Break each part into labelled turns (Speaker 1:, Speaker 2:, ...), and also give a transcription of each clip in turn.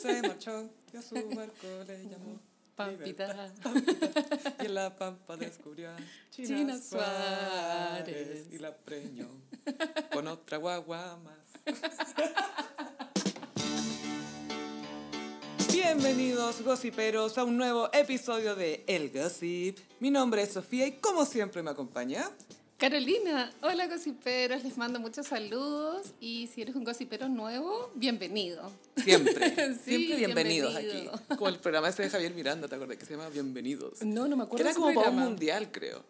Speaker 1: se marchó y a su barco le llamó
Speaker 2: Pampita.
Speaker 1: Pampita. Y en la pampa descubrió a China,
Speaker 2: China
Speaker 1: Suárez.
Speaker 2: Suárez.
Speaker 1: y la preñó con otra guagua más. Bienvenidos, gossiperos, a un nuevo episodio de El Gossip. Mi nombre es Sofía y como siempre me acompaña.
Speaker 2: Carolina, hola gossiperos, les mando muchos saludos y si eres un gossipero nuevo, bienvenido.
Speaker 1: Siempre,
Speaker 2: Sí,
Speaker 1: siempre bienvenidos
Speaker 2: bienvenido.
Speaker 1: aquí. Como el programa ese de Javier Miranda, ¿te acuerdas? Que se llama Bienvenidos.
Speaker 2: No, no me
Speaker 1: Que
Speaker 2: acuerdo.
Speaker 1: era
Speaker 2: ese
Speaker 1: como para un
Speaker 2: programa.
Speaker 1: mundial, creo.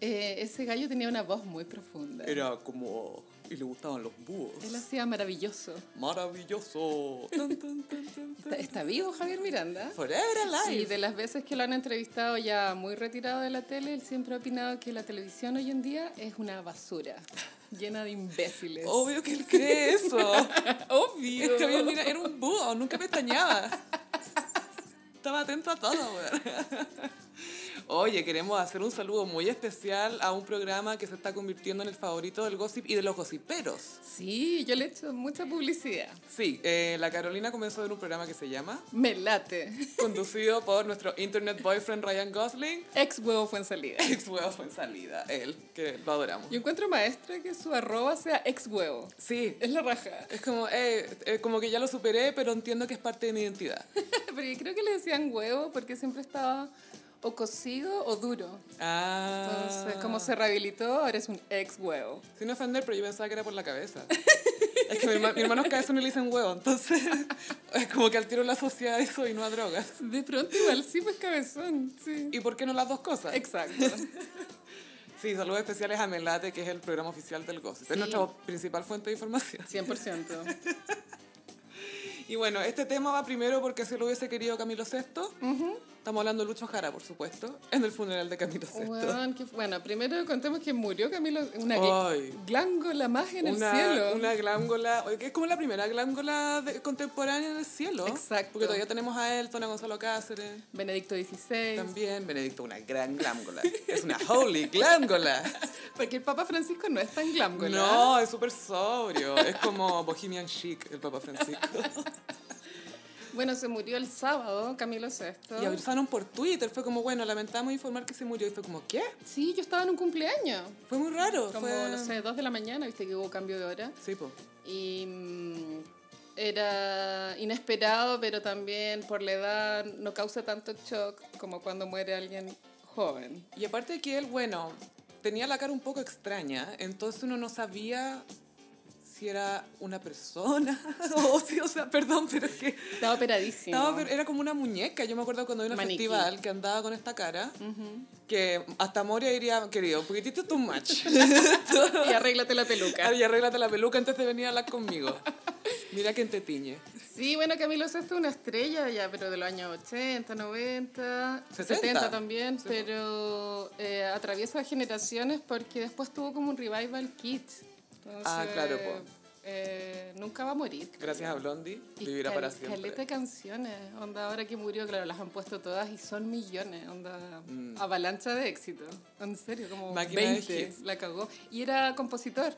Speaker 2: Eh, ese gallo tenía una voz muy profunda.
Speaker 1: Era como... Y le gustaban los búhos.
Speaker 2: Él hacía maravilloso.
Speaker 1: Maravilloso. Tan, tan, tan, tan, tan.
Speaker 2: Está, está vivo Javier Miranda.
Speaker 1: Forever
Speaker 2: Y
Speaker 1: Alive.
Speaker 2: de las veces que lo han entrevistado ya muy retirado de la tele, él siempre ha opinado que la televisión hoy en día es una basura, llena de imbéciles.
Speaker 1: Obvio que él cree eso.
Speaker 2: Obvio.
Speaker 1: Es que había- mira, era un búho, nunca pestañaba. Estaba atento a todo, weón. Oye, queremos hacer un saludo muy especial a un programa que se está convirtiendo en el favorito del gossip y de los gossiperos.
Speaker 2: Sí, yo le he hecho mucha publicidad.
Speaker 1: Sí, eh, la Carolina comenzó en un programa que se llama,
Speaker 2: Me late.
Speaker 1: conducido por nuestro internet boyfriend Ryan Gosling,
Speaker 2: Ex huevo fue en salida.
Speaker 1: ex huevo fue en salida, él, que lo adoramos.
Speaker 2: Yo encuentro maestra que su arroba sea ex huevo.
Speaker 1: Sí,
Speaker 2: Es la raja.
Speaker 1: Es como, eh, eh, como que ya lo superé, pero entiendo que es parte de mi identidad.
Speaker 2: Pero yo creo que le decían huevo porque siempre estaba o cocido o duro.
Speaker 1: Ah.
Speaker 2: Entonces, como se rehabilitó, ahora es un ex huevo.
Speaker 1: Sin ofender, pero yo pensaba que era por la cabeza. es que mi, herma- mi hermano es cabezón y le dicen huevo, entonces es como que al tiro la sociedad a eso y no a drogas.
Speaker 2: De pronto igual sí pues cabezón, sí.
Speaker 1: ¿Y por qué no las dos cosas?
Speaker 2: Exacto.
Speaker 1: Sí, saludos especiales a Melate, que es el programa oficial del Gossip. Es
Speaker 2: Sí.
Speaker 1: nuestra principal fuente de información.
Speaker 2: 100%.
Speaker 1: Y bueno, este tema va primero porque si lo hubiese querido Camilo VI. Estamos hablando de Lucho Jara, por supuesto, en el funeral de Camilo VI.
Speaker 2: Weón, que- bueno, primero contemos que murió Camilo, una
Speaker 1: Ay.
Speaker 2: gl- glándola más en
Speaker 1: una,
Speaker 2: el cielo.
Speaker 1: Una glángola, oye, que es como la primera glángola de- contemporánea en el cielo.
Speaker 2: Exacto.
Speaker 1: Porque todavía tenemos a Elton, a Gonzalo Cáceres.
Speaker 2: Benedicto XVI.
Speaker 1: También, Benedicto, una gran glángola. es una holy glángola.
Speaker 2: Porque el Papa Francisco no es tan glángola.
Speaker 1: No, es súper sobrio. Es como Bohemian Chic, el Papa Francisco.
Speaker 2: Bueno, se murió el sábado Camilo VI.
Speaker 1: Y avisaron por Twitter, fue como, bueno, lamentamos informar que se murió. Y fue como, ¿qué?
Speaker 2: Sí, yo estaba en un cumpleaños.
Speaker 1: Fue muy raro.
Speaker 2: Como,
Speaker 1: fue...
Speaker 2: no sé, dos de la mañana, viste que hubo cambio de hora.
Speaker 1: Sí, po.
Speaker 2: Y mm, era inesperado, pero también por la edad no causa tanto shock como cuando muere alguien joven.
Speaker 1: Y aparte de que él, bueno, tenía la cara un poco extraña, entonces uno no sabía si era una persona o si, o sea, perdón, pero es que
Speaker 2: Estaba operadísimo.
Speaker 1: estaba- pero era como una muñeca. Yo me acuerdo cuando había un
Speaker 2: Maniquí.
Speaker 1: festival que andaba con esta cara, que hasta Moria diría, querido, un poquitito too much.
Speaker 2: Y arréglate la peluca.
Speaker 1: y arréglate la peluca antes de venir a hablar conmigo. Mira que te tiñe.
Speaker 2: Sí, bueno, Camilo VI es una estrella ya, pero de los años 80, 90,
Speaker 1: 70.
Speaker 2: 70, también, pero eh, atraviesa generaciones porque después tuvo como un revival kit. Entonces,
Speaker 1: Ah, claro, po.
Speaker 2: eh, nunca va a morir.
Speaker 1: Gracias a Blondie,
Speaker 2: Y
Speaker 1: vivirá
Speaker 2: cal-
Speaker 1: para
Speaker 2: Caleta de
Speaker 1: siempre.
Speaker 2: canciones, onda, ahora que murió, claro, las han puesto todas y son millones, onda, avalancha de éxito. En serio, como
Speaker 1: Mm. Máquina de
Speaker 2: 20,
Speaker 1: hits.
Speaker 2: la cagó. Y era compositor,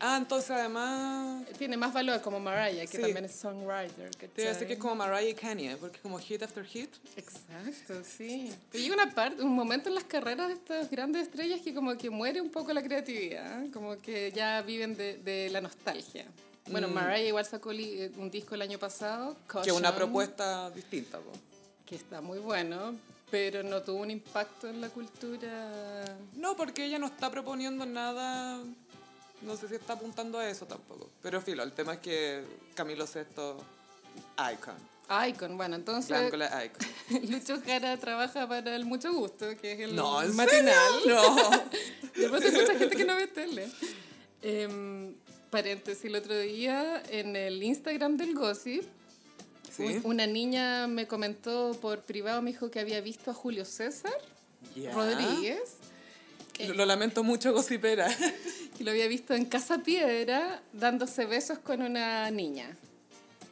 Speaker 1: Ah, entonces además
Speaker 2: tiene más valor como Mariah, que
Speaker 1: Sí.
Speaker 2: también es songwriter.
Speaker 1: te voy a decir
Speaker 2: ¿cachai?
Speaker 1: que es como Mariah Carey, porque es como hit after hit.
Speaker 2: Exacto, sí. Pero llega una parte, un momento en las carreras de estas grandes estrellas que como que muere un poco la creatividad, ¿eh? como que ya viven de, de la nostalgia. Bueno, Mariah igual sacó li- eh, un disco el año pasado,
Speaker 1: Mm. Que es una
Speaker 2: Caution,
Speaker 1: propuesta distinta, po.
Speaker 2: que está muy bueno, pero no tuvo un impacto en la cultura.
Speaker 1: No, porque ella no está proponiendo nada. No sé si está apuntando a eso tampoco. Pero filo, el tema es que Camilo VI, icon.
Speaker 2: Icon, bueno, entonces
Speaker 1: Glándola icon.
Speaker 2: Lucho Jara trabaja para el Mucho Gusto, que es el
Speaker 1: No, ¿en
Speaker 2: matinal.
Speaker 1: serio? No.
Speaker 2: De pronto hay mucha gente que no ve tele. Em, paréntesis, el otro día en el Instagram del Gossip,
Speaker 1: ¿Sí?
Speaker 2: un- una niña me comentó por privado, me dijo que había visto a Julio César
Speaker 1: Ya.
Speaker 2: Rodríguez,
Speaker 1: Lo, lo lamento mucho, Gocipera.
Speaker 2: que lo había visto en Casa Piedra dándose besos con una niña.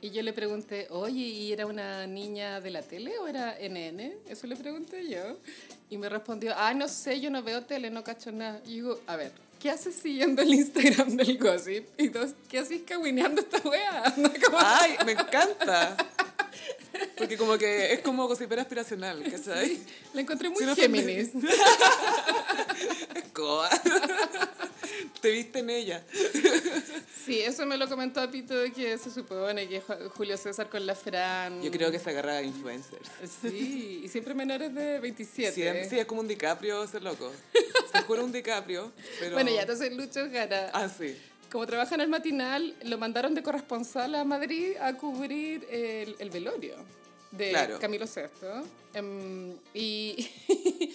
Speaker 2: Y yo le pregunté, oye, ¿y era una niña de la tele o era NN? Eso le pregunté yo. Y me respondió, ah, no sé, yo no veo tele, no cacho nada. Y digo, a ver, ¿qué haces siguiendo el Instagram del
Speaker 1: Ah.
Speaker 2: gossip? Y dos, ¿qué haces caguineando esta wea? Anda como-
Speaker 1: ¡Ay, me encanta! Porque como que es como gocipera aspiracional, ¿cachai?
Speaker 2: La encontré muy
Speaker 1: Si no son de-
Speaker 2: Géminis.
Speaker 1: Escoba. Te viste en ella.
Speaker 2: Sí, eso me lo comentó Pito de que se supone que Ju- Julio César con la Fran.
Speaker 1: Yo creo que se agarra a influencers.
Speaker 2: Sí, y siempre menores de 27.
Speaker 1: Siempre- sí, es como un DiCaprio ese loco. Se jura un DiCaprio, pero...
Speaker 2: Bueno, ya entonces Lucho Gara,
Speaker 1: Ah, sí.
Speaker 2: como trabaja en el matinal, lo mandaron de corresponsal a Madrid a cubrir el, el velorio de
Speaker 1: Claro.
Speaker 2: Camilo VI. Em, y,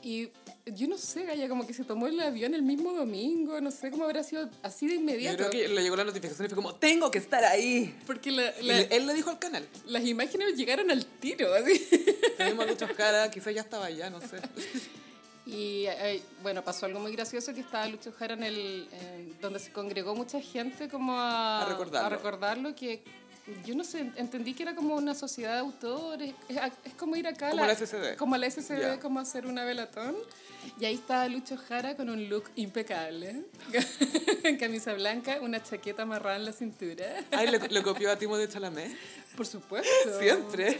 Speaker 2: y yo no sé, Gaya, como que se tomó el avión el mismo domingo, no sé cómo habrá sido así de
Speaker 1: Yo
Speaker 2: inmediato.
Speaker 1: creo que le llegó la notificación y fue como, tengo que estar ahí.
Speaker 2: Porque la-
Speaker 1: Y
Speaker 2: la-
Speaker 1: le- él le dijo al canal.
Speaker 2: las imágenes llegaron al tiro, así.
Speaker 1: Tenemos a Lucho Jara, quizás ya estaba allá, no sé.
Speaker 2: Y eh, bueno, pasó algo muy gracioso que estaba Lucho Jara en el, en donde se congregó mucha gente como a,
Speaker 1: A recordarlo.
Speaker 2: recordarlo que yo no sé, entendí que era como una sociedad de autores, es, es como ir acá
Speaker 1: Como la SCD.
Speaker 2: Como la SCD,
Speaker 1: Ya.
Speaker 2: como hacer una velatón. Y ahí estaba Lucho Jara con un look impecable, en camisa blanca, una chaqueta amarrada en la cintura,
Speaker 1: Ay, le, le copió a Timo de Chalamet.
Speaker 2: por supuesto.
Speaker 1: Siempre.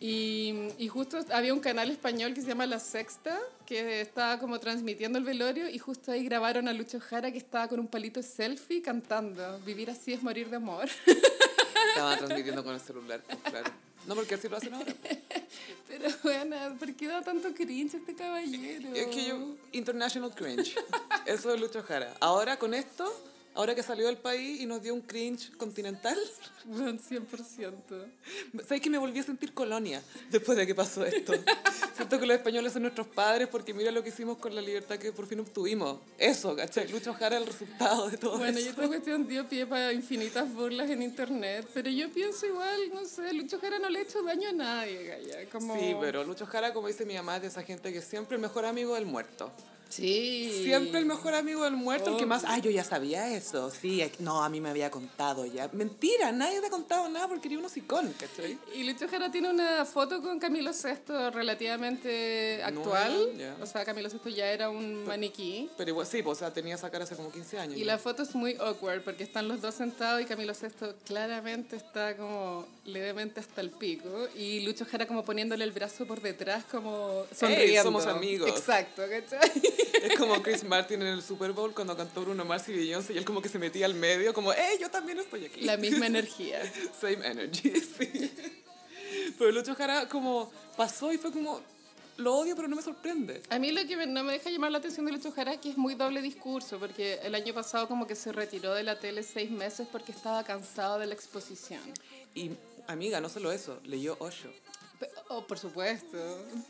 Speaker 2: Y, y justo había un canal español que se llama La Sexta, que estaba como transmitiendo el velorio y justo ahí grabaron a Lucho Jara que estaba con un palito de selfie cantando, vivir así es morir de amor.
Speaker 1: Estaba transmitiendo con el celular, pues, claro. No, porque así lo hacen ahora.
Speaker 2: Pero bueno, ¿por qué da tanto cringe este caballero?
Speaker 1: Es que yo, international cringe. Eso es Lucho Jara. Ahora con esto, ahora que salió del país y nos dio un cringe continental,
Speaker 2: Bueno, 100%.
Speaker 1: ¿sabes que me volví a sentir colonia después de que pasó esto? Siento que los españoles son nuestros padres porque mira lo que hicimos con la libertad que por fin obtuvimos. Eso, ¿cachai? Lucho Jara el resultado de todo
Speaker 2: Bueno, y
Speaker 1: eso.
Speaker 2: esta cuestión dio pie para infinitas burlas en internet, pero yo pienso igual, no sé, Lucho Jara no le ha hecho daño a nadie, Gaya. Como...
Speaker 1: Sí, pero Lucho Jara, como dice mi mamá, es de esa gente que siempre el mejor amigo del muerto.
Speaker 2: Sí.
Speaker 1: Siempre el mejor amigo del muerto, el que
Speaker 2: Oh.
Speaker 1: más, ay, yo ya sabía eso, sí, ay, no, a mí me había contado ya. Mentira, nadie te ha contado nada porque eres un hocicón, ¿cachai?
Speaker 2: Y Lucho Jara tiene una foto con Camilo VI relativamente actual.
Speaker 1: Nueva, ya.
Speaker 2: O sea, Camilo VI ya era un maniquí.
Speaker 1: Pero igual, sí, pues, o sea, tenía esa cara hace como 15 años.
Speaker 2: Y
Speaker 1: ¿no?
Speaker 2: la foto es muy awkward porque están los dos sentados y Camilo VI claramente está como levemente hasta el pico. Y Lucho Jara como poniéndole el brazo por detrás como sonriendo.
Speaker 1: somos amigos.
Speaker 2: Exacto, ¿cachai?
Speaker 1: Es como Chris Martin en el Super Bowl cuando cantó Bruno Mars y Beyoncé y él como que se metía al medio, como, ¡eh, yo también estoy aquí!
Speaker 2: La misma energía.
Speaker 1: Same energy, sí. Pero Lucho Jara como pasó y fue como, lo odio pero no me sorprende.
Speaker 2: A mí lo que me- no me deja llamar la atención de Lucho Jara es que es muy doble discurso, porque el año pasado como que se retiró de la tele seis meses porque estaba cansado de la exposición.
Speaker 1: Y, amiga, no solo eso, leyó Osho.
Speaker 2: Pe- Oh, por supuesto.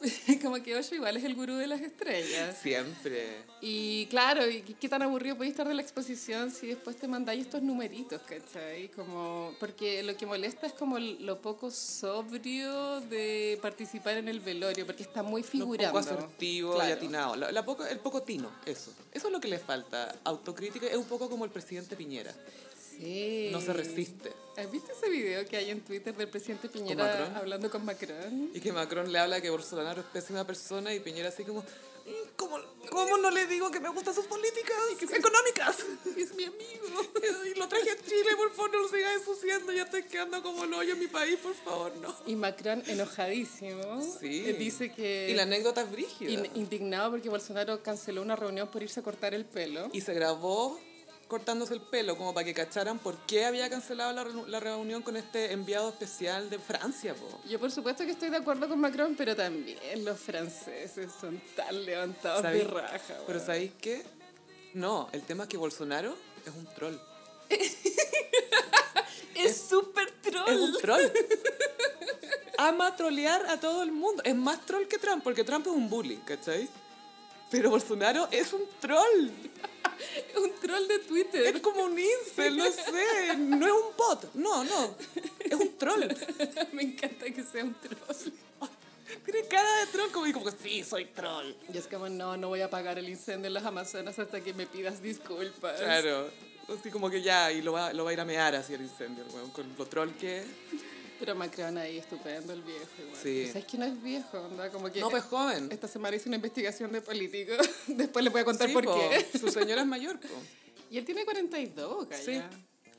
Speaker 2: Como que Osho igual es el gurú de las estrellas.
Speaker 1: Siempre.
Speaker 2: Y claro, y qué- qué tan aburrido podéis estar de la exposición si después te mandáis estos numeritos, ¿cachai? Como, porque lo que molesta es como lo poco sobrio de participar en el velorio, porque está muy figurando.
Speaker 1: Un poco asertivo y
Speaker 2: Claro.
Speaker 1: atinado. La, la poco, el poco tino, eso. Eso es lo que le falta. Autocrítica es un poco como el presidente Piñera.
Speaker 2: Sí.
Speaker 1: No se resiste.
Speaker 2: ¿Has visto ese video que hay en Twitter del presidente Piñera
Speaker 1: Macron?
Speaker 2: hablando con Macron?
Speaker 1: Y que Macron le habla que Bolsonaro es pésima persona y Piñera así como, "Mm, ¿cómo, cómo no le digo que me gustan sus políticas económicas?
Speaker 2: Es mi amigo.
Speaker 1: y lo traje a Chile, por favor, no lo sigas ensuciando. Ya estoy quedando como el hoyo en mi país, por favor, no.
Speaker 2: Y Macron enojadísimo.
Speaker 1: Sí.
Speaker 2: eh, Dice que...
Speaker 1: Y la anécdota es brígida.
Speaker 2: In- indignado porque Bolsonaro canceló una reunión por irse a cortar el pelo.
Speaker 1: y se grabó cortándose el pelo como para que cacharan por qué había cancelado la, reu- la reunión con este enviado especial de Francia, po.
Speaker 2: Yo por supuesto que estoy de acuerdo con Macron, pero también los franceses son tan levantados de
Speaker 1: ¿Sabéis-
Speaker 2: raja.
Speaker 1: Pero
Speaker 2: weón.
Speaker 1: ¿sabéis qué? No, el tema es que Bolsonaro es un troll.
Speaker 2: es súper
Speaker 1: Es
Speaker 2: troll.
Speaker 1: un troll. Ama trolear a todo el mundo. Es más troll que Trump, porque Trump es un bully, ¿cachai? Pero Bolsonaro es un troll.
Speaker 2: Es un troll de
Speaker 1: Es
Speaker 2: Twitter.
Speaker 1: como un incel, no sé. No es un bot. No, no. Es un troll.
Speaker 2: Me encanta que sea un troll.
Speaker 1: Tiene cara de troll, como, y como que sí, soy troll.
Speaker 2: Y es como, no, no voy a apagar el incendio en las Amazonas hasta que me pidas disculpas.
Speaker 1: Claro. Así como que ya, y lo va, lo va a ir a mear hacia el incendio, weón, con lo troll que es.
Speaker 2: Pero Macron ahí, estupendo el viejo. Igual.
Speaker 1: Sí.
Speaker 2: O sea, es que no es viejo, onda, como que...
Speaker 1: No, pues joven.
Speaker 2: Esta semana hice una investigación de políticos. Después les voy a contar
Speaker 1: Sí,
Speaker 2: por
Speaker 1: po,
Speaker 2: qué.
Speaker 1: Su señora es mayor, po.
Speaker 2: Y él tiene 42, calla.
Speaker 1: Sí.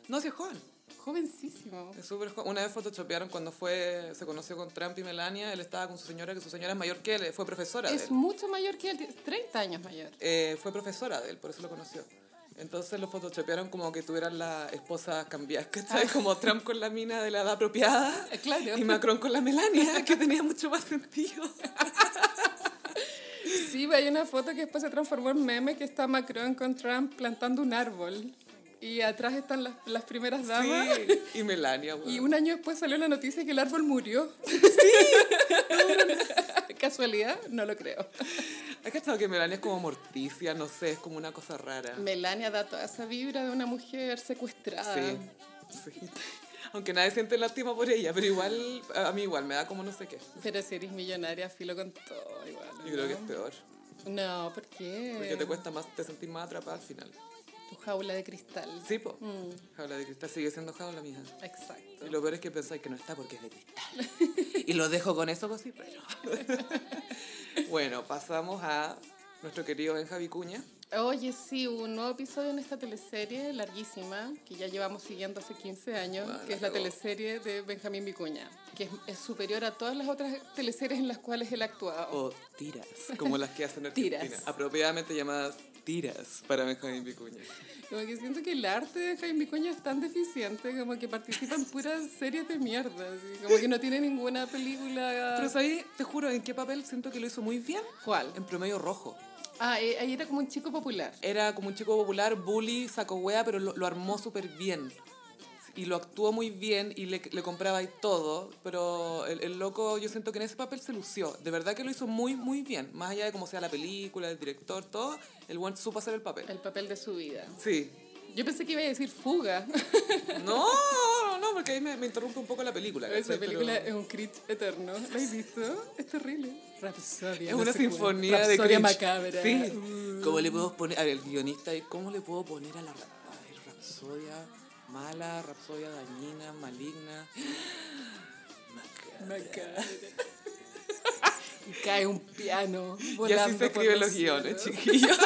Speaker 1: No, si es joven.
Speaker 2: jovencísimo.
Speaker 1: Es súper jo- Una vez photoshopearon cuando fue, se conoció con Trump y Melania, él estaba con su señora, que su señora es mayor que él, eh, fue profesora de
Speaker 2: Es
Speaker 1: él.
Speaker 2: mucho mayor que él, tiene 30 años mayor.
Speaker 1: Eh, fue profesora de él, por eso lo conoció. Entonces lo photoshopearon como que tuvieran las esposas cambiadas,
Speaker 2: Ah.
Speaker 1: ¿cachai? Como Trump con la mina de la edad apropiada
Speaker 2: Eh, Claro,
Speaker 1: y Macron con la Melania, que tenía mucho más sentido.
Speaker 2: sí, hay una foto que después se transformó en meme que está Macron con Trump plantando un árbol y atrás están las, las primeras damas
Speaker 1: Sí, y Melania,
Speaker 2: y
Speaker 1: weón.
Speaker 2: un año después salió la noticia que el árbol murió. ¿Casualidad? No lo creo.
Speaker 1: ¿Has cachado que Melania es como morticia? No sé, es como una cosa rara.
Speaker 2: Melania da toda esa vibra de una mujer secuestrada.
Speaker 1: Sí, sí. Aunque nadie siente lástima por ella, pero igual, a a mí igual, me da como no sé qué.
Speaker 2: Pero si eres millonaria, filo con todo igual.
Speaker 1: Yo creo
Speaker 2: ¿no?
Speaker 1: que es peor,
Speaker 2: No, ¿por qué?
Speaker 1: porque te cuesta más, te sentís más atrapada al final.
Speaker 2: Tu jaula de cristal.
Speaker 1: Sí, po.
Speaker 2: Mm,
Speaker 1: Jaula de cristal sigue siendo jaula, mija.
Speaker 2: exacto.
Speaker 1: Y lo peor es que pensáis que no está porque es de cristal. Y lo dejo con eso, cosí, pero... bueno, pasamos a nuestro querido Benja Vicuña.
Speaker 2: Oye, sí, un nuevo episodio en esta teleserie larguísima que ya llevamos siguiendo hace 15 años,
Speaker 1: Bueno,
Speaker 2: que es
Speaker 1: la
Speaker 2: la
Speaker 1: cagó.
Speaker 2: teleserie de Benjamín Vicuña, que es, es superior a todas las otras teleseries en las cuales él ha actuado.
Speaker 1: O tiras, como las que hacen en Argentina.
Speaker 2: Tiras.
Speaker 1: Apropiadamente llamadas tiras para Benjamín Vicuña.
Speaker 2: Como que siento que el arte de Benjamín Vicuña es tan deficiente, como que participa en puras series de mierda, así, como que no tiene ninguna película...
Speaker 1: Pero ahí, te juro, en qué papel siento que lo hizo muy bien.
Speaker 2: ¿Cuál?
Speaker 1: En promedio rojo.
Speaker 2: Ah, eh, ahí era como un chico popular.
Speaker 1: Era como un chico popular, bully, saco wea, pero lo, lo armó súper bien. Y lo actuó muy bien y le, le compraba y todo. Pero el, el loco, yo siento que en ese papel se lució. De verdad que lo hizo muy, muy bien. Más allá de cómo sea la película, el director, todo, el buen supo hacer el papel.
Speaker 2: El papel de su vida.
Speaker 1: Sí.
Speaker 2: Yo pensé que iba a decir fuga.
Speaker 1: No, no, no, porque ahí me, me interrumpe un poco la película.
Speaker 2: Esa
Speaker 1: ¿cachai? Pero
Speaker 2: película es un cringe eterno. ¿La has visto? Es terrible. Rapsodia.
Speaker 1: Es una sinfonía de
Speaker 2: Rapsodia
Speaker 1: cringe.
Speaker 2: macabra.
Speaker 1: Sí. ¿Cómo le puedo poner, a ver, el guionista, cómo le puedo poner a la a ver, rapsodia mala, rapsodia dañina, maligna? Macabra.
Speaker 2: Macabra. Y cae un piano
Speaker 1: Y
Speaker 2: volando
Speaker 1: así se
Speaker 2: por
Speaker 1: escriben los
Speaker 2: cielos.
Speaker 1: guiones, chiquillos.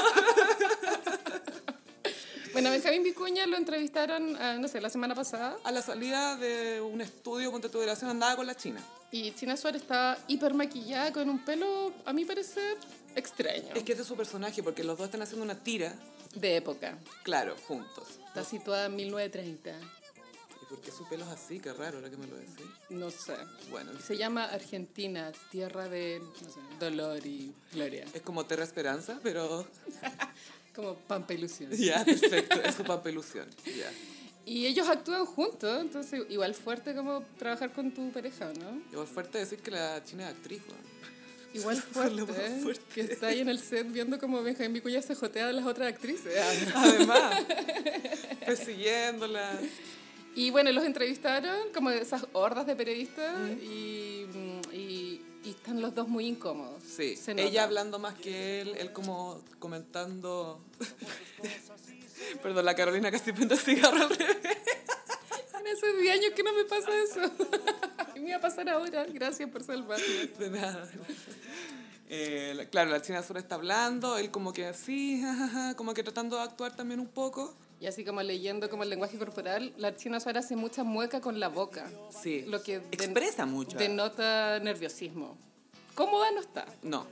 Speaker 2: Bueno, Benjamín Vicuña lo entrevistaron, ah, no sé, la semana pasada.
Speaker 1: A la salida de un estudio con titulación andaba con la China.
Speaker 2: Y China Suárez estaba hiper maquillada con un pelo, a mi parecer, extraño.
Speaker 1: Es que este es su personaje, porque los dos están haciendo una tira,
Speaker 2: De época.
Speaker 1: claro, juntos.
Speaker 2: Está situada en 1930.
Speaker 1: ¿Y por qué su pelo es así? Qué raro, ahora que me lo decís.
Speaker 2: No sé.
Speaker 1: Bueno,
Speaker 2: Se llama Argentina, tierra de no sé, dolor y gloria.
Speaker 1: es como Terra Esperanza, pero
Speaker 2: Como pampa ilusión.
Speaker 1: ya, perfecto, es su papelución. Ya.
Speaker 2: Y ellos actúan juntos, entonces igual fuerte como trabajar con tu pareja, ¿no?
Speaker 1: Igual fuerte decir que la china es actriz, weón.
Speaker 2: Igual
Speaker 1: Fue lo
Speaker 2: fuerte,
Speaker 1: más
Speaker 2: ¿eh?
Speaker 1: fuerte.
Speaker 2: que está ahí en el set viendo como Benjamín Vicuña se jotea a las otras actrices.
Speaker 1: Además, persiguiéndola.
Speaker 2: Y bueno, los entrevistaron como esas hordas de periodistas y, mm, y, y están los dos muy incómodos.
Speaker 1: Sí,
Speaker 2: Se nota.
Speaker 1: ella hablando más que él, él como comentando. Perdón, la Carolina casi prende el cigarro al revés.
Speaker 2: Bueno, "Ah, Hace 10 años que no me pasa eso. Y me va a pasar ahora. Gracias por salvarme.
Speaker 1: De nada. Eh, la- claro, la china solo está hablando, él como que así, jajaja, como que tratando de actuar también un poco.
Speaker 2: Y así como leyendo como el lenguaje corporal, la china Suárez hace mucha mueca con la boca.
Speaker 1: Sí,
Speaker 2: Lo que den-
Speaker 1: expresa mucho.
Speaker 2: Denota nerviosismo. Cómoda no está.
Speaker 1: no,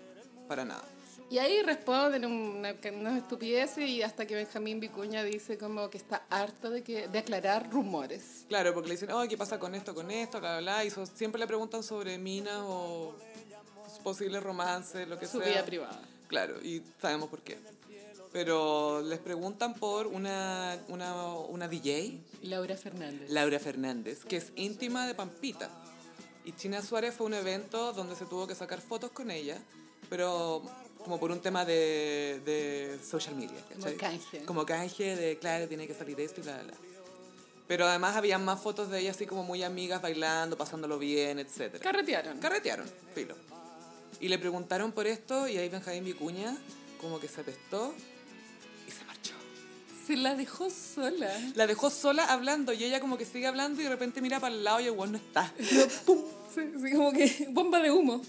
Speaker 1: para nada.
Speaker 2: Y ahí responden una, una estupidez y hasta que Benjamín Vicuña dice como que está harto de, que, de aclarar rumores.
Speaker 1: Claro, porque le dicen, oh, ¿qué pasa con esto, con esto, bla, bla, bla? Y so- siempre le preguntan sobre minas o sus posibles romances, lo que
Speaker 2: Su
Speaker 1: sea.
Speaker 2: vida privada.
Speaker 1: Claro, y sabemos por qué. Pero les preguntan por una, una, una DJ,
Speaker 2: Laura Fernández.
Speaker 1: Laura Fernández, que es íntima de Pampita. Y China Suárez fue a un evento donde se tuvo que sacar fotos con ella, pero como por un tema de, de social media.
Speaker 2: Como
Speaker 1: ¿cachai?
Speaker 2: canje.
Speaker 1: Como canje de, claro, tiene que salir esto y bla, bla, bla. Pero además había más fotos de ella así como muy amigas, bailando, pasándolo bien, etc.
Speaker 2: Carretearon.
Speaker 1: Carretearon, filo. Y le preguntaron por esto y ahí Benjamín Vicuña como que se apestó y se marchó.
Speaker 2: Se la dejó sola.
Speaker 1: La dejó sola hablando y ella como que sigue hablando y de repente mira para el lado y el weón no está.
Speaker 2: ¡Pum! Sí, sí, como que bomba de humo.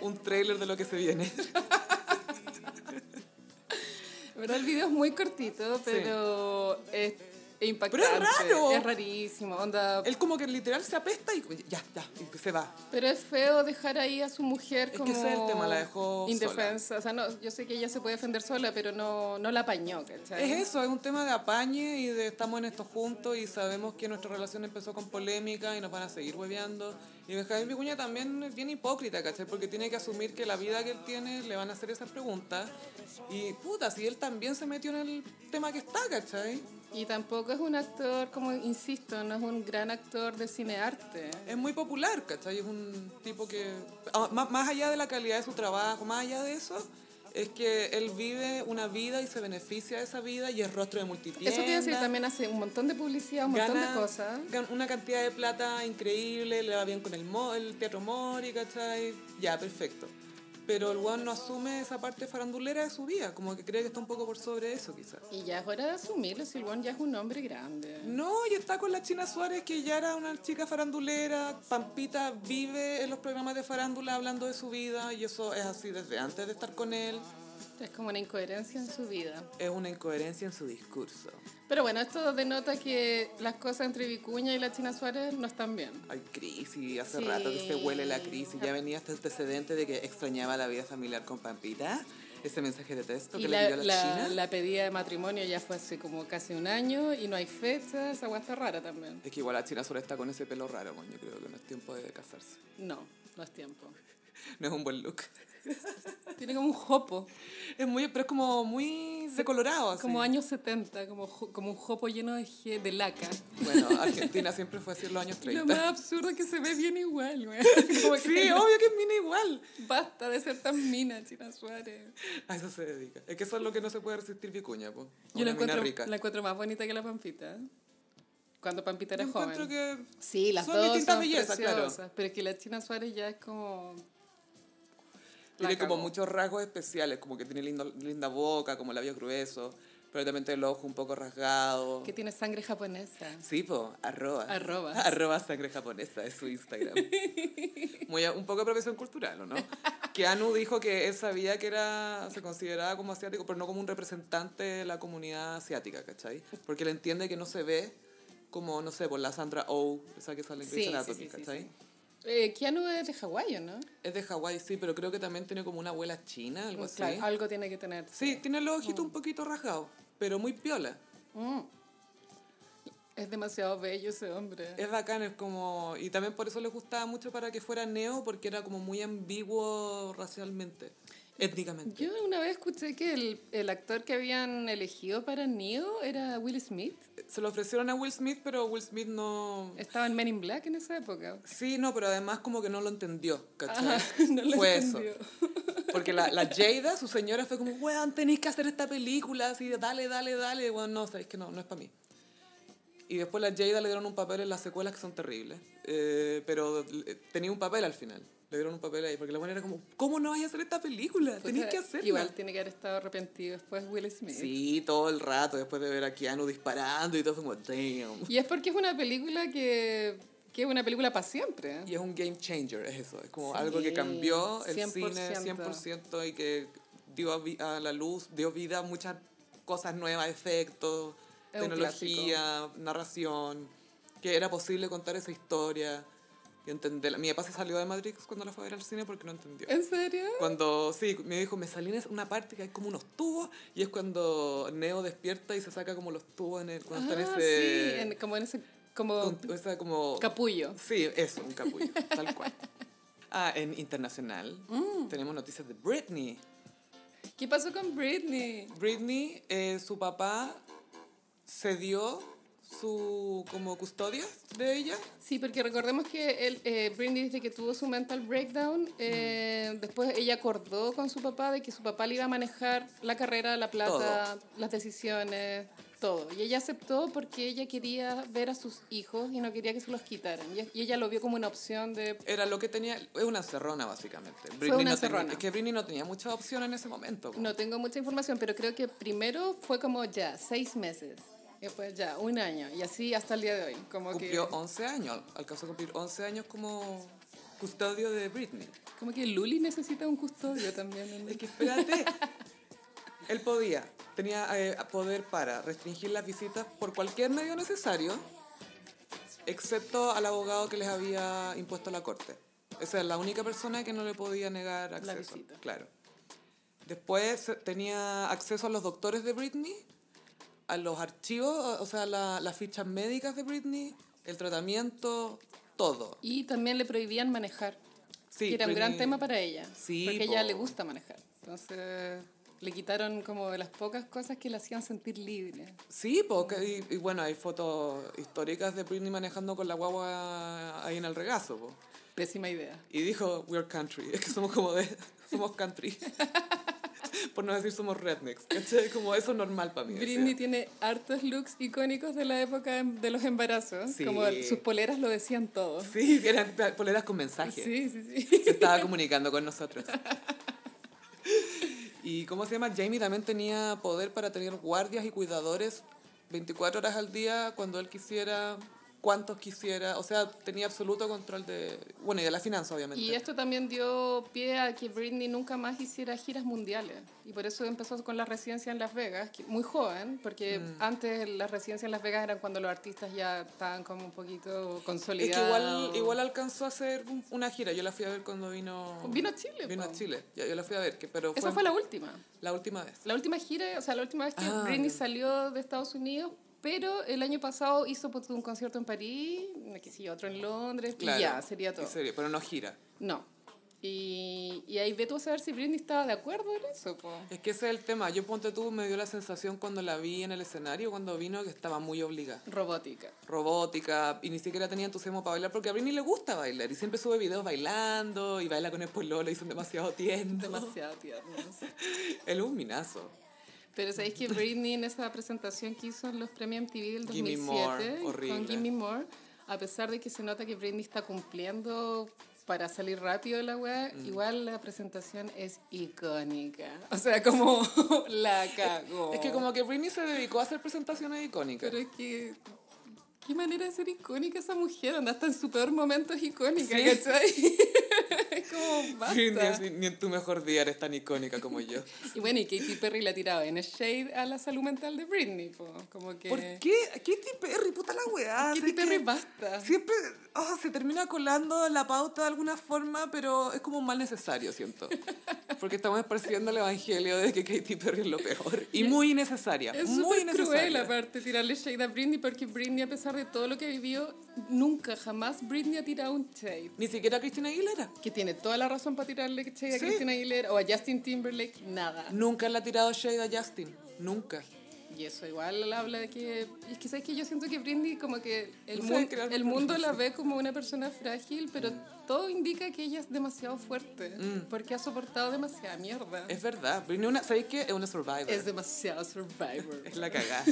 Speaker 1: Un trailer de lo que se viene.
Speaker 2: La verdad, el video es muy cortito, pero es e impactante.
Speaker 1: Pero es raro.
Speaker 2: Es rarísimo. Onda.
Speaker 1: Él como que literal se apesta y ya, ya, y se va.
Speaker 2: Pero es feo dejar ahí a su mujer
Speaker 1: Es
Speaker 2: como.
Speaker 1: que ese es el tema, la dejó
Speaker 2: Indefensa. O sea, no, yo sé que ella se puede defender sola, pero no, no la apañó, ¿cachai?
Speaker 1: Es eso, es un tema de apañe y de estamos en esto juntos y sabemos que nuestra relación empezó con polémica y nos van a seguir hueveando. Y Benjamín Vicuña también es bien hipócrita, ¿cachai? Porque tiene que asumir que la vida que él tiene le van a hacer esas preguntas. Y puta, si él también se metió en el tema que está, ¿cachai?
Speaker 2: Y tampoco es un actor, como insisto, no es un gran actor de cinearte.
Speaker 1: Es muy popular, ¿cachai? Es un tipo que, ah, má- más allá de la calidad de su trabajo, más allá de eso, es que él vive una vida y se beneficia de esa vida y es rostro de multitudes.
Speaker 2: Eso te iba a decir, también hace un montón de publicidad, un montón de cosas.
Speaker 1: gan- Una cantidad de plata increíble, le va bien con el, mo- el teatro Mori, ¿cachai? Ya, perfecto. Pero el weón no asume esa parte farandulera de su vida, como que cree que está un poco por sobre eso, quizás.
Speaker 2: Y ya es hora de asumirlo, Silvón ya es un hombre grande.
Speaker 1: No, y está con la China Suárez, que ya era una chica farandulera. Pampita vive en los programas de farándula hablando de su vida, y eso es así desde antes de estar con él.
Speaker 2: Es como una incoherencia en su vida.
Speaker 1: Es una incoherencia en su discurso.
Speaker 2: Pero bueno, esto denota que las cosas entre Vicuña y la China Suárez no están bien.
Speaker 1: Hay crisis, hace
Speaker 2: Sí.
Speaker 1: rato que se huele la crisis. Ya venía este antecedente de que extrañaba la vida familiar con Pampita. Ese mensaje de texto que
Speaker 2: Y
Speaker 1: le
Speaker 2: la,
Speaker 1: envió a la,
Speaker 2: la-
Speaker 1: China.
Speaker 2: la pedida de matrimonio ya fue hace como casi un año y no hay fecha, esa agua está rara también.
Speaker 1: Es que igual la China solo está con ese pelo raro, bueno, yo creo que no es tiempo de casarse.
Speaker 2: No, no es tiempo.
Speaker 1: No es un buen look.
Speaker 2: Tiene como un jopo,
Speaker 1: Es muy, pero es como muy decolorado. Así.
Speaker 2: como años 70, como, jo- como un jopo lleno de, je- de laca.
Speaker 1: Bueno, Argentina siempre fue así en los años
Speaker 2: Y lo
Speaker 1: 30.
Speaker 2: más absurdo es que se ve bien igual, güey. Como que
Speaker 1: Sí, obvio que es mina igual.
Speaker 2: Basta de ser tan mina, China Suárez.
Speaker 1: A eso se dedica. Es que eso es lo que no se puede resistir Vicuña, po.
Speaker 2: Yo la
Speaker 1: Una mina
Speaker 2: encuentro,
Speaker 1: rica.
Speaker 2: la encuentro más bonita que la Pampita. Cuando Pampita era
Speaker 1: Yo
Speaker 2: joven.
Speaker 1: encuentro que
Speaker 2: Sí, las
Speaker 1: Son
Speaker 2: dos
Speaker 1: distintas
Speaker 2: son
Speaker 1: bellezas, claro.
Speaker 2: preciosas, Pero es que la China Suárez ya es como... La
Speaker 1: Tiene como
Speaker 2: cagó.
Speaker 1: muchos rasgos especiales, como que tiene lindo- linda boca, como labios gruesos, pero también tiene el ojo un poco rasgado.
Speaker 2: Que tiene sangre japonesa.
Speaker 1: Sí, po, arroba.
Speaker 2: Arroba.
Speaker 1: Arroba sangre japonesa, es su Instagram. Muy, a- un poco de profesión cultural, ¿o no? Que Anu dijo que él sabía que era, se consideraba como asiático, pero no como un representante de la comunidad asiática, ¿cachai? Porque él entiende que no se ve como, no sé, por la Sandra Oh, esa que sale en Grey's
Speaker 2: Sí, sí,
Speaker 1: Anatomy,
Speaker 2: sí, sí,
Speaker 1: ¿cachai?
Speaker 2: sí. Eh, Keanu es de Hawái, ¿o ¿no?
Speaker 1: Es de Hawái, sí, pero creo que también tiene como una abuela china, algo así.
Speaker 2: Pues Claro, algo tiene que tener.
Speaker 1: Sí, tiene los
Speaker 2: Oh.
Speaker 1: ojitos un poquito rasgados, pero muy piola.
Speaker 2: Mm. Es demasiado bello ese hombre.
Speaker 1: Es bacán, es como... Y también por eso les gustaba mucho para que fuera neo, porque era como muy ambiguo racialmente, étnicamente.
Speaker 2: Yo una vez escuché que el, el actor que habían elegido para Neo era Will Smith.
Speaker 1: Se lo ofrecieron a Will Smith, pero Will Smith no...
Speaker 2: Estaba en Men in Black en esa época.
Speaker 1: Sí, no, pero además como que no lo entendió, ¿cachai?
Speaker 2: Ajá, no lo
Speaker 1: Fue
Speaker 2: entendió.
Speaker 1: eso. Porque la, la Jada, su señora, fue como, weón, tenéis que hacer esta película, así, dale, dale, dale. Bueno, no, sabéis que no, no es para mí. Y después la Jada le dieron un papel en las secuelas que son terribles. Eh, pero eh, tenía un papel al final. Le dieron un papel ahí, porque la buena era como, ¿cómo no vais a hacer esta película? Tenéis
Speaker 2: Puta,
Speaker 1: que hacerla.
Speaker 2: Igual tiene que haber estado arrepentido después Will Smith.
Speaker 1: Sí, todo el rato, después de ver a Keanu disparando y todo, fue como, damn.
Speaker 2: Y es porque es una película que, que es una película para siempre.
Speaker 1: Y es un game changer, es eso. Es como
Speaker 2: Sí,
Speaker 1: algo que cambió el
Speaker 2: 100%.
Speaker 1: cine 100% y que dio a, vi- a la luz, dio vida a muchas cosas nuevas, efectos,
Speaker 2: Es un
Speaker 1: tecnología, narración, que era posible contar esa historia y entenderla. Mi papá se salió de Matrix cuando la fue a ver al cine porque no entendió.
Speaker 2: ¿En serio?
Speaker 1: Cuando, sí, me dijo, me salí en una parte que hay como unos tubos y es cuando Neo despierta y se saca como los tubos en el, cuando está
Speaker 2: Ah,
Speaker 1: en ese...
Speaker 2: sí, en- como en ese como
Speaker 1: con- esa como
Speaker 2: capullo.
Speaker 1: Sí, eso, un capullo, tal cual. Ah, en internacional
Speaker 2: Mm.
Speaker 1: tenemos noticias de Britney.
Speaker 2: ¿Qué pasó con Britney?
Speaker 1: Britney, eh, su papá cedió su como custodia de ella.
Speaker 2: Sí, porque recordemos que él, eh, Britney desde que tuvo su mental breakdown, eh, después ella acordó con su papá de que su papá le iba a manejar la carrera, la plata, las decisiones, todo. Y ella aceptó porque ella quería ver a sus hijos y no quería que se los quitaran. Y, y ella lo vio como una opción de...
Speaker 1: Era lo que tenía, es una cerrona básicamente.
Speaker 2: una
Speaker 1: no tenía-
Speaker 2: encerrona.
Speaker 1: es que Britney no tenía mucha opción en ese momento. po.
Speaker 2: No tengo mucha información, pero creo que primero fue como ya, seis meses. y Después ya, un año. Y así hasta el día de hoy. Como
Speaker 1: Cumplió
Speaker 2: que,
Speaker 1: 11 años, alcanzó a cumplir 11 años como custodio de Britney.
Speaker 2: como que Luli necesita un custodio también. ¿no?
Speaker 1: Es que espérate. Él podía, tenía eh, poder para restringir las visitas por cualquier medio necesario, excepto al abogado que les había impuesto la corte. Esa es la única persona que no le podía negar acceso.
Speaker 2: visita.
Speaker 1: Claro. Después eh, tenía acceso a los doctores de Britney, a los archivos, o sea, la- las fichas médicas de Britney, el tratamiento, todo.
Speaker 2: Y también le prohibían manejar.
Speaker 1: Sí,
Speaker 2: que era un gran
Speaker 1: Britney-
Speaker 2: tema para ella.
Speaker 1: Sí,
Speaker 2: porque ella
Speaker 1: po.
Speaker 2: le gusta manejar. Entonces le quitaron como de las pocas cosas que la hacían sentir libre.
Speaker 1: Sí, porque, y, y bueno, hay fotos históricas de Britney manejando con la guagua ahí en el regazo. po.
Speaker 2: Pésima idea.
Speaker 1: Y dijo, we're country, es que somos como de, somos country. Por no decir somos rednecks, ¿cachai? Como eso es normal para mí. decía.
Speaker 2: Britney tiene hartos looks icónicos de la época em- de los embarazos.
Speaker 1: Sí.
Speaker 2: Como sus poleras lo decían todo.
Speaker 1: Sí, eran poleras con mensajes.
Speaker 2: Sí, sí, sí.
Speaker 1: Se estaba comunicando con nosotros. ¿Y cómo se llama? Jamie también tenía poder para tener guardias y cuidadores 24 horas al día cuando él quisiera, cuantos quisiera. O sea, tenía absoluto control de... Bueno, y de la finanza, obviamente.
Speaker 2: Y esto también dio pie a que Britney nunca más hiciera giras mundiales. Y por eso empezó con la residencia en Las Vegas, que- muy joven, porque
Speaker 1: Mm.
Speaker 2: antes las residencias en Las Vegas eran cuando los artistas ya estaban como un poquito
Speaker 1: Es que
Speaker 2: consolidados.
Speaker 1: igual, igual alcanzó a hacer un- una gira. Yo la fui a ver cuando vino...
Speaker 2: Vino a Chile,
Speaker 1: Vino
Speaker 2: po.
Speaker 1: a Chile. Ya, Yo, la fui a ver, que, pero fue,
Speaker 2: Esa fue la última.
Speaker 1: la última vez.
Speaker 2: La última gira, o sea, la última vez que
Speaker 1: Ah.
Speaker 2: Britney salió de Estados Unidos, pero el año pasado hizo ponte tú, un concierto en París, que sí, otro en Londres,
Speaker 1: Claro.
Speaker 2: y ya, sería todo.
Speaker 1: Y sería, pero no gira.
Speaker 2: No. Y, y ahí ve tú a saber si Britney estaba de acuerdo en eso, po.
Speaker 1: Es que ese es el tema. Yo, ponte tú, me dio la sensación cuando la vi en el escenario, cuando vino, que estaba muy obligada.
Speaker 2: Robótica.
Speaker 1: robótica y ni siquiera tenía entusiasmo para bailar porque a Britney le gusta bailar y siempre sube videos bailando y baila con el pololo y son demasiado tiernos.
Speaker 2: Demasiado tiernos.
Speaker 1: Él es un minazo.
Speaker 2: Pero sabéis que Britney en esa presentación que hizo en los premios MTV del
Speaker 1: Gimme
Speaker 2: 2007
Speaker 1: More, horrible.
Speaker 2: con Gimme More, a pesar de que se nota que Britney está cumpliendo para salir rápido de la web,
Speaker 1: Mm.
Speaker 2: igual la presentación es icónica. O sea, como la cagó.
Speaker 1: Es que como que Britney se dedicó a hacer presentaciones icónicas.
Speaker 2: Pero es que... Qué manera de ser icónica esa mujer, anda hasta en su peor momento es icónica,
Speaker 1: Sí.
Speaker 2: ¿cachai? es como
Speaker 1: Britney,
Speaker 2: basta.
Speaker 1: ni, ni en tu mejor día eres tan icónica como yo.
Speaker 2: Y bueno, y Katy Perry la tiraba en shade a la salud mental de Britney, po. como que...
Speaker 1: ¿Por qué? Katy Perry, puta la weá.
Speaker 2: Katy
Speaker 1: así que
Speaker 2: Perry basta.
Speaker 1: Siempre ah, se termina colando en la pauta de alguna forma, pero es como un mal necesario, siento. Porque estamos esparciendo el evangelio de que Katy Perry es lo peor. Y muy innecesaria.
Speaker 2: Es
Speaker 1: muy
Speaker 2: súper
Speaker 1: innecesaria.
Speaker 2: cruel aparte tirarle shade a Britney porque Britney a pesar de todo lo que vivió, nunca jamás Britney ha tirado un shade.
Speaker 1: Ni siquiera Cristina Aguilera.
Speaker 2: Que tiene toda la razón para tirarle shade a
Speaker 1: Sí.
Speaker 2: Christina Aguilera o a Justin Timberlake, nada.
Speaker 1: Nunca le ha tirado shade a Justin. Nunca.
Speaker 2: Y eso igual habla de que... y Es que sabes que yo siento que Britney como que el,
Speaker 1: No sabe
Speaker 2: mun-
Speaker 1: crear- Mm.
Speaker 2: el mundo la ve como una persona frágil, pero todo indica que ella es demasiado fuerte porque ha soportado demasiada mierda. Es,
Speaker 1: Es verdad. Britney una, ¿sabéis qué? Es una survivor. Es,
Speaker 2: demasiado survivor.
Speaker 1: la cagada.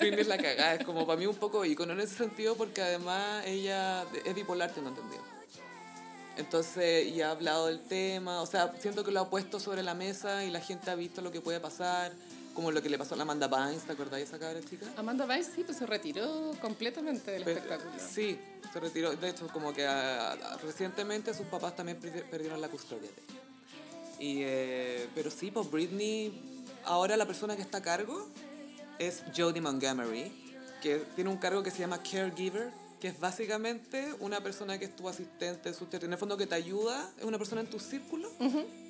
Speaker 1: Britney es la cagada. Es como para mí un poco ícono en ese sentido porque además ella es bipolar, tengo entendido. Entonces, ya ha hablado del tema. O sea, siento que lo ha puesto sobre la mesa y la gente ha visto lo que puede pasar. Como lo que le pasó a la Amanda Bynes, ¿te acordáis de esa cabra chica?
Speaker 2: Amanda Bynes sí, pues se retiró completamente del
Speaker 1: Pero-
Speaker 2: espectáculo.
Speaker 1: Pues, Sí, se retiró. De hecho, como que ah, ah, recientemente sus papás también perdi- perdieron la custodia de ella. Y, eh, pero sí, pues Britney, ahora la persona que está a cargo es Jodie Montgomery, que tiene un cargo que se llama caregiver, que es básicamente una persona que es tu asistente, sustento, en el fondo que te ayuda, es una persona en tu círculo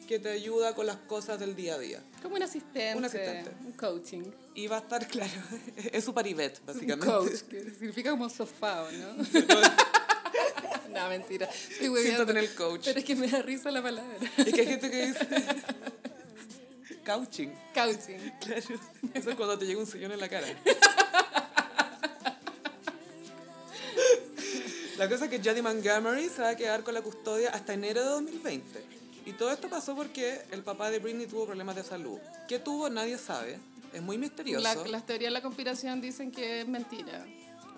Speaker 1: que te ayuda con las cosas del día a día.
Speaker 2: Como un asistente.
Speaker 1: Un asistente.
Speaker 2: Un coaching.
Speaker 1: Y va a estar, claro, es su paribet,
Speaker 2: Un
Speaker 1: básicamente.
Speaker 2: coach, que significa como sofá, ¿o ¿no? no, mentira. Estoy hueviando.
Speaker 1: Siéntate en el coach.
Speaker 2: Pero es que me da risa la palabra.
Speaker 1: Es que hay gente que dice couching.
Speaker 2: Coaching.
Speaker 1: Claro. Eso es cuando te llega un sillón en la cara. La cosa es que Jodie Montgomery se va a quedar con la custodia hasta enero de 2020. Y todo esto pasó porque el papá de Britney tuvo problemas de salud. ¿Qué tuvo? Nadie sabe. Es muy misterioso.
Speaker 2: La- las teorías de la conspiración dicen que es mentira.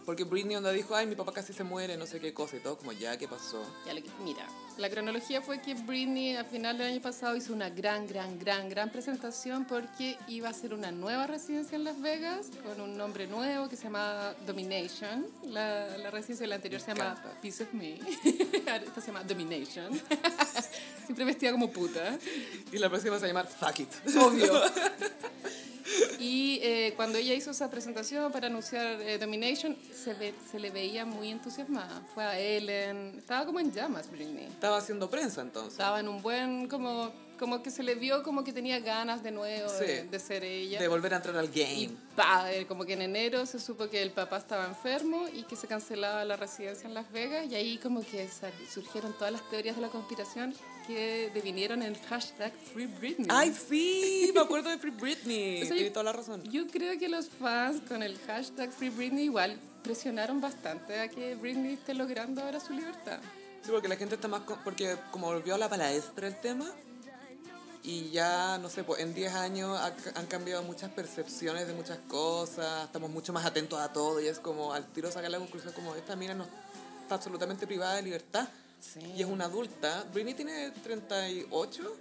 Speaker 1: Porque Britney onda dijo, ay, mi papá casi se muere, no sé qué cosa. Y todo como, ya, ¿qué pasó?
Speaker 2: Ya lo que- mira, la cronología fue que Britney a final del año pasado hizo una gran, gran, gran, gran presentación porque iba a hacer una nueva residencia en Las Vegas con un nombre nuevo que se llama Domination. La, la residencia de la anterior se llama
Speaker 1: encanta.
Speaker 2: Piece of Me. Ahora Esta se llama Domination. Siempre vestida como puta.
Speaker 1: Y la próxima se va a llamar Fuck It.
Speaker 2: Obvio. Y eh, cuando ella hizo esa presentación para anunciar eh, Domination, se, ve- se le veía muy entusiasmada. Fue a Ellen, estaba como en llamas Britney.
Speaker 1: Estaba haciendo prensa entonces.
Speaker 2: Estaba en un buen, como, como que se le vio como que tenía ganas de nuevo
Speaker 1: Sí.
Speaker 2: de, de ser ella.
Speaker 1: De volver a entrar al
Speaker 2: y
Speaker 1: game.
Speaker 2: pa, eh, como que en enero se supo que el papá estaba enfermo y que se cancelaba la residencia en Las Vegas y ahí como que sal- surgieron todas las teorías de la conspiración que devinieron el hashtag Free Britney.
Speaker 1: ¡Ay, sí! Me acuerdo de Free Britney.
Speaker 2: O sea,
Speaker 1: Tiene
Speaker 2: yo-
Speaker 1: toda la razón.
Speaker 2: Yo creo que los fans con el hashtag Free Britney igual presionaron bastante a que Britney esté logrando ahora su libertad.
Speaker 1: Sí, porque la gente está más... con- Porque como volvió a la palestra el tema... Y ya, no sé, pues en 10 años ha ca- han cambiado muchas percepciones de muchas cosas, estamos mucho más atentos a todo y es como al tiro sacar la conclusión como esta mina no está absolutamente privada de libertad.
Speaker 2: Sí.
Speaker 1: Y es una adulta. Britney tiene 38.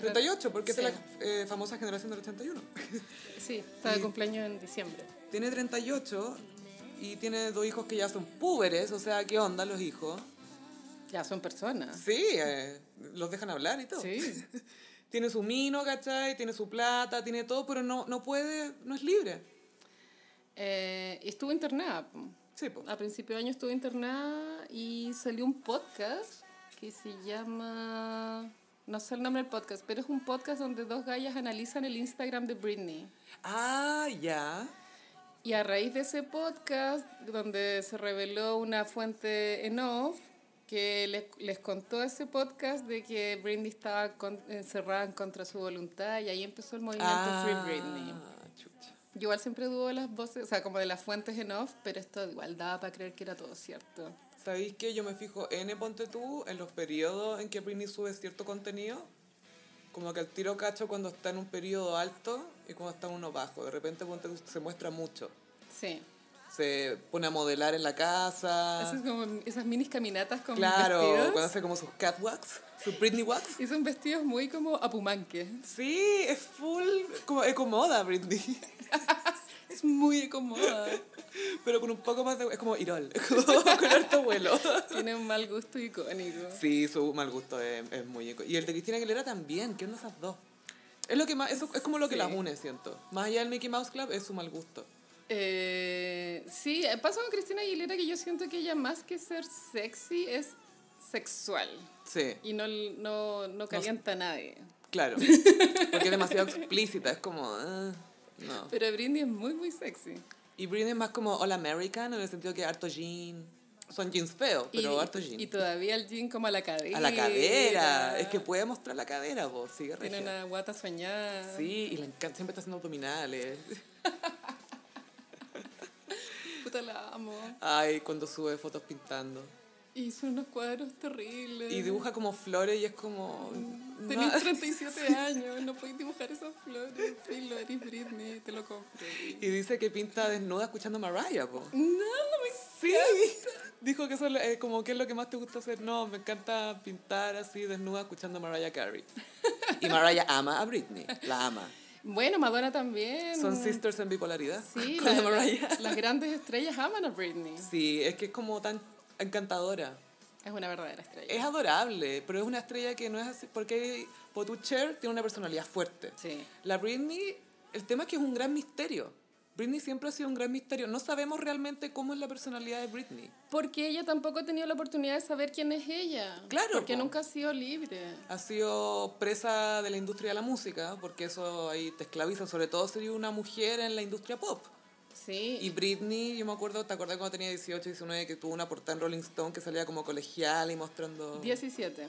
Speaker 1: 38, porque
Speaker 2: Sí.
Speaker 1: es de la eh, famosa generación del 81.
Speaker 2: Sí, está de cumpleaños en diciembre.
Speaker 1: Tiene 38 y tiene dos hijos que ya son púberes, o sea, ¿qué onda los hijos?
Speaker 2: Ya son personas.
Speaker 1: Sí, eh, los dejan hablar y todo.
Speaker 2: Sí.
Speaker 1: Tiene su mino, ¿cachai? Tiene su plata, tiene todo, pero no, no puede, no es libre.
Speaker 2: Eh, y estuvo internada. po.
Speaker 1: Sí, po.
Speaker 2: A principio de año estuvo internada y salió un podcast que se llama... No sé el nombre del podcast, pero es un podcast donde dos gallas analizan el Instagram de Britney.
Speaker 1: Ah, ya.
Speaker 2: Y a raíz de ese podcast, donde se reveló una fuente en off, que les, les contó ese podcast de que Britney estaba con- encerrada en contra de su voluntad y ahí empezó el movimiento
Speaker 1: Ah,
Speaker 2: Free Britney.
Speaker 1: chucha.
Speaker 2: Yo igual siempre dudo de las voces, o sea, como de las fuentes en off, pero esto igual daba para creer que era todo cierto.
Speaker 1: ¿Sabéis que yo me fijo N ponte tú en los periodos en que Britney sube cierto contenido? Como que el tiro cacho cuando está en un periodo alto y cuando está en uno bajo. De repente ponte tú, se muestra mucho.
Speaker 2: Sí.
Speaker 1: Se pone a modelar en la casa.
Speaker 2: Esas, como, esas minis caminatas con
Speaker 1: claro,
Speaker 2: vestidos.
Speaker 1: cuando hace como sus catwalks, sus Britney walks.
Speaker 2: Y son vestidos muy como apumanque.
Speaker 1: Sí, es full como ecomoda Britney,
Speaker 2: Es muy cómoda.
Speaker 1: pero con un poco más de... Es como Irol, es como con harto vuelo.
Speaker 2: Tiene un mal gusto icónico.
Speaker 1: Sí, su mal gusto es, es muy... eco- Y el de Cristina Aguilera también, ¿qué onda esas dos? Es, lo que más, eso es como lo que
Speaker 2: Sí.
Speaker 1: las une, siento. Más allá del Mickey Mouse Club es su mal gusto.
Speaker 2: Eh, sí, eh, pasa con Cristina Aguilera que yo siento que ella más que ser sexy es sexual
Speaker 1: Sí,
Speaker 2: y no, no, no calienta a nadie.
Speaker 1: claro. Porque es demasiado explícita, es como... ah, no.
Speaker 2: Pero Britney es muy, muy sexy.
Speaker 1: Y Britney es más como All American en el sentido que harto jean. Son jeans feos, pero harto
Speaker 2: y,
Speaker 1: jean.
Speaker 2: y todavía el jean como a la cadera.
Speaker 1: A la cadera. Es que puede mostrar la cadera, vos. Sigue regia.
Speaker 2: Tiene una guata soñada.
Speaker 1: Sí, y le encanta, siempre está haciendo abdominales.
Speaker 2: Puta, la amo.
Speaker 1: Ay, cuando sube fotos pintando.
Speaker 2: Hizo unos cuadros terribles.
Speaker 1: Y dibuja como flores y es como...
Speaker 2: Tenés
Speaker 1: no.
Speaker 2: 37 años, no podés dibujar esas flores. Sí, lo eres Britney, te lo compro.
Speaker 1: Y dice que pinta desnuda escuchando Mariah, po.
Speaker 2: No, me
Speaker 1: Sí. Dijo que eso es lo- eh, como que es lo que más te gusta hacer. No, me encanta pintar así desnuda escuchando a Mariah Carey. Y Mariah ama a Britney, la ama.
Speaker 2: Bueno, Madonna también.
Speaker 1: Son sisters en bipolaridad.
Speaker 2: Sí,
Speaker 1: con la
Speaker 2: la-
Speaker 1: Mariah.
Speaker 2: las grandes estrellas aman a Britney.
Speaker 1: Sí, es que es como tan encantadora.
Speaker 2: Es una verdadera estrella.
Speaker 1: Es adorable, pero es una estrella que no es así. Porque Potu Cher tiene una personalidad fuerte.
Speaker 2: Sí.
Speaker 1: La Britney, el tema es que es un gran misterio. Britney siempre ha sido un gran misterio. No sabemos realmente cómo es la personalidad de Britney.
Speaker 2: Porque ella tampoco ha tenido la oportunidad de saber quién es ella.
Speaker 1: Claro,
Speaker 2: Porque
Speaker 1: po.
Speaker 2: nunca ha sido libre.
Speaker 1: Ha sido presa de la industria de la música, porque eso ahí te esclaviza, sobre todo si eres una mujer en la industria pop.
Speaker 2: Sí.
Speaker 1: Y Britney, yo me acuerdo, ¿te acuerdas cuando tenía 18, 19, que tuvo una portada en Rolling Stone que salía como colegial y mostrando
Speaker 2: 17.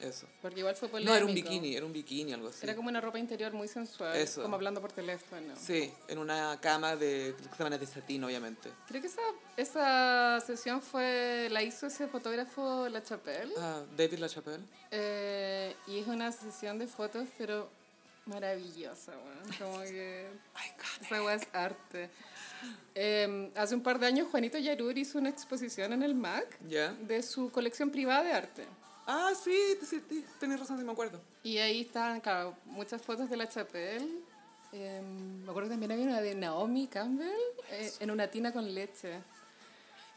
Speaker 1: eso?
Speaker 2: Porque igual fue polémico.
Speaker 1: No, era un bikini, era un bikini, algo así.
Speaker 2: Era como una ropa interior muy sensual.
Speaker 1: Eso.
Speaker 2: Como hablando por teléfono.
Speaker 1: Sí, en una cama de que estaban de satín, obviamente.
Speaker 2: Creo que esa, esa sesión fue la hizo ese fotógrafo La Chapelle.
Speaker 1: Ah, David LaChapelle.
Speaker 2: Eh, y es una sesión de fotos, pero maravillosa, weón. Como que Esa weá es arte. Eh, hace un par de años Juanito Yarur hizo una exposición en el MAC
Speaker 1: ¿Ya?
Speaker 2: de su colección privada de arte.
Speaker 1: Ah, sí, sí, sí, tenés razón, sí me acuerdo.
Speaker 2: Y ahí estaban, claro, muchas fotos de la Chapelle. Eh, me acuerdo que también había una de Naomi Campbell eh, en una tina con leche.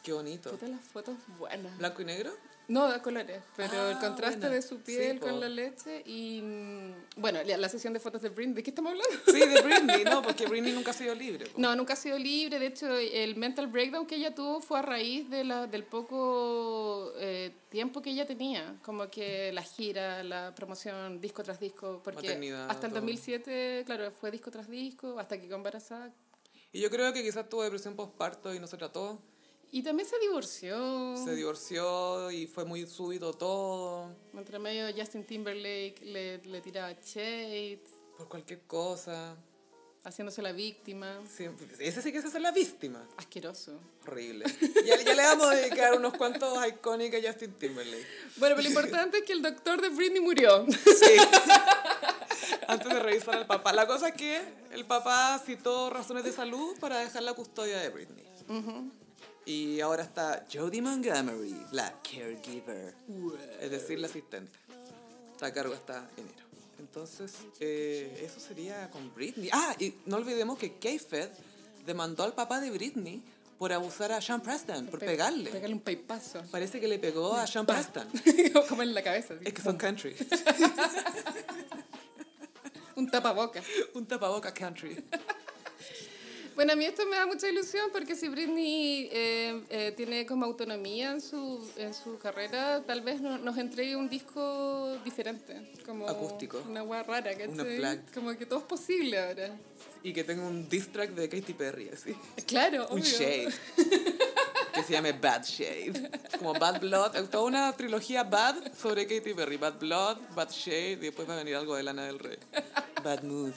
Speaker 1: Qué bonito.
Speaker 2: Puta, las fotos buenas.
Speaker 1: ¿Blanco y negro?
Speaker 2: No, da colores, pero
Speaker 1: Ah,
Speaker 2: el contraste
Speaker 1: buena.
Speaker 2: de su
Speaker 1: Sí,
Speaker 2: piel
Speaker 1: po.
Speaker 2: con la leche y... mm, Bueno, la, la sesión de fotos de Britney, ¿de qué estamos hablando?
Speaker 1: Sí, de Britney, no, porque Britney nunca ha sido libre. po.
Speaker 2: No, nunca ha sido libre. De hecho, el mental breakdown que ella tuvo fue a raíz de la, del poco eh, tiempo que ella tenía. Como que la gira, la promoción, disco tras disco. Porque
Speaker 1: Maternidad,
Speaker 2: hasta el
Speaker 1: todo.
Speaker 2: 2007, claro, fue disco tras disco, hasta que quedó embarazada.
Speaker 1: Y yo creo que quizás tuvo depresión postparto y no se trató.
Speaker 2: Y también se divorció.
Speaker 1: Se divorció y fue muy súbito todo,
Speaker 2: Entre medio, Justin Timberlake le, le tiraba shade,
Speaker 1: por cualquier cosa.
Speaker 2: haciéndose la víctima.
Speaker 1: Siempre- Ese sí que se hace la víctima.
Speaker 2: Asqueroso.
Speaker 1: Horrible. Ya, ya le vamos a dedicar unos cuantos icónicos a Justin Timberlake.
Speaker 2: Bueno, pero lo importante es que el doctor de Britney murió.
Speaker 1: Sí. Antes de revisar al papá. La cosa es que el papá citó razones de salud para dejar la custodia de Britney. Y ahora está Jodie Montgomery, la caregiver, es decir, la asistente. Está a cargo hasta enero. Entonces, eh, eso sería con Britney. Ah, y no olvidemos que K-Fed demandó al papá de Britney por abusar a Sean Preston, por
Speaker 2: Pe-
Speaker 1: pegarle.
Speaker 2: Pegarle un paipazo.
Speaker 1: Parece que le pegó a Sean Preston.
Speaker 2: Como en la cabeza. así.
Speaker 1: Es que son country.
Speaker 2: Un tapabocas.
Speaker 1: Un tapaboca country.
Speaker 2: Bueno, a mí esto me da mucha ilusión porque si Britney eh, eh, tiene como autonomía en su, en su carrera, tal vez no- nos entregue un disco diferente. Como
Speaker 1: Acústico.
Speaker 2: Una guay rara, ¿cachai?
Speaker 1: Una plaque.
Speaker 2: Como que todo es posible ahora.
Speaker 1: Y que tenga un diss track de Katy Perry, así.
Speaker 2: Claro,
Speaker 1: Un
Speaker 2: obvio.
Speaker 1: shade. Que se llame Bad Shade. Como Bad Blood. eh, Toda una trilogía bad sobre Katy Perry. Bad Blood, Bad Shade. Y después va a venir algo de Lana del Rey. Bad Mood.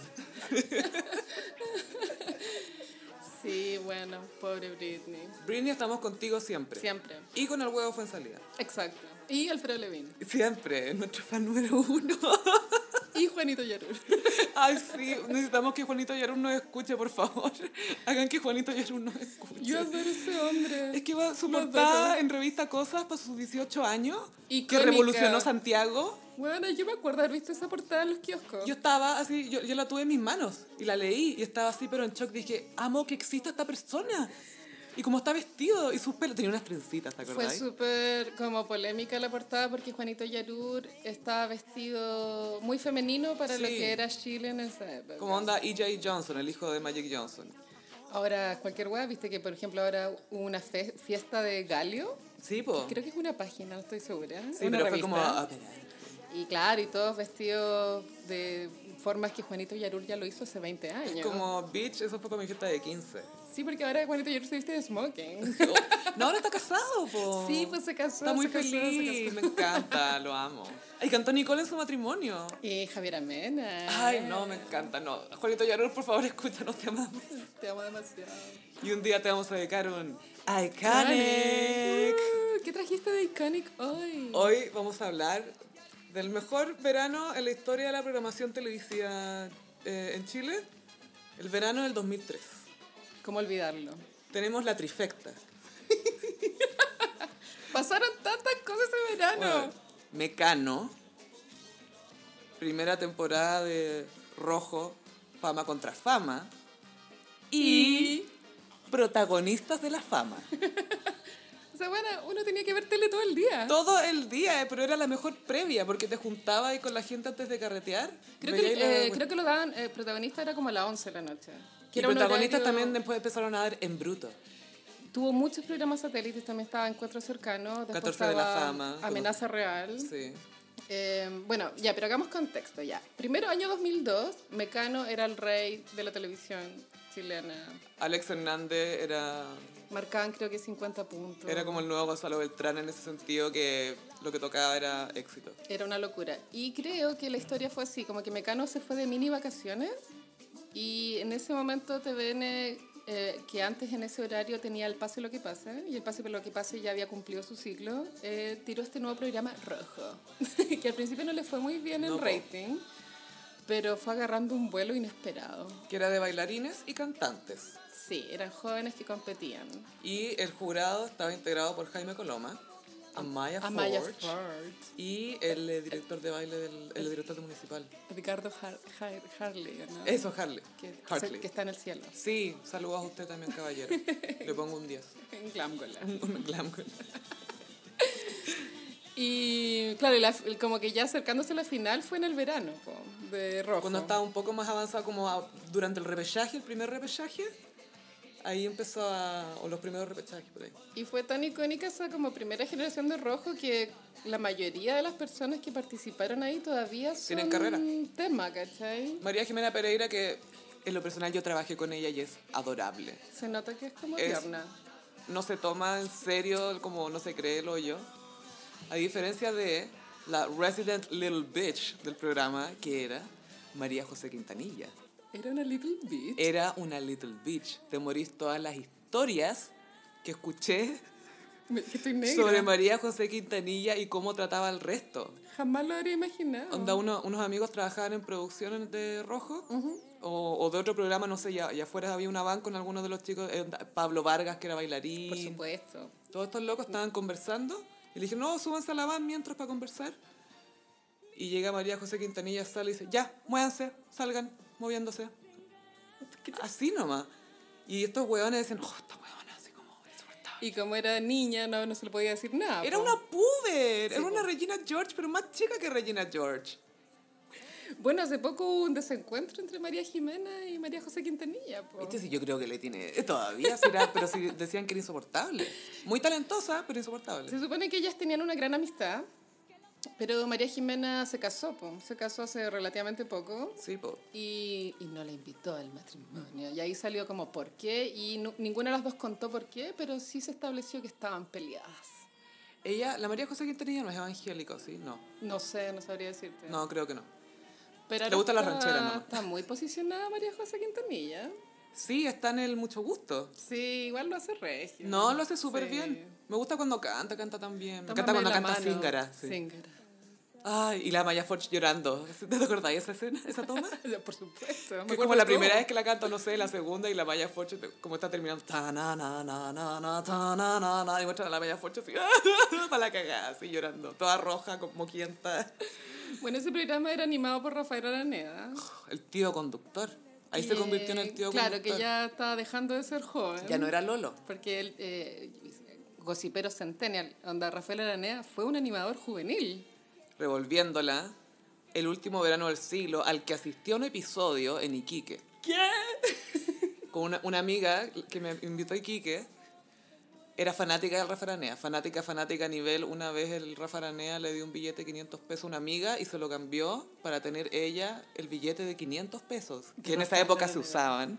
Speaker 2: Sí, bueno, pobre Britney.
Speaker 1: Britney, estamos contigo siempre.
Speaker 2: Siempre.
Speaker 1: Y con el huevo fue en salida.
Speaker 2: Exacto. Y Alfredo Levin.
Speaker 1: Siempre. Nuestro fan número uno.
Speaker 2: Y Juanito Yarur.
Speaker 1: Ay, sí. Necesitamos que Juanito Yarun nos escuche, por favor. Hagan que Juanito Yarun nos escuche.
Speaker 2: Yo adoro ese hombre.
Speaker 1: Es que va su
Speaker 2: Lo
Speaker 1: portada
Speaker 2: adoro.
Speaker 1: en revista Cosas para sus 18 años. Que
Speaker 2: Icónica.
Speaker 1: revolucionó Santiago.
Speaker 2: Bueno, yo me acuerdo haber visto esa portada en los kioscos.
Speaker 1: Yo estaba así, yo, yo la tuve en mis manos y la leí y estaba así, pero en shock dije, amo que exista esta persona. Y cómo está vestido y sus pelos. Tenía unas trencitas, ¿te
Speaker 2: Fue
Speaker 1: acordás?
Speaker 2: súper como polémica la portada porque Juanito Yarur estaba vestido muy femenino para lo
Speaker 1: Sí.
Speaker 2: que era Chile en esa época.
Speaker 1: Como onda E.J. Johnson, el hijo de Magic Johnson.
Speaker 2: Ahora, cualquier web, viste que por ejemplo ahora hubo una fe- fiesta de Galio,
Speaker 1: Sí, po.
Speaker 2: creo que es una página, no estoy segura.
Speaker 1: Sí,
Speaker 2: una
Speaker 1: pero fue como...
Speaker 2: revista.
Speaker 1: ah, pero-
Speaker 2: Y claro, y todos vestidos de formas que Juanito Yarur ya lo hizo hace 20 años.
Speaker 1: Como, bitch, eso fue para mi fiesta de 15.
Speaker 2: Sí, porque ahora Juanito Yarur se viste de smoking.
Speaker 1: Oh, No, ahora está casado, po.
Speaker 2: Sí, pues se casó.
Speaker 1: Está muy
Speaker 2: se casó, se
Speaker 1: feliz,
Speaker 2: casó.
Speaker 1: me encanta, lo amo. Y cantó Nicole en su matrimonio.
Speaker 2: Y Javier Amena.
Speaker 1: Ay, no, me encanta, no. Juanito Yarur, por favor, escúchanos, te amamos.
Speaker 2: Te amo demasiado.
Speaker 1: Y un día te vamos a dedicar un
Speaker 2: Iconic.
Speaker 1: Iconic.
Speaker 2: Uh, ¿Qué trajiste de Iconic hoy?
Speaker 1: Hoy vamos a hablar del mejor verano en la historia de la programación televisiva eh, en Chile, el verano del 2003.
Speaker 2: ¿Cómo olvidarlo?
Speaker 1: Tenemos la trifecta.
Speaker 2: Pasaron tantas cosas ese verano.
Speaker 1: Bueno, Mecano, primera temporada de Rojo, Fama contra Fama, y protagonistas de la fama.
Speaker 2: O sea, bueno, uno tenía que ver tele todo el día.
Speaker 1: Todo el día, eh, pero era la mejor previa, porque te juntabas ahí con la gente antes de carretear.
Speaker 2: creo, que,
Speaker 1: veías la-
Speaker 2: eh, creo que lo daban, eh, protagonista era como a las 11 de la noche.
Speaker 1: Y
Speaker 2: Que era un
Speaker 1: protagonistas
Speaker 2: horario-
Speaker 1: también después empezaron a dar en bruto.
Speaker 2: Tuvo muchos programas satélites, también estaba Encuentro Cercano, después
Speaker 1: 14 de la
Speaker 2: estaba
Speaker 1: Fama.
Speaker 2: Amenaza Real.
Speaker 1: Sí.
Speaker 2: Eh, bueno, ya, pero hagamos contexto ya. Primero, año 2002, Mecano era el rey de la televisión chilena.
Speaker 1: Alex Hernández era,
Speaker 2: Marcaban creo que 50 puntos.
Speaker 1: era como el nuevo Gonzalo Beltrán en ese sentido que lo que tocaba era éxito.
Speaker 2: Era una locura. Y creo que la historia fue así, como que Mecano se fue de mini vacaciones y en ese momento TVN, eh, que antes en ese horario tenía el pase lo que pase, y el pase lo que pase ya había cumplido su ciclo, eh, tiró este nuevo programa rojo, que al principio no le fue muy bien
Speaker 1: No,
Speaker 2: en
Speaker 1: po.
Speaker 2: rating, pero fue agarrando un vuelo inesperado.
Speaker 1: Que era de bailarines y cantantes.
Speaker 2: Sí, eran jóvenes que competían.
Speaker 1: Y el jurado estaba integrado por Jaime Coloma, Amaya,
Speaker 2: Amaya
Speaker 1: Forge,
Speaker 2: Ford,
Speaker 1: y el eh, director de baile del el director de municipal.
Speaker 2: Ricardo Har- Har- Harley, ¿no?
Speaker 1: Eso, Harley.
Speaker 2: Que- que se-
Speaker 1: Hartley.
Speaker 2: que está en el cielo,
Speaker 1: Sí, saludos a usted también, caballero. Le pongo un 10.
Speaker 2: en Glamgola.
Speaker 1: Un glam girl.
Speaker 2: Y claro, y la- como que ya acercándose a la final fue en el verano po, de Rojo.
Speaker 1: Cuando estaba un poco más avanzado, como a- durante el repechaje, el primer repechaje, ahí empezó a. o los primeros repechajes por ahí.
Speaker 2: Y fue tan icónica esa como primera generación de Rojo que la mayoría de las personas que participaron ahí todavía son
Speaker 1: Tienen carrera.
Speaker 2: tema, ¿cachai?
Speaker 1: María Jimena Pereira, que en lo personal yo trabajé con ella y es adorable.
Speaker 2: Se nota que es como
Speaker 1: Es-
Speaker 2: tierna.
Speaker 1: No se toma en serio, como no se cree el hoyo. A diferencia de la resident little bitch del programa, que era María José Quintanilla.
Speaker 2: Era una little bitch.
Speaker 1: Era una little bitch. Te morís todas las historias que escuché
Speaker 2: Me- que estoy negra.
Speaker 1: sobre María José Quintanilla y cómo trataba al resto.
Speaker 2: Jamás lo habría imaginado.
Speaker 1: Onda, uno- unos amigos trabajaban en producciones de Rojo o, o de otro programa, no sé, ya, ya afuera había una van con algunos de los chicos, eh, onda, Pablo Vargas que era
Speaker 2: Por
Speaker 1: bailarín,
Speaker 2: supuesto.
Speaker 1: todos estos locos estaban conversando y le dijeron, no, súbanse a la van mientras para conversar. Y llega María José Quintanilla, sale y dice, ya, muévanse, salgan, moviéndose. Así nomás. Y estos hueones dicen, oh, esta hueona, así como insoportable".
Speaker 2: Y como era niña, no, no se le podía decir nada.
Speaker 1: Era
Speaker 2: po.
Speaker 1: una puber, era
Speaker 2: po.
Speaker 1: una Regina George, pero más chica que Regina George.
Speaker 2: Bueno, hace poco hubo un desencuentro entre María Jimena y María José Quintanilla. po.
Speaker 1: Este sí, yo creo que le tiene todavía, sí era- pero sí decían que era insoportable. Muy talentosa, pero insoportable.
Speaker 2: Se supone que ellas tenían una gran amistad, pero María Jimena se casó, po. se casó hace relativamente poco
Speaker 1: Sí, po.
Speaker 2: y, y no la invitó al matrimonio. Y ahí salió como por qué, y nu- ninguna de las dos contó por qué, pero sí se estableció que estaban peleadas.
Speaker 1: Ella, la María José Quintanilla no es evangélica, ¿sí? No,
Speaker 2: No sé, no sabría decirte.
Speaker 1: no, creo que no.
Speaker 2: pero
Speaker 1: le
Speaker 2: ahora
Speaker 1: gustan las
Speaker 2: está-
Speaker 1: rancheras, ¿no?
Speaker 2: Está muy posicionada María José Quintanilla.
Speaker 1: Sí, está en el mucho gusto.
Speaker 2: Sí, igual lo hace regio.
Speaker 1: No, lo hace súper
Speaker 2: Sí.
Speaker 1: bien. Me gusta cuando canta, canta tan bien. Me
Speaker 2: Tómame
Speaker 1: encanta cuando
Speaker 2: la
Speaker 1: canta
Speaker 2: mano.
Speaker 1: Zingara. sí.
Speaker 2: Zingara.
Speaker 1: Ay, y la Maya Forge llorando. ¿Te acordáis esa escena, esa toma?
Speaker 2: Por supuesto. me
Speaker 1: Que es
Speaker 2: acuerdo
Speaker 1: como la
Speaker 2: de todo.
Speaker 1: primera vez que la canto, no sé, la segunda y la Maya Forche, te- como está terminando, ta na na na na na ta na na na, y muestra a la Maya Forche así, para la cagada, así llorando, toda roja, como quienta.
Speaker 2: Bueno, ese programa era animado por Rafael Araneda.
Speaker 1: El tío conductor, ahí se
Speaker 2: que-
Speaker 1: convirtió en el tío
Speaker 2: Eh, Claro,
Speaker 1: conductor.
Speaker 2: que ya estaba dejando de ser joven.
Speaker 1: Ya no era Lolo.
Speaker 2: Porque él, eh, Gossipero Centennial, onda Rafael Araneda, fue un animador juvenil.
Speaker 1: Revolviéndola, el último verano del siglo, al que asistió a un episodio en Iquique.
Speaker 2: ¿Qué?
Speaker 1: con una, una amiga que me invitó a Iquique, era fanática del Rafa Aranea, fanática, fanática a nivel, una vez el Rafa Aranea le dio un billete de 500 pesos a una amiga y se lo cambió para tener ella el billete de 500 pesos, que en
Speaker 2: Rafa
Speaker 1: esa época se
Speaker 2: Aranea.
Speaker 1: usaban,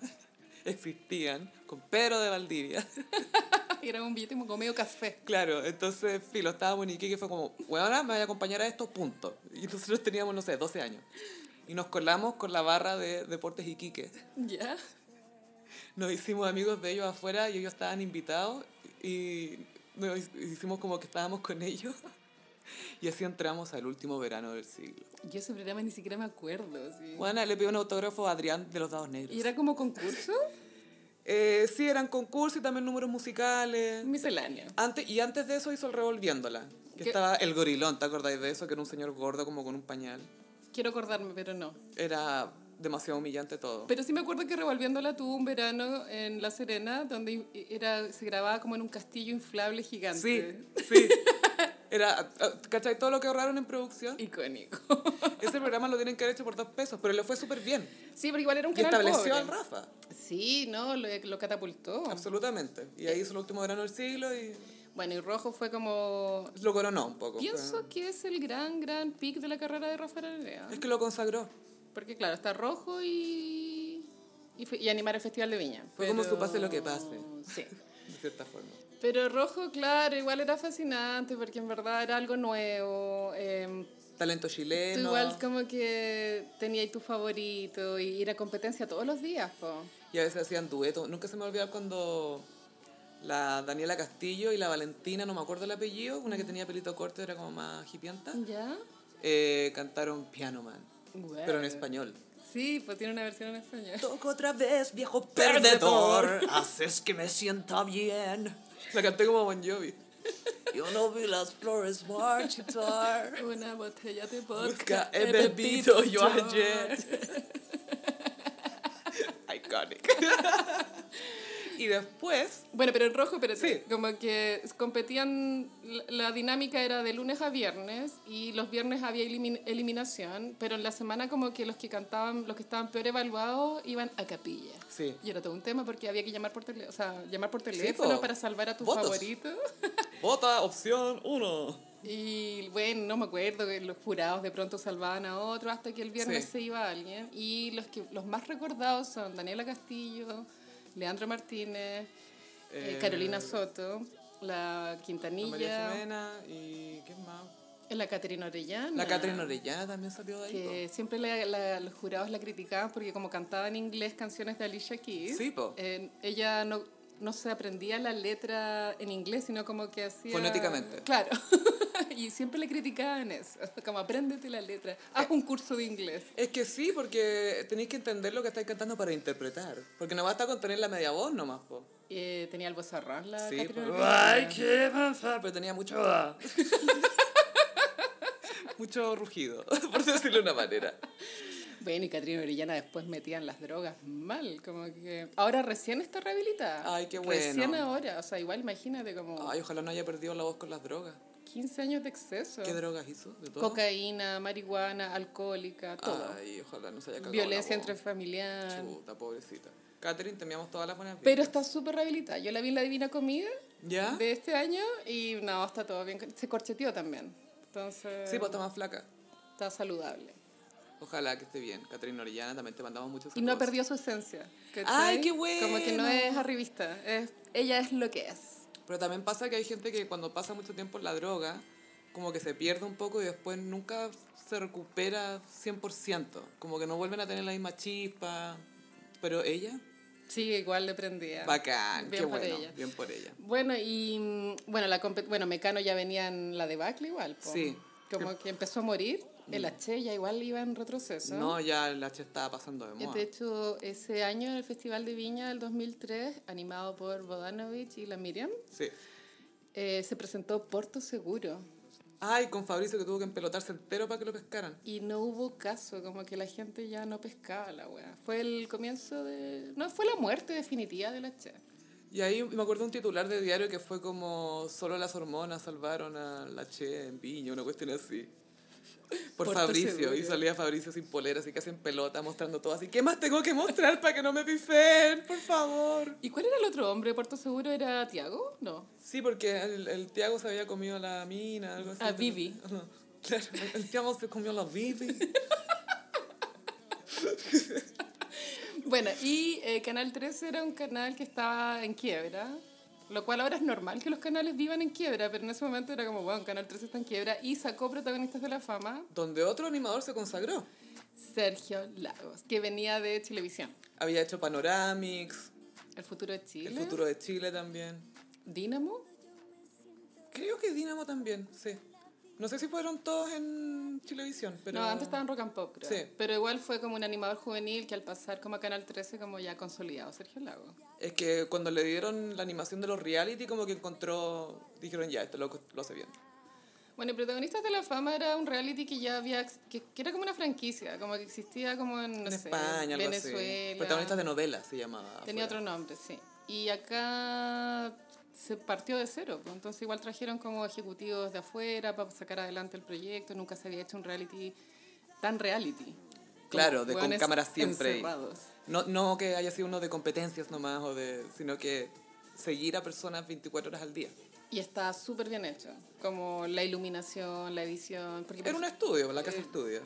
Speaker 1: existían, con Pedro de Valdivia.
Speaker 2: Era un billete como medio café.
Speaker 1: Claro, entonces, filo, estábamos en Iquique, fue como, bueno, ahora me voy a acompañar a esto, punto. Y nosotros teníamos, no sé, 12 años. Y nos colamos con la barra de Deportes Iquique.
Speaker 2: ¿Ya?
Speaker 1: nos hicimos amigos de ellos afuera y ellos estaban invitados y nos hicimos como que estábamos con ellos y así entramos al último verano del siglo.
Speaker 2: Yo ese programa ni siquiera me acuerdo. sí.
Speaker 1: Juana le pidió un autógrafo a Adrián de los Dados Negros.
Speaker 2: ¿Y era como concurso?
Speaker 1: Eh, sí, eran concursos y también números musicales.
Speaker 2: Misceláneo.
Speaker 1: Antes, y antes de eso hizo el Revolviéndola, que
Speaker 2: ¿Qué?
Speaker 1: estaba el gorilón, ¿te acordáis de eso? Que era un señor gordo como con un pañal.
Speaker 2: Quiero acordarme, pero no.
Speaker 1: Era demasiado humillante todo.
Speaker 2: Pero sí me acuerdo que Revolviéndola tuvo un verano en La Serena, donde era, se grababa como en un castillo inflable
Speaker 1: Sí,
Speaker 2: gigante.
Speaker 1: sí. Era, ah, ¿cachai? Todo lo que ahorraron en producción.
Speaker 2: Icónico.
Speaker 1: Ese programa lo tienen que haber hecho por dos pesos, pero le fue súper bien.
Speaker 2: Sí, pero igual era un
Speaker 1: Y
Speaker 2: canal
Speaker 1: estableció
Speaker 2: pobre.
Speaker 1: al Rafa,
Speaker 2: Sí, no, lo, lo catapultó.
Speaker 1: absolutamente. Y
Speaker 2: Eh.
Speaker 1: ahí hizo el último verano del siglo y
Speaker 2: Bueno, y Rojo fue como...
Speaker 1: lo coronó un poco.
Speaker 2: Pienso que es el gran, gran pick de la carrera de Rafael Aranea.
Speaker 1: Fue- Es que lo consagró.
Speaker 2: Porque claro, está Rojo y... Y, fe- y animar el Festival de Viña.
Speaker 1: Fue como su pase lo que pase.
Speaker 2: Sí.
Speaker 1: De cierta forma.
Speaker 2: Pero Rojo, claro, igual era fascinante porque en verdad era algo nuevo. em,
Speaker 1: Talento
Speaker 2: tú
Speaker 1: chileno.
Speaker 2: igual como que tenías tu favorito y ir a competencia todos los días, po.
Speaker 1: Y a veces hacían duetos. Nunca se me olvida cuando la Daniela Castillo y la Valentina, no me acuerdo el apellido, una
Speaker 2: Mm.
Speaker 1: que tenía pelito corto, era como más hipienta,
Speaker 2: ¿Ya?
Speaker 1: eh, cantaron Piano Man,
Speaker 2: Bueno.
Speaker 1: pero en español.
Speaker 2: Sí, pues tiene una versión en español.
Speaker 3: Toco otra vez, viejo
Speaker 1: Perdedor.
Speaker 3: perdedor. Haces que me sienta bien.
Speaker 1: La canté como Bon Jovi.
Speaker 3: Yo no vi las flores marchitar.
Speaker 2: Una botella de
Speaker 1: Busca he bebido yo ayer. Iconic. y después,
Speaker 2: Bueno, pero en rojo, pero
Speaker 1: Sí.
Speaker 2: como que competían, la, la dinámica era de lunes a viernes y los viernes había elimin- eliminación, pero en la semana como que los que cantaban, los que estaban peor evaluados iban a capilla.
Speaker 1: sí,
Speaker 2: Y era todo un tema porque había que llamar por, tele, o sea, llamar por
Speaker 1: po.
Speaker 2: teléfono para salvar a tu
Speaker 1: Votos.
Speaker 2: favorito.
Speaker 1: vota opción uno.
Speaker 2: Y bueno, no me acuerdo, que los jurados de pronto salvaban a otro hasta que el viernes
Speaker 1: Sí.
Speaker 2: se iba alguien. Y los, que, los más recordados son Daniela Castillo, Leandro Martínez, eh,
Speaker 1: Eh,
Speaker 2: Carolina Soto, la
Speaker 1: la María
Speaker 2: Quintanilla,
Speaker 1: Jimena y ¿qué más?
Speaker 2: la Caterina Orellana.
Speaker 1: La Catrina Orellana también salió de ahí. po.
Speaker 2: Que siempre la- la- los jurados la criticaban porque como cantaba en inglés canciones de Alicia Keys,
Speaker 1: Sí, po.
Speaker 2: eh, ella no, no se aprendía la letra en inglés, sino como que hacía...
Speaker 1: Fonéticamente.
Speaker 2: Claro. y siempre le criticaban eso, como apréndete la letra,
Speaker 1: Eh.
Speaker 2: haz un curso de inglés.
Speaker 1: Es que sí, porque tenéis que entender lo que estáis cantando para interpretar. Porque no basta con tener la media voz nomás, po.
Speaker 2: Eh, tenía el bozarrón la
Speaker 1: Sí,
Speaker 2: Catherine
Speaker 1: po.
Speaker 2: O'Reilly.
Speaker 1: Ay, qué manzana, Pero tenía mucho... mucho rugido, por decirlo de una manera.
Speaker 2: Bueno, y Catrina Orellana después metían las drogas mal, como que... Ahora recién está rehabilitada.
Speaker 1: Ay, qué bueno.
Speaker 2: Recién ahora, o sea, igual imagínate como
Speaker 1: Ay, ojalá no haya perdido la voz con las drogas.
Speaker 2: 15 años de exceso.
Speaker 1: ¿Qué drogas hizo? ¿De todo?
Speaker 2: Cocaína, marihuana, alcohólica, todo.
Speaker 1: Ay, ojalá no se haya cagado
Speaker 2: Violencia
Speaker 1: la
Speaker 2: entre
Speaker 1: voz.
Speaker 2: familiar.
Speaker 1: Chuta, pobrecita. Catherine, teníamos todas las buenas
Speaker 2: Pero
Speaker 1: vibras.
Speaker 2: está súper rehabilitada. Yo la vi en la Divina Comida
Speaker 1: ¿Ya?
Speaker 2: de este año y no, está todo bien. Se corcheteó también. Entonces,
Speaker 1: Sí, pues está más flaca.
Speaker 2: está saludable.
Speaker 1: Ojalá que esté bien. Catherine Orellana, también te mandamos muchos
Speaker 2: Y no
Speaker 1: saludos.
Speaker 2: perdió su esencia. ¿cachai?
Speaker 1: Ay, qué
Speaker 2: Como que
Speaker 1: bueno.
Speaker 2: no es arribista. Es, ella es lo que es.
Speaker 1: Pero también pasa que hay gente que cuando pasa mucho tiempo en la droga, como que se pierde un poco y después nunca se recupera 100%. Como que no vuelven a tener la misma chispa. Pero ella,
Speaker 2: Sí, igual le prendía.
Speaker 1: bacán,
Speaker 2: Bien
Speaker 1: qué
Speaker 2: por
Speaker 1: bueno,
Speaker 2: ella.
Speaker 1: bien por ella.
Speaker 2: Bueno, y mm, bueno, la compet- bueno, Mecano ya venía en la debacle igual. po.
Speaker 1: Sí. Mm.
Speaker 2: Como que empezó a morir. El H ya igual iba en retroceso.
Speaker 1: No, ya el H estaba pasando de moda.
Speaker 2: De hecho, ese año en el Festival de Viña del 2003, animado por Bodanovich y la Miriam,
Speaker 1: Sí.
Speaker 2: eh, se presentó Porto Seguro
Speaker 1: Ay, con Fabricio que tuvo que empelotarse entero para que lo pescaran.
Speaker 2: y no hubo caso, como que la gente ya no pescaba la wea. Fue el comienzo de... No, fue la muerte definitiva de la Che.
Speaker 1: Y ahí me acuerdo un titular de diario que fue como solo las hormonas salvaron a la Che en Viño, una cuestión así. Por
Speaker 2: Por tu
Speaker 1: Fabricio, y
Speaker 2: seguro.
Speaker 1: salía Fabricio sin polera, así casi en pelota, mostrando todo así. ¿Qué más tengo que mostrar para que no me pifen? Por favor.
Speaker 2: ¿Y cuál era el otro hombre? de ¿Porto Seguro era Tiago? No.
Speaker 1: Sí, porque el, el Tiago se había comido a la mina, algo así.
Speaker 2: A Vivi.
Speaker 1: Claro, el Tiago se comió a la Vivi.
Speaker 2: Bueno, y eh, Canal 13 era un canal que estaba en quiebra, lo cual ahora es normal que los canales vivan en quiebra, pero en ese momento era como, bueno, Canal 13 está en quiebra y sacó protagonistas de la fama
Speaker 1: Donde otro animador se consagró.
Speaker 2: Sergio Lagos, que venía de Televisión,
Speaker 1: Había hecho Panoramics,
Speaker 2: El futuro de Chile,
Speaker 1: El futuro de Chile también.
Speaker 2: Dínamo,
Speaker 1: Creo que Dinamo también, sí. No sé si fueron todos en Chilevisión, pero...
Speaker 2: no, antes estaban Rock and Pop, creo.
Speaker 1: Sí.
Speaker 2: Pero igual fue como un animador juvenil que al pasar como a Canal 13 como ya consolidado Sergio Lagos.
Speaker 1: Es que cuando le dieron la animación de los reality, como que encontró... Dijeron, ya, este loco lo hace bien.
Speaker 2: Bueno, y Protagonistas de la Fama era un reality que ya había, ex- que, que era como una franquicia, como que existía como en, no
Speaker 1: en
Speaker 2: sé,
Speaker 1: España, algo así.
Speaker 2: Venezuela.
Speaker 1: Protagonistas de novelas se llamaba.
Speaker 2: Tenía
Speaker 1: afuera.
Speaker 2: otro nombre, sí. Y acá se partió de cero, pues, entonces igual trajeron como ejecutivos de afuera para sacar adelante el proyecto, nunca se había hecho un reality tan reality. Como
Speaker 1: Claro, de con
Speaker 2: hueones
Speaker 1: cámaras siempre ahí.
Speaker 2: encerrados.
Speaker 1: No, no que haya sido uno de competencias nomás, o de, sino que seguir a personas 24 horas al día.
Speaker 2: Y está súper bien hecho, como la iluminación, la edición, porque pues,
Speaker 1: Era un estudio, la casa
Speaker 2: Eh,
Speaker 1: estudio.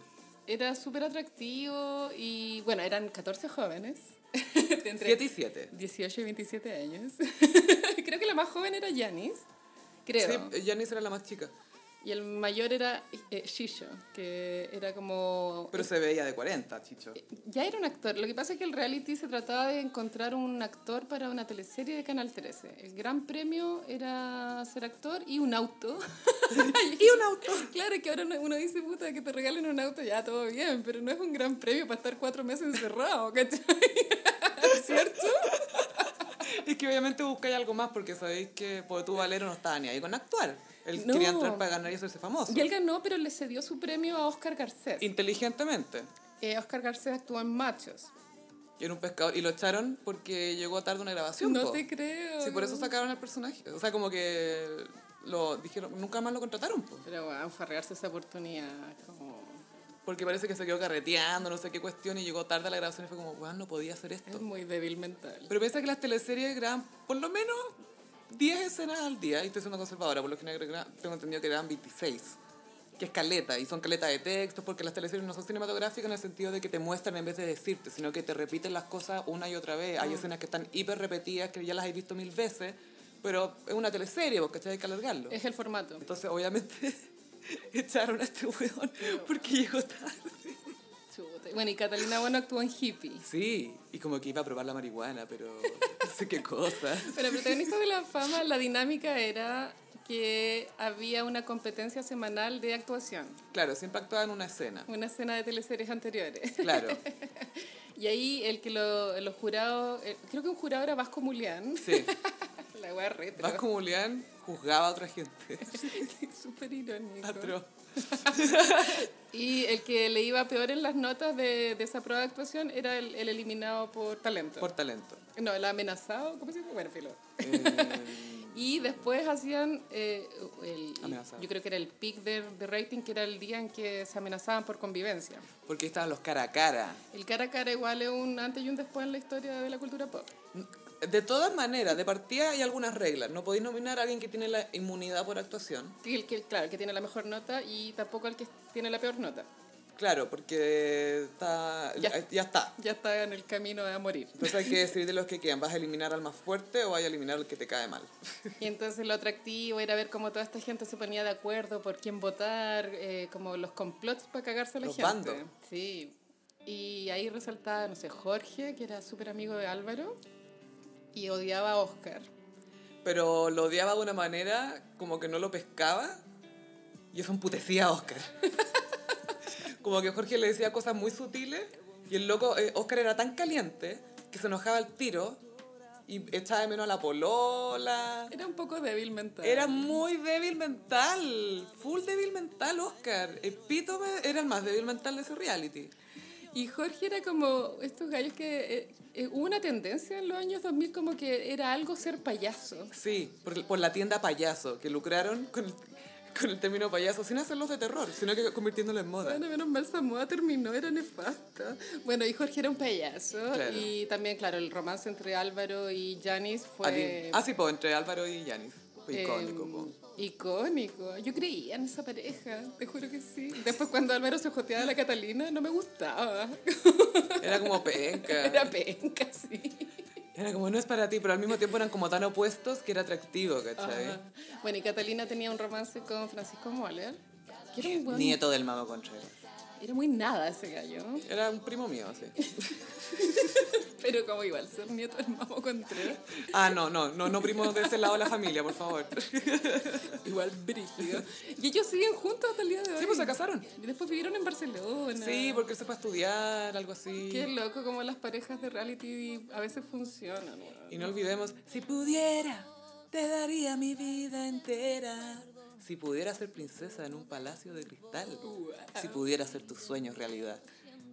Speaker 2: era súper atractivo y bueno, eran 14 jóvenes. de entre
Speaker 1: 7 y 7.
Speaker 2: 18 y 27 años. creo que la más joven era Janice, creo.
Speaker 1: Sí, Janice era la más chica,
Speaker 2: Y el mayor era eh, Shisho, que era como...
Speaker 1: pero se veía de 40, chicho.
Speaker 2: Ya era un actor. Lo que pasa es que el reality se trataba de encontrar un actor para una teleserie de Canal 13. El gran premio era ser actor y un auto. y un auto. Claro, que ahora uno- uno dice, puta, que te regalen un auto, ya todo bien, pero no es un gran premio para estar cuatro meses encerrado, ¿cachai? ¿Cierto?
Speaker 1: Es que obviamente buscáis algo más porque sabéis que por tu Valero no estaba ni ahí con actuar. Él
Speaker 2: No.
Speaker 1: quería entrar para ganar y hacerse famoso.
Speaker 2: Y él ganó, pero le cedió su premio a Oscar Garcés.
Speaker 1: Inteligentemente.
Speaker 2: Eh, Oscar Garcés actuó en Machos.
Speaker 1: Era un pescador. Y lo echaron porque llegó tarde una grabación.
Speaker 2: No
Speaker 1: po.
Speaker 2: te creo.
Speaker 1: Sí, por
Speaker 2: no.
Speaker 1: eso sacaron al personaje. O sea, como que lo dijeron, nunca más lo contrataron, po.
Speaker 2: Pero bueno, ah, farrearse esa oportunidad. Como...
Speaker 1: Porque parece que se quedó carreteando, no sé qué cuestión, y llegó tarde a la grabación y fue como, weón, no podía hacer esto.
Speaker 2: Es muy débil mental.
Speaker 1: Pero piensa que las teleseries graban por lo menos 10 escenas al día, y estoy siendo conservadora, por lo general gra- tengo entendido que graban 26, que es caleta, y son caletas de textos, porque las teleseries no son cinematográficas en el sentido de que te muestran en vez de decirte, sino que te repiten las cosas una y otra vez. Hay escenas que están hiper repetidas, que ya las he visto mil veces, pero es una teleserie, porque hay que alargarlo.
Speaker 2: Es el formato.
Speaker 1: Entonces, obviamente, echaron a este weón porque llegó tarde.
Speaker 2: Chuta. Bueno, y Catalina Bueno actuó en Hippie.
Speaker 1: Sí, y como que iba a probar la marihuana, pero no sé qué cosa.
Speaker 2: Pero protagonista de la fama, la dinámica era que había una competencia semanal de actuación,
Speaker 1: Claro, siempre actuaba en una escena.
Speaker 2: una escena de teleseries anteriores.
Speaker 1: Claro,
Speaker 2: Y ahí el que lo, los jurados, eh, creo que un jurado era Vasco Mulián,
Speaker 1: sí.
Speaker 2: la wea retro,
Speaker 1: Vasco Mulián juzgaba a otra gente.
Speaker 2: súper irónico.
Speaker 1: Atroz.
Speaker 2: Y el que le iba peor en las notas de, de esa prueba de actuación era el, el eliminado por talento.
Speaker 1: Por talento.
Speaker 2: No, el amenazado, ¿cómo se dice? Bueno, filo.
Speaker 1: Eh,
Speaker 2: Y después hacían, eh, el,
Speaker 1: Amenazado.
Speaker 2: yo creo que era el pic de, de rating, que era el día en que se amenazaban por convivencia.
Speaker 1: porque estaban los cara a cara.
Speaker 2: El cara a cara igual es un antes y un después en la historia de la cultura pop.
Speaker 1: De todas maneras, de partida hay algunas reglas. No podéis nominar a alguien que tiene la inmunidad por actuación.
Speaker 2: Que el que, claro, el que tiene la mejor nota y tampoco el que tiene la peor nota.
Speaker 1: Claro, porque está,
Speaker 2: Ya.
Speaker 1: ya está.
Speaker 2: Ya está en el camino a morir.
Speaker 1: Entonces hay que decidir de los que quedan. ¿Vas a eliminar al más fuerte o vas a eliminar al que te cae mal?
Speaker 2: Y entonces lo atractivo era ver cómo toda esta gente se ponía de acuerdo por quién votar, eh, como los complots para cagarse a la
Speaker 1: Los
Speaker 2: gente.
Speaker 1: bandos.
Speaker 2: Sí. Y ahí resaltaba, no sé, Jorge, que era súper amigo de Álvaro, y odiaba a Oscar.
Speaker 1: Pero lo odiaba de una manera como que no lo pescaba. Y eso emputecía a Oscar. como que Jorge le decía cosas muy sutiles. Y el loco, eh, Oscar era tan caliente que se enojaba al tiro y echaba de menos a la polola.
Speaker 2: Era un poco débil mental.
Speaker 1: Era muy débil mental. Full débil mental, Oscar. Epítome era el más débil mental de ese reality.
Speaker 2: Y Jorge era como estos gallos que... eh, eh, hubo una tendencia en los años 2000 como que era algo ser payaso.
Speaker 1: Sí, por, por la tienda payaso, que lucraron con el, con el término payaso, sin hacerlos de terror, sino que convirtiéndolo en moda.
Speaker 2: Bueno, menos mal Samoa terminó, era nefasta. Bueno, y Jorge era un payaso.
Speaker 1: Claro.
Speaker 2: Y también, claro, el romance entre Álvaro y Janice fue...
Speaker 1: Adin- Ah, sí, po, entre Álvaro y Yanis. Fue
Speaker 2: eh,
Speaker 1: icónico, po.
Speaker 2: Icónico. Yo creía en esa pareja, te juro que sí. Después cuando Álvaro se joteaba a la Catalina, no me gustaba.
Speaker 1: Era como penca.
Speaker 2: Era penca, sí.
Speaker 1: Era como, no es para ti, pero al mismo tiempo eran como tan opuestos que era atractivo, ¿cachai?
Speaker 2: Ajá. Bueno, y Catalina tenía un romance con Francisco Moller. que era un weón-
Speaker 1: Eh, Nieto del Mamo Contreras.
Speaker 2: Era muy nada ese gallo.
Speaker 1: Era un primo mío, sí.
Speaker 2: Pero como igual, ser nieto del Mamo Contreras.
Speaker 1: Ah, no, no, no, no primo de ese lado de la familia, por favor.
Speaker 2: Igual brígido. Y ellos siguen juntos hasta el día de hoy.
Speaker 1: Sí, pues se casaron.
Speaker 2: Y después vivieron en Barcelona.
Speaker 1: Sí, pues, porque él se fue a estudiar, algo así.
Speaker 2: Qué loco como las parejas de reality a veces funcionan. weón.
Speaker 1: Y no olvidemos, si pudiera, te daría mi vida entera. Si pudiera ser princesa en un palacio de cristal.
Speaker 2: Wow.
Speaker 1: Si pudiera ser tus sueños realidad.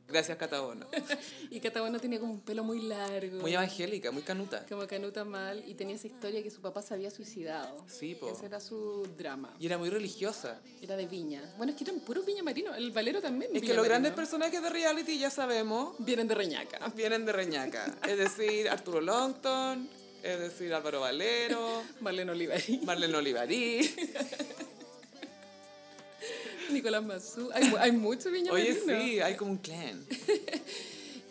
Speaker 1: Gracias, Catabono.
Speaker 2: Y Catabono tenía como un pelo muy largo.
Speaker 1: Muy evangélica, muy canuta.
Speaker 2: como canuta mal. Y tenía esa historia que su papá se había suicidado.
Speaker 1: Sí, po.
Speaker 2: Ese era su drama.
Speaker 1: Y era muy religiosa.
Speaker 2: Era de viña. Bueno, es que eran puros viña marino. El valero también.
Speaker 1: Es que los grandes personajes de reality, ya sabemos,
Speaker 2: Vienen de Reñaca.
Speaker 1: vienen de Reñaca. Es decir, Arturo Longton, es decir, Álvaro Valero,
Speaker 2: Marlene Olivari.
Speaker 1: Marlene Olivarí.
Speaker 2: Nicolás Mazú. Hay, mu- hay mucho viña
Speaker 1: Oye,
Speaker 2: marino.
Speaker 1: sí, hay como un clan.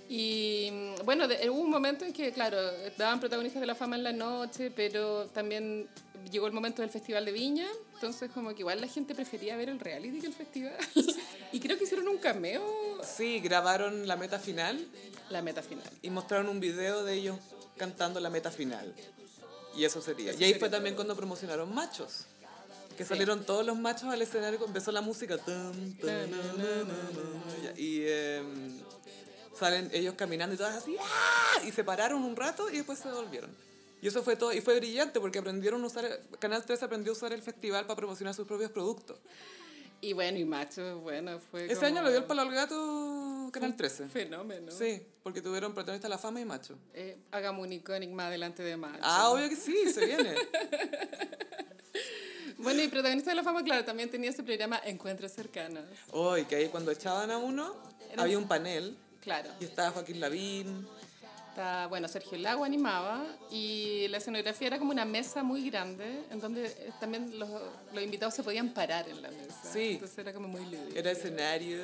Speaker 2: Y mm, bueno, de- hubo un momento en que, claro, daban protagonistas de la fama en la noche, pero también llegó el momento del Festival de Viña, entonces como que igual la gente prefería ver el reality que el festival. y creo que hicieron un cameo,
Speaker 1: Sí, grabaron la meta final
Speaker 2: la meta final.
Speaker 1: y mostraron un video de ellos cantando la meta final. Y eso sería.
Speaker 2: Eso
Speaker 1: y ahí
Speaker 2: sería
Speaker 1: fue también
Speaker 2: todo.
Speaker 1: cuando promocionaron machos. Que salieron todos los machos al escenario, empezó la música. tan, tan, na, na, na, na, y em, salen ellos caminando y todas así. ¡ah! Y se pararon un rato y después se volvieron. Y eso fue todo. Y fue brillante porque aprendieron a usar. Canal 3 aprendió a usar el festival para promocionar sus propios productos.
Speaker 2: Y bueno, y Macho, bueno, fue.
Speaker 1: Ese
Speaker 2: como
Speaker 1: año lo dio el palo al gato Canal 13.
Speaker 2: un Fenómeno.
Speaker 1: Sí, porque tuvieron protagonista La Fama y Macho.
Speaker 2: Eh, hagamos un icónico más adelante de Macho.
Speaker 1: Ah, obvio que sí, se viene.
Speaker 2: Bueno, y protagonista de la fama, claro, también tenía ese programa Encuentros Cercanos.
Speaker 1: Hoy, que ahí cuando echaban a uno,
Speaker 2: Era-
Speaker 1: había un panel
Speaker 2: Claro.
Speaker 1: y estaba Joaquín Lavín.
Speaker 2: Está, bueno, Sergio Lago animaba y la escenografía era como una mesa muy grande en donde eh, también los, los invitados se podían parar en la mesa.
Speaker 1: Sí.
Speaker 2: Entonces era como muy lúdico.
Speaker 1: Era escenario.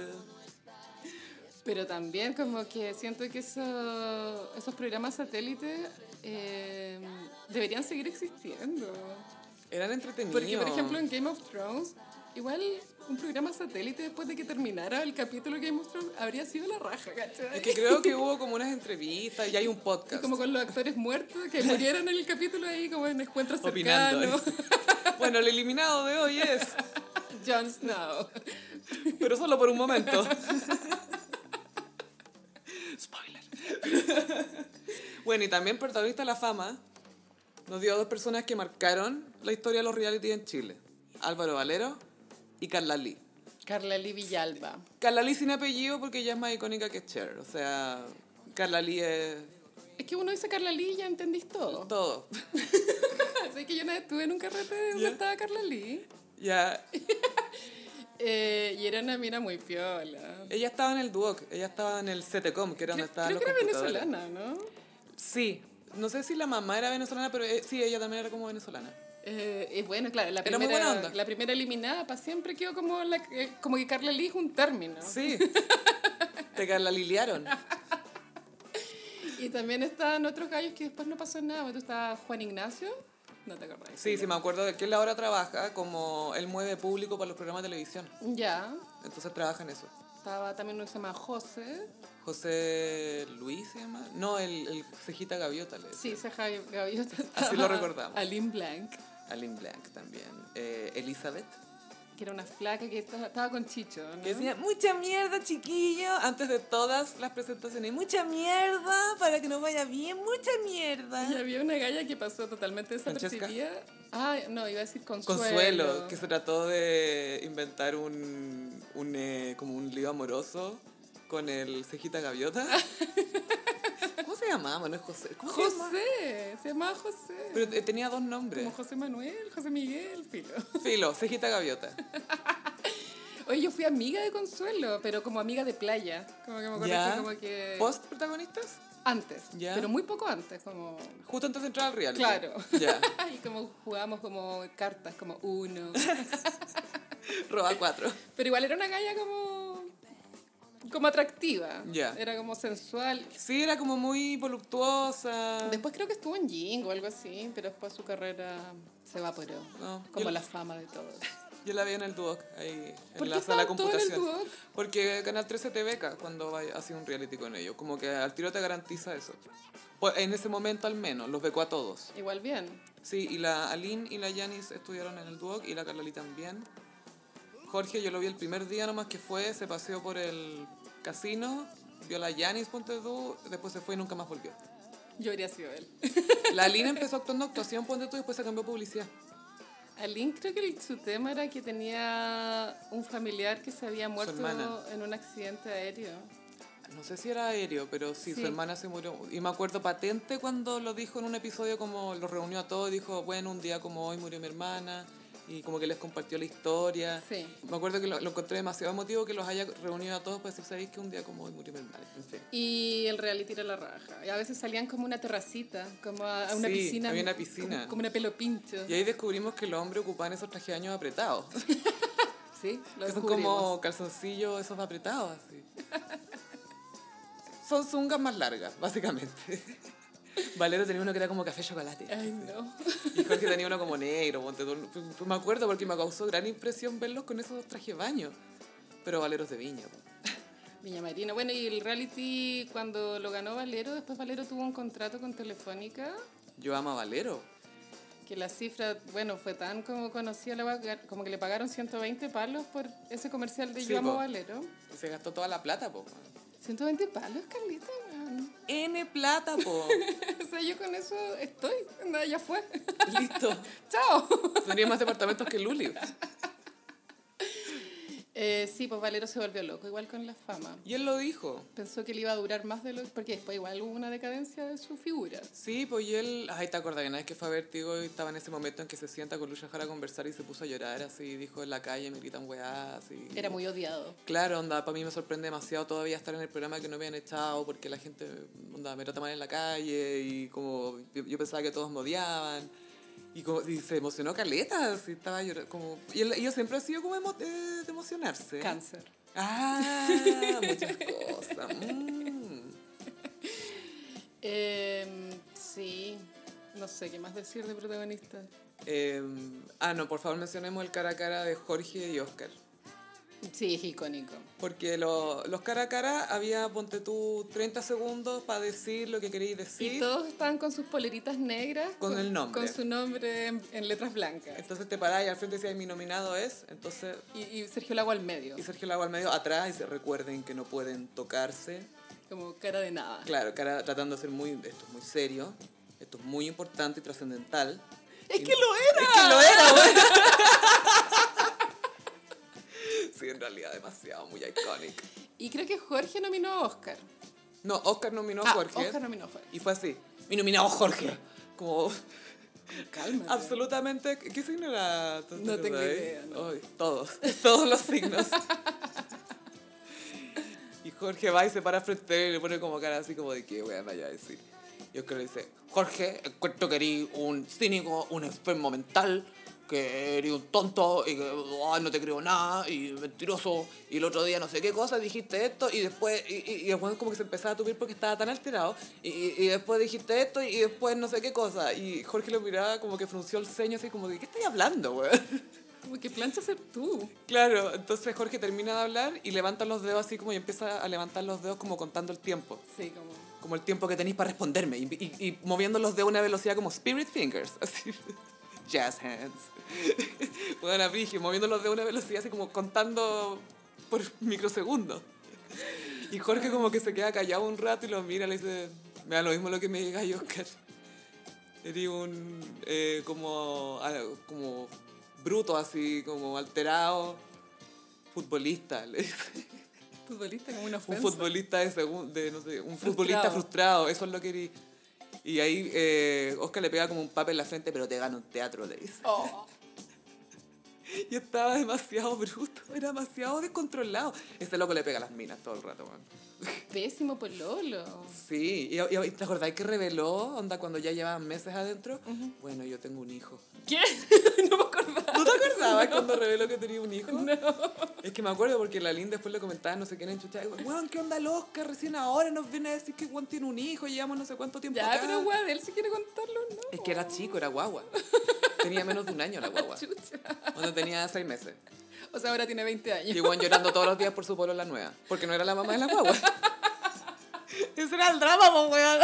Speaker 2: Pero también como que siento que eso- esos programas satélite eh, deberían seguir existiendo.
Speaker 1: Eran entretenidos.
Speaker 2: Porque, por ejemplo, en Game of Thrones, igual un programa satélite después de que terminara el capítulo de Game of Thrones habría sido la raja, ¿cachai?
Speaker 1: Es que creo que hubo como unas entrevistas y hay un
Speaker 2: Y
Speaker 1: podcast.
Speaker 2: como con los actores muertos que murieron en el capítulo ahí, como en encuentros cercanos.
Speaker 1: bueno, el eliminado de hoy es,
Speaker 2: Jon Snow.
Speaker 1: pero solo por un momento. Spoiler. bueno, y también protagonista de la fama nos dio dos personas que marcaron la historia de los reality en Chile. Álvaro Valero y Carla Lee.
Speaker 2: Carla Lee Villalba.
Speaker 1: Carla Lee sin apellido porque ella es más icónica que Cher. O sea, Carla Lee es
Speaker 2: Es que uno dice Carla Lee y ya entendís todo.
Speaker 1: todo.
Speaker 2: Así que yo una vez estuve en un carrete donde
Speaker 1: Ya.
Speaker 2: estaba Carla Lee.
Speaker 1: Ya,
Speaker 2: eh, y era una mina muy piola.
Speaker 1: ella estaba en el Duoc, ella estaba en el CTCOM, que era donde
Speaker 2: Creo,
Speaker 1: estaban
Speaker 2: creo
Speaker 1: los
Speaker 2: que era
Speaker 1: computadores.
Speaker 2: venezolana, ¿no?
Speaker 1: Sí, no sé si la mamá era venezolana, pero eh, sí, ella también era como venezolana.
Speaker 2: Eh, y bueno, claro, la
Speaker 1: Era
Speaker 2: primera,
Speaker 1: muy buena onda.
Speaker 2: la primera eliminada para siempre quedó como, la, eh, como que Carla Lee es un término.
Speaker 1: Sí. Te Carla Liliaron.
Speaker 2: Y también estaban otros gallos que después no pasó nada. Bueno, tú estabas Juan Ignacio, no te acordás.
Speaker 1: Sí, sí, me acuerdo de que él ahora trabaja como él mueve público para los programas de televisión.
Speaker 2: Ya,
Speaker 1: Entonces trabaja en eso.
Speaker 2: estaba también uno que se llama José.
Speaker 1: José Luis se llama. No, el, el Cejita Gaviota le
Speaker 2: Sí, Ceja Gaviota.
Speaker 1: Así lo
Speaker 2: estaba
Speaker 1: recordamos.
Speaker 2: Aline Blanc,
Speaker 1: Aline Blanc también. Eh, Elizabeth.
Speaker 2: que era una flaca que estaba estaba con Chicho, ¿no?
Speaker 1: Que decía, mucha mierda, chiquillo. Antes de todas las presentaciones, mucha mierda Ah, para que nos vaya bien, mucha mierda.
Speaker 2: Y había una galla que pasó totalmente desapercibida. Ah, no, iba a decir Consuelo.
Speaker 1: Consuelo, que se trató de inventar un, un, eh, como un lío amoroso con el cejita gaviota. ¿Cómo se llamaba? No es José. ¿Cómo se llama?
Speaker 2: José, se llamaba José.
Speaker 1: Pero eh, tenía dos nombres.
Speaker 2: como José Manuel, José Miguel, filo.
Speaker 1: Filo, cejita gaviota.
Speaker 2: Oye, yo fui amiga de Consuelo, pero como amiga de playa. Como que me acuerdo
Speaker 1: ¿Ya?
Speaker 2: que como que...
Speaker 1: ¿Post protagonistas?
Speaker 2: Antes,
Speaker 1: Ya.
Speaker 2: pero muy poco antes, como...
Speaker 1: Justo antes de entrar al reality.
Speaker 2: Claro.
Speaker 1: Ya.
Speaker 2: Y como jugábamos como cartas, como uno.
Speaker 1: Roba cuatro.
Speaker 2: Pero igual era una galla como... Como atractiva.
Speaker 1: Ya.
Speaker 2: Era como sensual.
Speaker 1: Sí, era como muy voluptuosa.
Speaker 2: Después creo que estuvo en Jing o algo así, pero después su carrera se evaporó.
Speaker 1: No,
Speaker 2: como
Speaker 1: yo-
Speaker 2: la fama de todos.
Speaker 1: Yo la vi en el Duoc, ahí,
Speaker 2: ¿Por
Speaker 1: en
Speaker 2: qué
Speaker 1: la sala de
Speaker 2: estaban todos en el
Speaker 1: computación.
Speaker 2: Duoc?
Speaker 1: Porque Canal 13 te beca cuando va- hace un reality con ellos. Como que al tiro te garantiza eso. Pues, en ese momento al menos, los becó a todos.
Speaker 2: Igual bien.
Speaker 1: Sí, y la Aline y la Yanis estudiaron en el Duoc y la Carlali también. Jorge, yo lo vi el primer día nomás que fue, se paseó por el casino, vio a la Yanis Ponte tú, después se fue y nunca más volvió.
Speaker 2: Yo habría sido él.
Speaker 1: La Aline empezó actuando actuación Ponte tú y después se cambió a publicidad.
Speaker 2: Aline creo que el- su tema era que tenía un familiar que se había
Speaker 1: hermana.
Speaker 2: muerto en un accidente aéreo.
Speaker 1: No sé si era aéreo, pero sí,
Speaker 2: Sí.
Speaker 1: su hermana se murió. Y me acuerdo patente cuando lo dijo en un episodio, como lo reunió a todos, dijo, bueno, un día como hoy murió mi hermana, y como que les compartió la historia.
Speaker 2: Sí.
Speaker 1: Me acuerdo que lo, lo encontré demasiado emotivo que los haya reunido a todos para decir, ¿sabéis que un día como hoy murió mi hermana? En fin.
Speaker 2: Y el reality era la raja. Y a veces salían como una terracita, como a a una
Speaker 1: Sí,
Speaker 2: piscina.
Speaker 1: había una piscina.
Speaker 2: Como, como una pelo pincho.
Speaker 1: Y ahí descubrimos que los hombres ocupaban esos trajes de años apretados,
Speaker 2: Sí, lo
Speaker 1: que son
Speaker 2: descubrimos.
Speaker 1: como calzoncillos esos apretados, así. son zungas más largas, básicamente. Valero tenía uno que era como café chocolate.
Speaker 2: Ay, no.
Speaker 1: Y Jorge tenía uno como negro, ponte tú. F- f- Me acuerdo porque me causó gran impresión verlos con esos trajes de baño. Pero valeros de viña. po.
Speaker 2: Viña Marina. Bueno, y el reality cuando lo ganó Valero, después Valero tuvo un contrato con Telefónica,
Speaker 1: Yo amo a Valero.
Speaker 2: que la cifra, bueno, fue tan como conocida, la wea, como que le pagaron 120 palos por ese comercial de
Speaker 1: Sí,
Speaker 2: Yo amo
Speaker 1: po.
Speaker 2: Valero.
Speaker 1: Se gastó toda la plata, po.
Speaker 2: 120 palos, Carlita. weón.
Speaker 1: N plata, po.
Speaker 2: O sea, yo con eso estoy. Nada, ya fue.
Speaker 1: Listo.
Speaker 2: Chao.
Speaker 1: Tenía más departamentos que Luli.
Speaker 2: Eh, sí, pues Valero se volvió loco, igual con la fama.
Speaker 1: Y él lo dijo.
Speaker 2: Pensó que le iba a durar más de lo... Porque después igual hubo una decadencia de su figura.
Speaker 1: Sí, pues y él, ay, te acordás que una vez que fue a Vértigo y estaba en ese momento en que se sienta con Lucian Jara a conversar y se puso a llorar así, dijo en la calle, me gritan weá, así.
Speaker 2: Era muy odiado.
Speaker 1: Claro, onda, para mí me sorprende demasiado todavía estar en el programa que no me han echado porque la gente, onda, me trata mal en la calle y como yo, yo pensaba que todos me odiaban. Y, como, y se emocionó caleta, así, estaba llorando, como... Y él, y él siempre ha sido como emo- eh, de emocionarse.
Speaker 2: Cáncer.
Speaker 1: Ah, muchas cosas. mm.
Speaker 2: Em, sí, no sé qué más decir de protagonista.
Speaker 1: Eh, ah, no, por favor mencionemos el cara a cara de Jorge y Oscar.
Speaker 2: Sí, es icónico.
Speaker 1: Porque lo- los cara a cara había, ponte tú, 30 segundos para decir lo que queréis
Speaker 2: Y
Speaker 1: decir.
Speaker 2: todos estaban con sus poleritas negras.
Speaker 1: Con el nombre.
Speaker 2: Con su nombre en, en letras blancas.
Speaker 1: Entonces te parás y al frente decías, mi nominado es. Entonces,
Speaker 2: Y, y Sergio Lago al medio.
Speaker 1: y Sergio Lago al medio atrás y se recuerden que no pueden tocarse.
Speaker 2: Como cara de nada.
Speaker 1: Claro, cara tratando de ser muy, esto es muy serio, esto es muy importante y trascendental.
Speaker 2: ¡Es
Speaker 1: Y-
Speaker 2: que lo era!
Speaker 1: Es que lo era, güey. Sí, en realidad demasiado, muy icónico.
Speaker 2: Y creo que Jorge nominó a Oscar.
Speaker 1: No, Oscar nominó a
Speaker 2: Ah,
Speaker 1: Jorge.
Speaker 2: Oscar nominó a Jorge.
Speaker 1: Y fue así, mi nominado Jorge. Como
Speaker 2: Cálmate.
Speaker 1: absolutamente... ¿Qué signo era? ¿Tú
Speaker 2: No tengo
Speaker 1: acordás?
Speaker 2: idea, no.
Speaker 1: Ay, todos, todos los signos. y Jorge va y se para frente a él y le pone como cara así como de que weón vaya a decir. Y Oscar le dice, Jorge, encuentro que eres un cínico, un enfermo mental, que eres un tonto y que ah, no te creo nada y mentiroso. Y el otro día no sé qué cosa, dijiste esto y después, y, y, y después como que se empezaba a tupir porque estaba tan alterado. Y, y, y después dijiste esto y después no sé qué cosa. Y Jorge lo miraba como que frunció el ceño así como de, ¿qué estoy hablando, weón?
Speaker 2: Como que plancha ser tú.
Speaker 1: Claro, entonces Jorge termina de hablar y levanta los dedos así como y empieza a levantar los dedos como contando el tiempo.
Speaker 2: Sí, como...
Speaker 1: Como el tiempo que tenéis para responderme. Y, y- y moviendo los dedos a una velocidad como Spirit Fingers. Así. Jazz hands. Bueno, Brigi, moviendo los dedos a una velocidad así como contando por microsegundos. Y Jorge como que se queda callado un rato y lo mira y le dice, me da lo mismo lo que me llega Oscar. Eres un... eh, como... ah, como bruto así, como alterado. Futbolista, le dice.
Speaker 2: Futbolista como una
Speaker 1: Un
Speaker 2: ofensa.
Speaker 1: futbolista de segun- de, no sé, un futbolista frustrado, eso es lo que di- Y ahí eh, Oscar le pega como un papel en la frente, pero te gana un teatro, le dice.
Speaker 2: Oh.
Speaker 1: Y estaba demasiado bruto, era demasiado descontrolado. Ese loco le pega a las minas todo el rato, man.
Speaker 2: Pésimo pololo.
Speaker 1: Sí, y, y- ¿te acordáis que reveló, onda, cuando ya llevaban meses adentro? Bueno, yo tengo un hijo.
Speaker 2: ¿Qué? no me acordaba.
Speaker 1: ¿Tú te acordabas cuando reveló que tenía un hijo? Es que me acuerdo porque la Lynn después le comentaba, no sé quién en chucha, weón, ¿qué onda el Oscar? Recién ahora nos viene a decir que Juan tiene un hijo, llevamos no sé cuánto tiempo
Speaker 2: Ya,
Speaker 1: acá".
Speaker 2: pero weón, él sí quiere contarlo, ¿no?
Speaker 1: Es que era chico, era guagua. Tenía menos de un año la guagua.
Speaker 2: Chucha.
Speaker 1: Cuando tenía seis meses.
Speaker 2: O sea, ahora tiene 20 años.
Speaker 1: Llegó llorando todos los días por su polola nueva. Porque no era la mamá de la guagua. Ese era el drama, po, weón.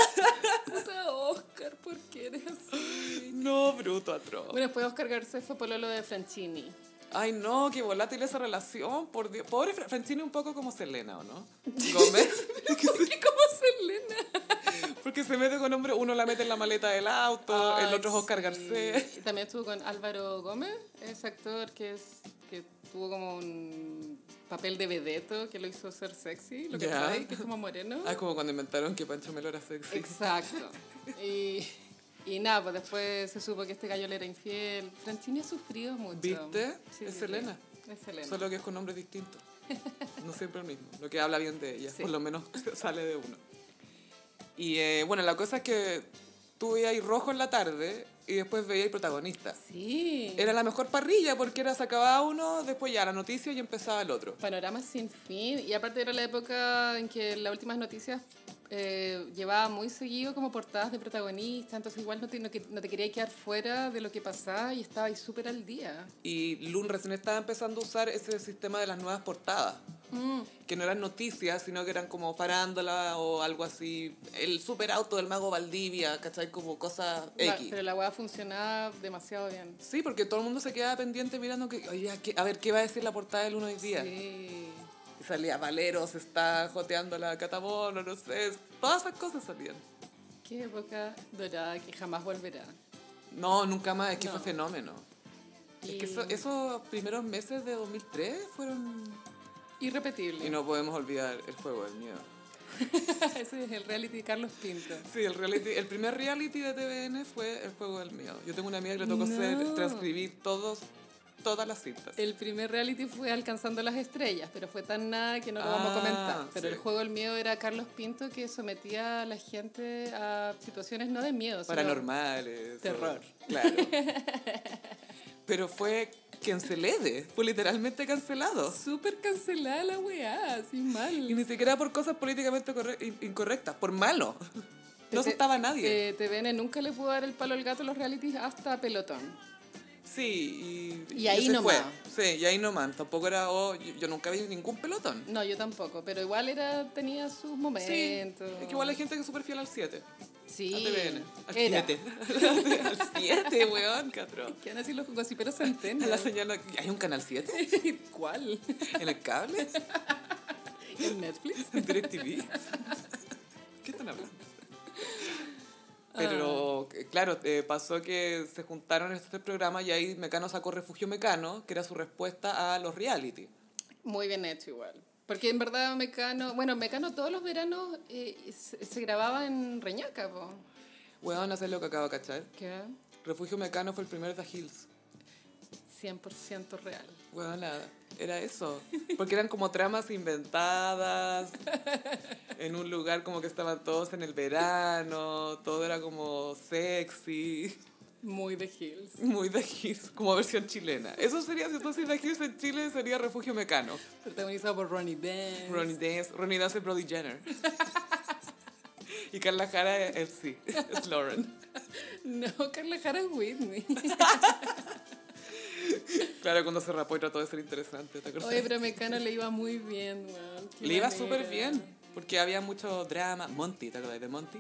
Speaker 2: Puta Oscar, ¿por qué eres así?
Speaker 1: No, bruto, atroz.
Speaker 2: Bueno, después Oscar Garcés fue pololo de Franchini.
Speaker 1: Ay, no, qué volátil esa relación. Por Dios. Pobre Fra- Francine, un poco como Selena, ¿o no? Gómez.
Speaker 2: ¿Por qué como Selena?
Speaker 1: Porque se mete con hombre, uno la mete en la maleta del auto, el
Speaker 2: Ay,
Speaker 1: otro es Oscar
Speaker 2: sí.
Speaker 1: Garcés.
Speaker 2: Y También estuvo con Álvaro Gómez, ese actor que es que tuvo como un papel de vedeto que lo hizo ser sexy, lo que
Speaker 1: Ya.
Speaker 2: sabes, que es como moreno.
Speaker 1: Ah, es como cuando inventaron que Pancho Melo era sexy.
Speaker 2: Exacto. Y, y nada, pues después se supo que este gallo le era infiel. Franchini ha sufrido mucho.
Speaker 1: ¿Viste? Es Selena.
Speaker 2: Es Selena.
Speaker 1: Solo que es con nombres distintos. No siempre el mismo. Lo que habla bien de ella,
Speaker 2: Sí.
Speaker 1: por lo menos sale de uno. Y eh, bueno, la cosa es que tú veías ahí rojo en la tarde y después veías el protagonista.
Speaker 2: Sí.
Speaker 1: Era la mejor parrilla porque era sacaba uno, después ya la noticia y empezaba el otro.
Speaker 2: Panorama sin fin. Y aparte era la época en que las últimas noticias eh, llevaba muy seguido como portadas de protagonistas, entonces igual no te, no, que- no te quería quedar fuera de lo que pasaba y estaba ahí súper al día.
Speaker 1: Y Lun recién estaba empezando a usar ese sistema de las nuevas portadas.
Speaker 2: Mm.
Speaker 1: Que no eran noticias, sino que eran como farándula o algo así. El superauto del mago Valdivia, ¿cachai? Como cosas
Speaker 2: La-
Speaker 1: X.
Speaker 2: pero la weá funcionaba demasiado bien.
Speaker 1: Sí, porque todo el mundo se quedaba pendiente mirando que, oye, ¿a, qué- a ver, ¿qué va a decir la portada del uno hoy día?
Speaker 2: Sí.
Speaker 1: Y salía Valero, se está joteando la Catamono, no sé, todas esas cosas salían.
Speaker 2: Qué época dorada que jamás volverá.
Speaker 1: No, nunca más, es que
Speaker 2: No.
Speaker 1: fue fenómeno. Es que eso- esos primeros meses de 2003 fueron...
Speaker 2: Irrepetible.
Speaker 1: Y no podemos olvidar el juego del miedo.
Speaker 2: Ese es el reality de Carlos Pinto.
Speaker 1: Sí, el, reality, el primer reality de TVN fue el juego del miedo. Yo tengo una amiga que le tocó
Speaker 2: No.
Speaker 1: hacer- transcribir todos, todas las cintas.
Speaker 2: El primer reality fue Alcanzando las Estrellas, pero fue tan nada que no lo vamos a
Speaker 1: Ah,
Speaker 2: comentar. Pero
Speaker 1: sí.
Speaker 2: el juego del miedo era Carlos Pinto que sometía a la gente a situaciones no de miedo, sino-
Speaker 1: Paranormales. o-
Speaker 2: Terror.
Speaker 1: claro. Pero fue cancelede, fue literalmente cancelado.
Speaker 2: Súper cancelada la weá, así
Speaker 1: Y
Speaker 2: mal.
Speaker 1: ni siquiera por cosas políticamente corre- in- incorrectas, por malo. No
Speaker 2: Te-
Speaker 1: aceptaba a nadie.
Speaker 2: Eh, TVN nunca le pudo dar el palo al gato a los realities hasta Pelotón.
Speaker 1: Sí, y,
Speaker 2: Y ahí
Speaker 1: ese
Speaker 2: nomás.
Speaker 1: fue. Sí, y ahí nomás. Tampoco era. oh, yo, yo nunca vi ningún pelotón.
Speaker 2: No, yo tampoco, pero igual era tenía sus momentos.
Speaker 1: Sí, es que igual hay gente que es súper fiel al 7.
Speaker 2: Sí.
Speaker 1: A TVN. Al
Speaker 2: era.
Speaker 1: 7. al 7, weón, catrón.
Speaker 2: ¿Qué van a decir los gossiperos
Speaker 1: A la
Speaker 2: centenas?
Speaker 1: señora. ¿Hay un canal 7?
Speaker 2: ¿Cuál?
Speaker 1: ¿En el cable?
Speaker 2: ¿En Netflix?
Speaker 1: ¿En DirecTV? ¿Qué están hablando? Pero, eh, claro, eh, pasó que se juntaron estos tres programas y ahí Mecano sacó Refugio Mecano, que era su respuesta a los reality.
Speaker 2: Muy bien hecho igual. Porque en verdad Mecano, bueno, Mecano todos los veranos eh, se, se grababa en Reñaca, po.
Speaker 1: Weón, haces lo que acabo de cachar.
Speaker 2: ¿Qué?
Speaker 1: Refugio Mecano fue el primer The Hills.
Speaker 2: 100% real.
Speaker 1: Bueno, nada, era eso. Porque eran como tramas inventadas, en un lugar como que estaban todos en el verano, todo era como sexy,
Speaker 2: Muy de Hills.
Speaker 1: muy The Hills, como versión chilena. Eso sería, si tú The Hills en Chile, sería Refugio Mecano.
Speaker 2: Protagonizado por Ronnie Dance.
Speaker 1: Ronnie Dance, Ronnie Dance es Brody Jenner. Y Carla Jara es sí, es Lauren.
Speaker 2: No, Carla Jara es Whitney.
Speaker 1: Claro, cuando se rapó y trató de ser interesante, ¿te acuerdas?
Speaker 2: Oye, pero a Mecano le iba muy bien, weón. Qué
Speaker 1: Le iba
Speaker 2: manera.
Speaker 1: súper bien, porque había mucho drama. Monty, ¿te acuerdas de Monty?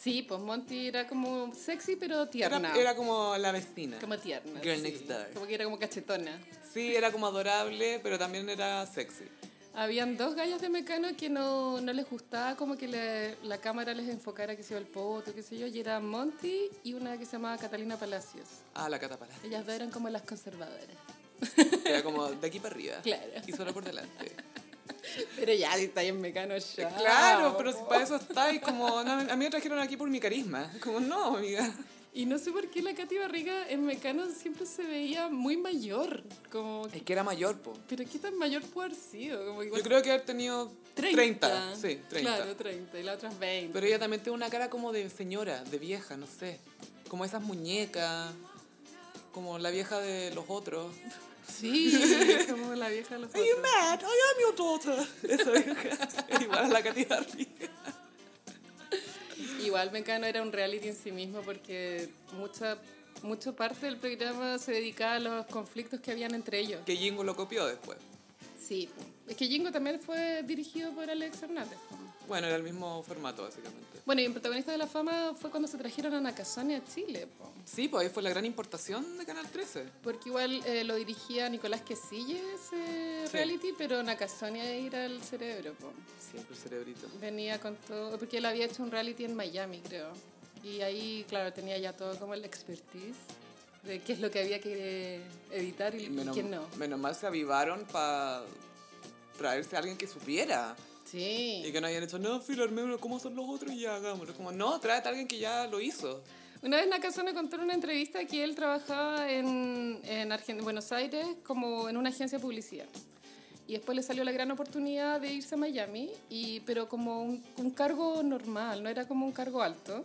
Speaker 2: Sí, pues Monty era como sexy pero tierna.
Speaker 1: Era, era como la vecina.
Speaker 2: como tierna.
Speaker 1: Girl
Speaker 2: sí.
Speaker 1: next door.
Speaker 2: Como que era como cachetona.
Speaker 1: Sí, era como adorable, pero también era sexy.
Speaker 2: Habían dos gallas de Mecano que no, no les gustaba como que le- la cámara les enfocara que se iba el poto, qué sé yo, y era Monty y una que se llamaba Catalina Palacios.
Speaker 1: Ah, la catapalasta.
Speaker 2: Ellas dos eran como las conservadoras.
Speaker 1: Era como de aquí para arriba.
Speaker 2: Claro.
Speaker 1: Y solo por delante.
Speaker 2: Pero ya, si estáis en Mecano ya. Oh.
Speaker 1: Claro, pero si para eso estáis como... no, a mí me trajeron aquí por mi carisma. Como, no, amiga.
Speaker 2: Y no sé por qué la Katy Barriga en Mecano siempre se veía muy mayor. Como,
Speaker 1: Es que era mayor, po.
Speaker 2: pero ¿qué tan mayor puede haber sido? Como que igual
Speaker 1: Yo creo que haber tenido 30. Sí, 30.
Speaker 2: Claro, 30. Y la otra es 20.
Speaker 1: Pero ella también tiene una cara como de señora, de vieja, no sé. Como esas muñecas, como la vieja de los otros.
Speaker 2: Sí, como la vieja de los
Speaker 1: Are you
Speaker 2: otros.
Speaker 1: mad? I am your daughter. Esa vieja. Es Igual a la Katy Barriga.
Speaker 2: Igual Mecano era un reality en sí mismo porque mucha, mucha parte del programa se dedicaba a los conflictos que habían entre ellos.
Speaker 1: Que Jingo lo copió después.
Speaker 2: Sí, es que Jingo también fue dirigido por Alex Hernández.
Speaker 1: Bueno, era el mismo formato, básicamente.
Speaker 2: Bueno, y en Protagonista de la Fama fue cuando se trajeron a Nakasone a Chile, po.
Speaker 1: Sí, pues ahí fue la gran importación de Canal 13.
Speaker 2: porque igual eh, lo dirigía Nicolás Quesille ese
Speaker 1: Sí.
Speaker 2: reality, pero Nakasone era el cerebro. po.
Speaker 1: Siempre el cerebrito.
Speaker 2: Venía con todo, porque él había hecho un reality en Miami, creo. Y ahí, claro, tenía ya todo como el expertise de qué es lo que había que editar y,
Speaker 1: Y
Speaker 2: y
Speaker 1: menos,
Speaker 2: qué no.
Speaker 1: menos mal se avivaron para traerse a alguien que supiera. Y
Speaker 2: Sí.
Speaker 1: que no hayan hecho, no, filo, armémoslo, ¿cómo son los otros? Y ya hagámoslo. Como, no, tráete a alguien que ya lo hizo.
Speaker 2: Una vez Nakasone contó en una entrevista que él trabajaba en, en Argen- Buenos Aires como en una agencia de publicidad. Y después le salió la gran oportunidad de irse a Miami, y, pero como un, un cargo normal, no era como un cargo alto.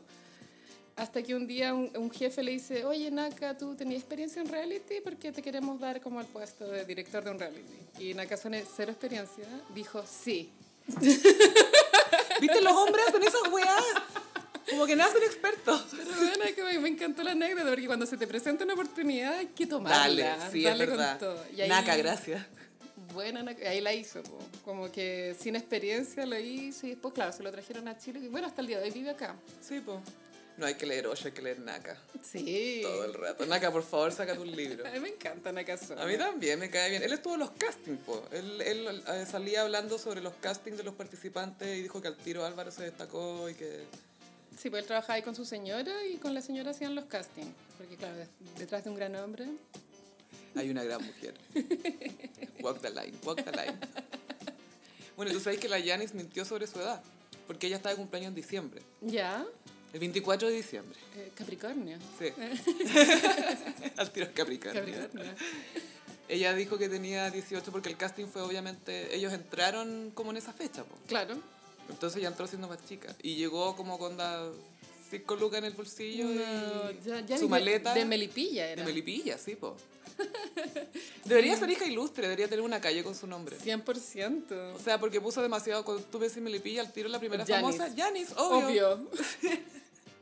Speaker 2: Hasta que un día un, un jefe le dice, oye Naka, ¿tú tenías experiencia en reality? Porque te queremos dar como el puesto de director de un reality. Y Nakasone, cero experiencia, dijo, sí.
Speaker 1: ¿Viste los hombres en esas weas? Como que nacen expertos.
Speaker 2: Pero bueno, que me, me encantó la anécdota, porque cuando se te presenta una oportunidad hay que tomarla. dale con todo. Y ahí-
Speaker 1: Naca, gracias.
Speaker 2: Bueno, no- ahí la hizo, po. como que sin experiencia lo hizo y después, claro, se lo trajeron a Chile y bueno, hasta el día de hoy vive acá.
Speaker 1: Sí, pues. No hay que leer Oye, hay que leer Naca.
Speaker 2: Sí.
Speaker 1: Todo el rato. Naca, por favor, saca tus libros.
Speaker 2: A mí me encanta Nakasone.
Speaker 1: A mí también me cae bien. Él estuvo en los castings, po. Él, él, eh, salía hablando sobre los castings de los participantes y dijo que al tiro Álvaro se destacó y que...
Speaker 2: Sí, pues él trabajaba ahí con su señora y con la señora hacían los castings. Porque claro, de- detrás de un gran hombre.
Speaker 1: Hay una gran mujer. Walk the line, walk the line. Bueno, tú sabes que la Janis mintió sobre su edad, porque ella estaba de cumpleaños en diciembre,
Speaker 2: Ya,
Speaker 1: el 24 de diciembre.
Speaker 2: eh, Capricornio.
Speaker 1: Sí. Al tiro Capricornio.
Speaker 2: Capricornio.
Speaker 1: Ella dijo que tenía 18 porque el casting fue obviamente, ellos entraron como en esa fecha. po.
Speaker 2: Claro.
Speaker 1: Entonces ella entró siendo más chica y llegó como con da cinco lucas en el bolsillo
Speaker 2: No,
Speaker 1: y
Speaker 2: ya- ya
Speaker 1: su
Speaker 2: de-
Speaker 1: maleta
Speaker 2: De Melipilla
Speaker 1: de
Speaker 2: era.
Speaker 1: Melipilla, sí, po. Debería ser hija ilustre, debería tener una calle con su nombre.
Speaker 2: 100%.
Speaker 1: O sea, porque puso demasiado, cuando tú ves en Melipilla, al tiro la primera
Speaker 2: Janis.
Speaker 1: famosa, Janis, obvio.
Speaker 2: Obvio.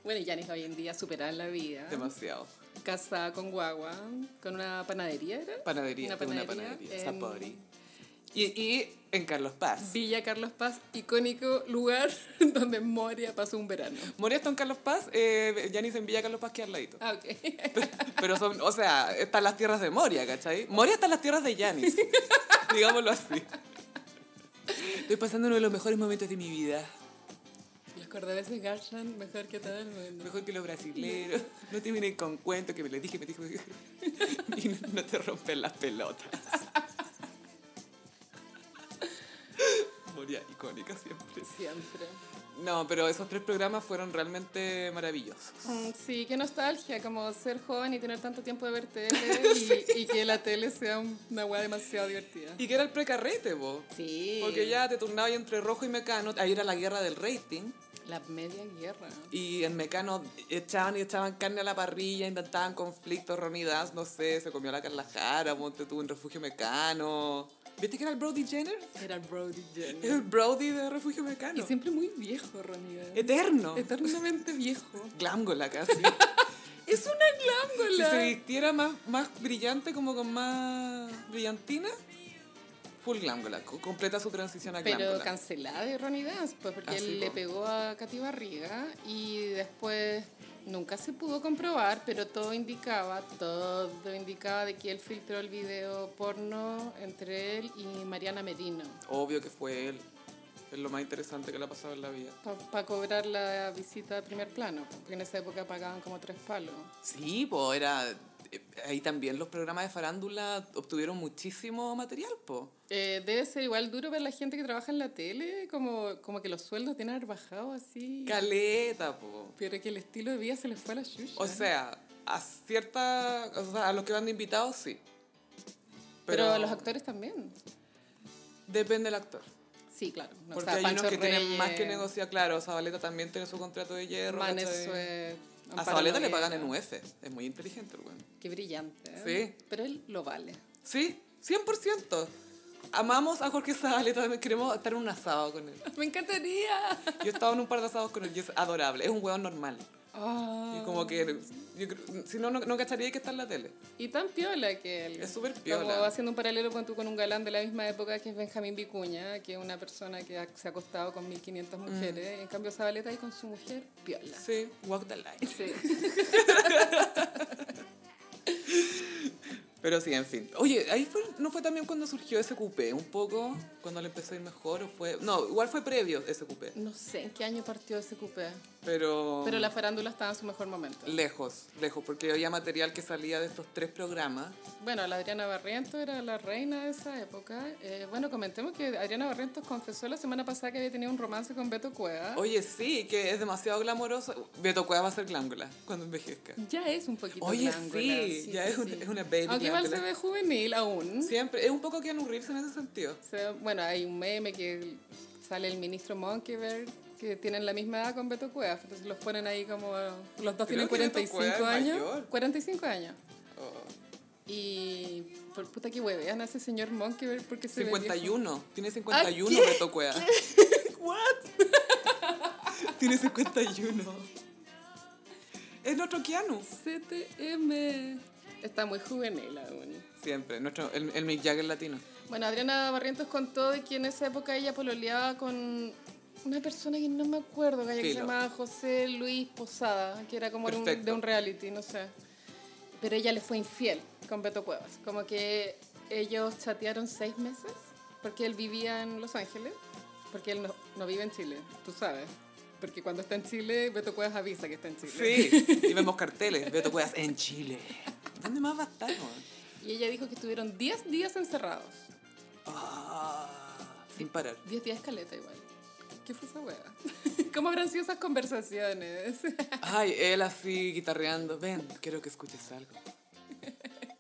Speaker 2: bueno, y Janis hoy en día superada en la vida.
Speaker 1: Demasiado.
Speaker 2: Casada con guagua, con una panadería, ¿era?
Speaker 1: Panadería,
Speaker 2: Una
Speaker 1: tuvo una
Speaker 2: panadería
Speaker 1: panadería,
Speaker 2: en-
Speaker 1: Sapori. Y, y en Carlos Paz.
Speaker 2: Villa Carlos Paz, icónico lugar donde Moria pasó un verano.
Speaker 1: Moría está en Carlos Paz, eh, Janis en Villa Carlos Paz que al ladito.
Speaker 2: Ah, ok.
Speaker 1: Pero son, o sea, están las tierras de Moria, ¿cachai? Moria está en las tierras de Yanis, digámoslo así. Estoy pasando uno de los mejores momentos de mi vida.
Speaker 2: Los cordobeses garchan mejor que todo el mundo.
Speaker 1: Mejor que los brasileros. No te vienen con cuentos que me les dije, me dije, me dije. Y no, no te rompen las pelotas. Moria icónica siempre.
Speaker 2: Siempre.
Speaker 1: No, pero esos tres programas fueron realmente maravillosos.
Speaker 2: Mm, Sí, qué nostalgia, como ser joven y tener tanto tiempo de ver tele y, y que la tele sea un- una weá demasiado divertida.
Speaker 1: Y que era el precarrete, vos.
Speaker 2: Sí.
Speaker 1: Porque ya te turnaba ahí entre rojo y mecano. Ahí era la guerra del rating.
Speaker 2: La media guerra.
Speaker 1: Y en Mecano echaban y echaban carne a la parrilla, inventaban conflictos, Ronidas, no sé, se comió a la Carla Jara, Monte tuvo un refugio mecano. ¿Viste que era el Brody Jenner?
Speaker 2: Era Brody
Speaker 1: Era
Speaker 2: Jenner.
Speaker 1: El Brody de refugio
Speaker 2: Y
Speaker 1: mecano.
Speaker 2: siempre muy viejo, Ronnie.
Speaker 1: Eterno.
Speaker 2: Eternamente viejo.
Speaker 1: Glámgola casi.
Speaker 2: Es una
Speaker 1: si
Speaker 2: glámbola.
Speaker 1: se vistiera más, más brillante, como con más brillantina, full glámgola. co- Completa su transición a
Speaker 2: Pero
Speaker 1: glámgola.
Speaker 2: cancelada de Ronnie Dance, pues porque
Speaker 1: Ah, sí,
Speaker 2: él le
Speaker 1: po.
Speaker 2: pegó a Katy Barriga y después nunca se pudo comprobar, pero todo indicaba, todo indicaba de que él filtró el video porno entre él y Mariana Merino
Speaker 1: Obvio que fue él. Es lo más interesante que le ha pasado en la vida.
Speaker 2: para cobrar la visita de primer plano, porque en esa época pagaban como tres palos.
Speaker 1: Sí, po, era... eh, Ahí también los programas de farándula obtuvieron muchísimo material, po.
Speaker 2: Eh, debe ser igual duro para la gente que trabaja en la tele, como, como que los sueldos tienen que haber bajado así.
Speaker 1: Caleta, po.
Speaker 2: pero que el estilo de vida se les fue a la chucha.
Speaker 1: O sea, a cierta... O sea, a los que van de invitados, sí.
Speaker 2: pero, a los actores también.
Speaker 1: Depende del actor.
Speaker 2: Sí, claro. No,
Speaker 1: Porque
Speaker 2: o sea,
Speaker 1: hay
Speaker 2: Pancho
Speaker 1: unos que tienen
Speaker 2: Reyes,
Speaker 1: más que negociar. Claro, Zabaleta también tiene su contrato de hierro.
Speaker 2: Manes
Speaker 1: ¿cachai?
Speaker 2: Suez,
Speaker 1: A
Speaker 2: Amparo
Speaker 1: Zabaleta le
Speaker 2: Noguera.
Speaker 1: pagan en UF. Es muy inteligente el weón.
Speaker 2: Qué brillante. ¿eh?
Speaker 1: Sí.
Speaker 2: Pero él lo vale.
Speaker 1: Sí, 100%. Amamos a Jorge Zabaleta. Queremos estar en un asado con él.
Speaker 2: ¡Me encantaría!
Speaker 1: Yo he estado en un par de asados con él y es adorable. Es un weón normal. Y
Speaker 2: Ah.
Speaker 1: como que, yo creo- si no, no, no cacharía que está en la tele.
Speaker 2: Y tan piola que él.
Speaker 1: Es súper
Speaker 2: Como
Speaker 1: piola.
Speaker 2: haciendo un paralelo con, tú, con un galán de la misma época que es Benjamín Vicuña, que es una persona que ha- se ha acostado con 1500
Speaker 1: Mm.
Speaker 2: mujeres. En cambio, Zabaleta ahí con su mujer, piola.
Speaker 1: Sí, walk the line.
Speaker 2: Sí.
Speaker 1: Pero sí, en fin. Oye, ahí fue, no fue también cuando surgió ese coupé, un poco, cuando le empezó a ir mejor o fue... No, igual fue previo ese coupé,
Speaker 2: No sé en qué año partió ese coupé,
Speaker 1: pero...
Speaker 2: pero la farándula estaba en su mejor momento.
Speaker 1: Lejos, lejos, porque había material que salía de estos tres programas.
Speaker 2: Bueno, la Adriana Barrientos era la reina de esa época. Eh, bueno, comentemos que Adriana Barrientos confesó la semana pasada que había tenido un romance con Beto Cueva.
Speaker 1: Oye, sí, que es demasiado glamoroso. Beto Cueva va a ser glándula cuando envejezca.
Speaker 2: Ya es un poquito
Speaker 1: Oye,
Speaker 2: glándula,
Speaker 1: sí, ya es un- es una baby
Speaker 2: Aunque igual se
Speaker 1: glándula.
Speaker 2: ve juvenil aún.
Speaker 1: Siempre, es un poco que Reeves en ese sentido.
Speaker 2: Se ve- bueno, hay un meme que sale el ministro Monkeberg que tienen la misma edad con Beto Cueva. Entonces los ponen ahí como... Los dos tienen
Speaker 1: que Beto
Speaker 2: 45
Speaker 1: Cueva es
Speaker 2: años.
Speaker 1: mayor.
Speaker 2: 45 años.
Speaker 1: Oh.
Speaker 2: Y por puta que huevean a ese señor Monkeberg porque se ve viejo.
Speaker 1: 51, tiene 51
Speaker 2: ¿qué?
Speaker 1: Beto Cueva. What? tiene 51. Es nuestro Keanu.
Speaker 2: CTM. Está muy juvenil aún.
Speaker 1: Siempre, nuestro, el, el Mick Jagger latino.
Speaker 2: Bueno, Adriana Barrientos contó de que en esa época ella pololeaba con una persona que no me acuerdo, galla, que se
Speaker 1: Filo.
Speaker 2: llamaba José Luis Posada, que era como de un-
Speaker 1: Perfecto.
Speaker 2: de un reality, no sé. Pero ella le fue infiel con Beto Cuevas. Como que ellos chatearon seis meses porque él vivía en Los Ángeles, porque él no, no vive en Chile, tú sabes. Porque cuando está en Chile, Beto Cuevas avisa que está en Chile.
Speaker 1: Sí, y vemos carteles, Beto Cuevas en Chile. ¿Dónde más va a estar? weón?
Speaker 2: Y ella dijo que estuvieron 10 días encerrados.
Speaker 1: Ah, sin parar.
Speaker 2: 10 días caleta igual. ¿Qué fue esa hueá? ¿Cómo habrán sido esas conversaciones?
Speaker 1: Ay, él así guitarreando. Ven, quiero que escuches algo.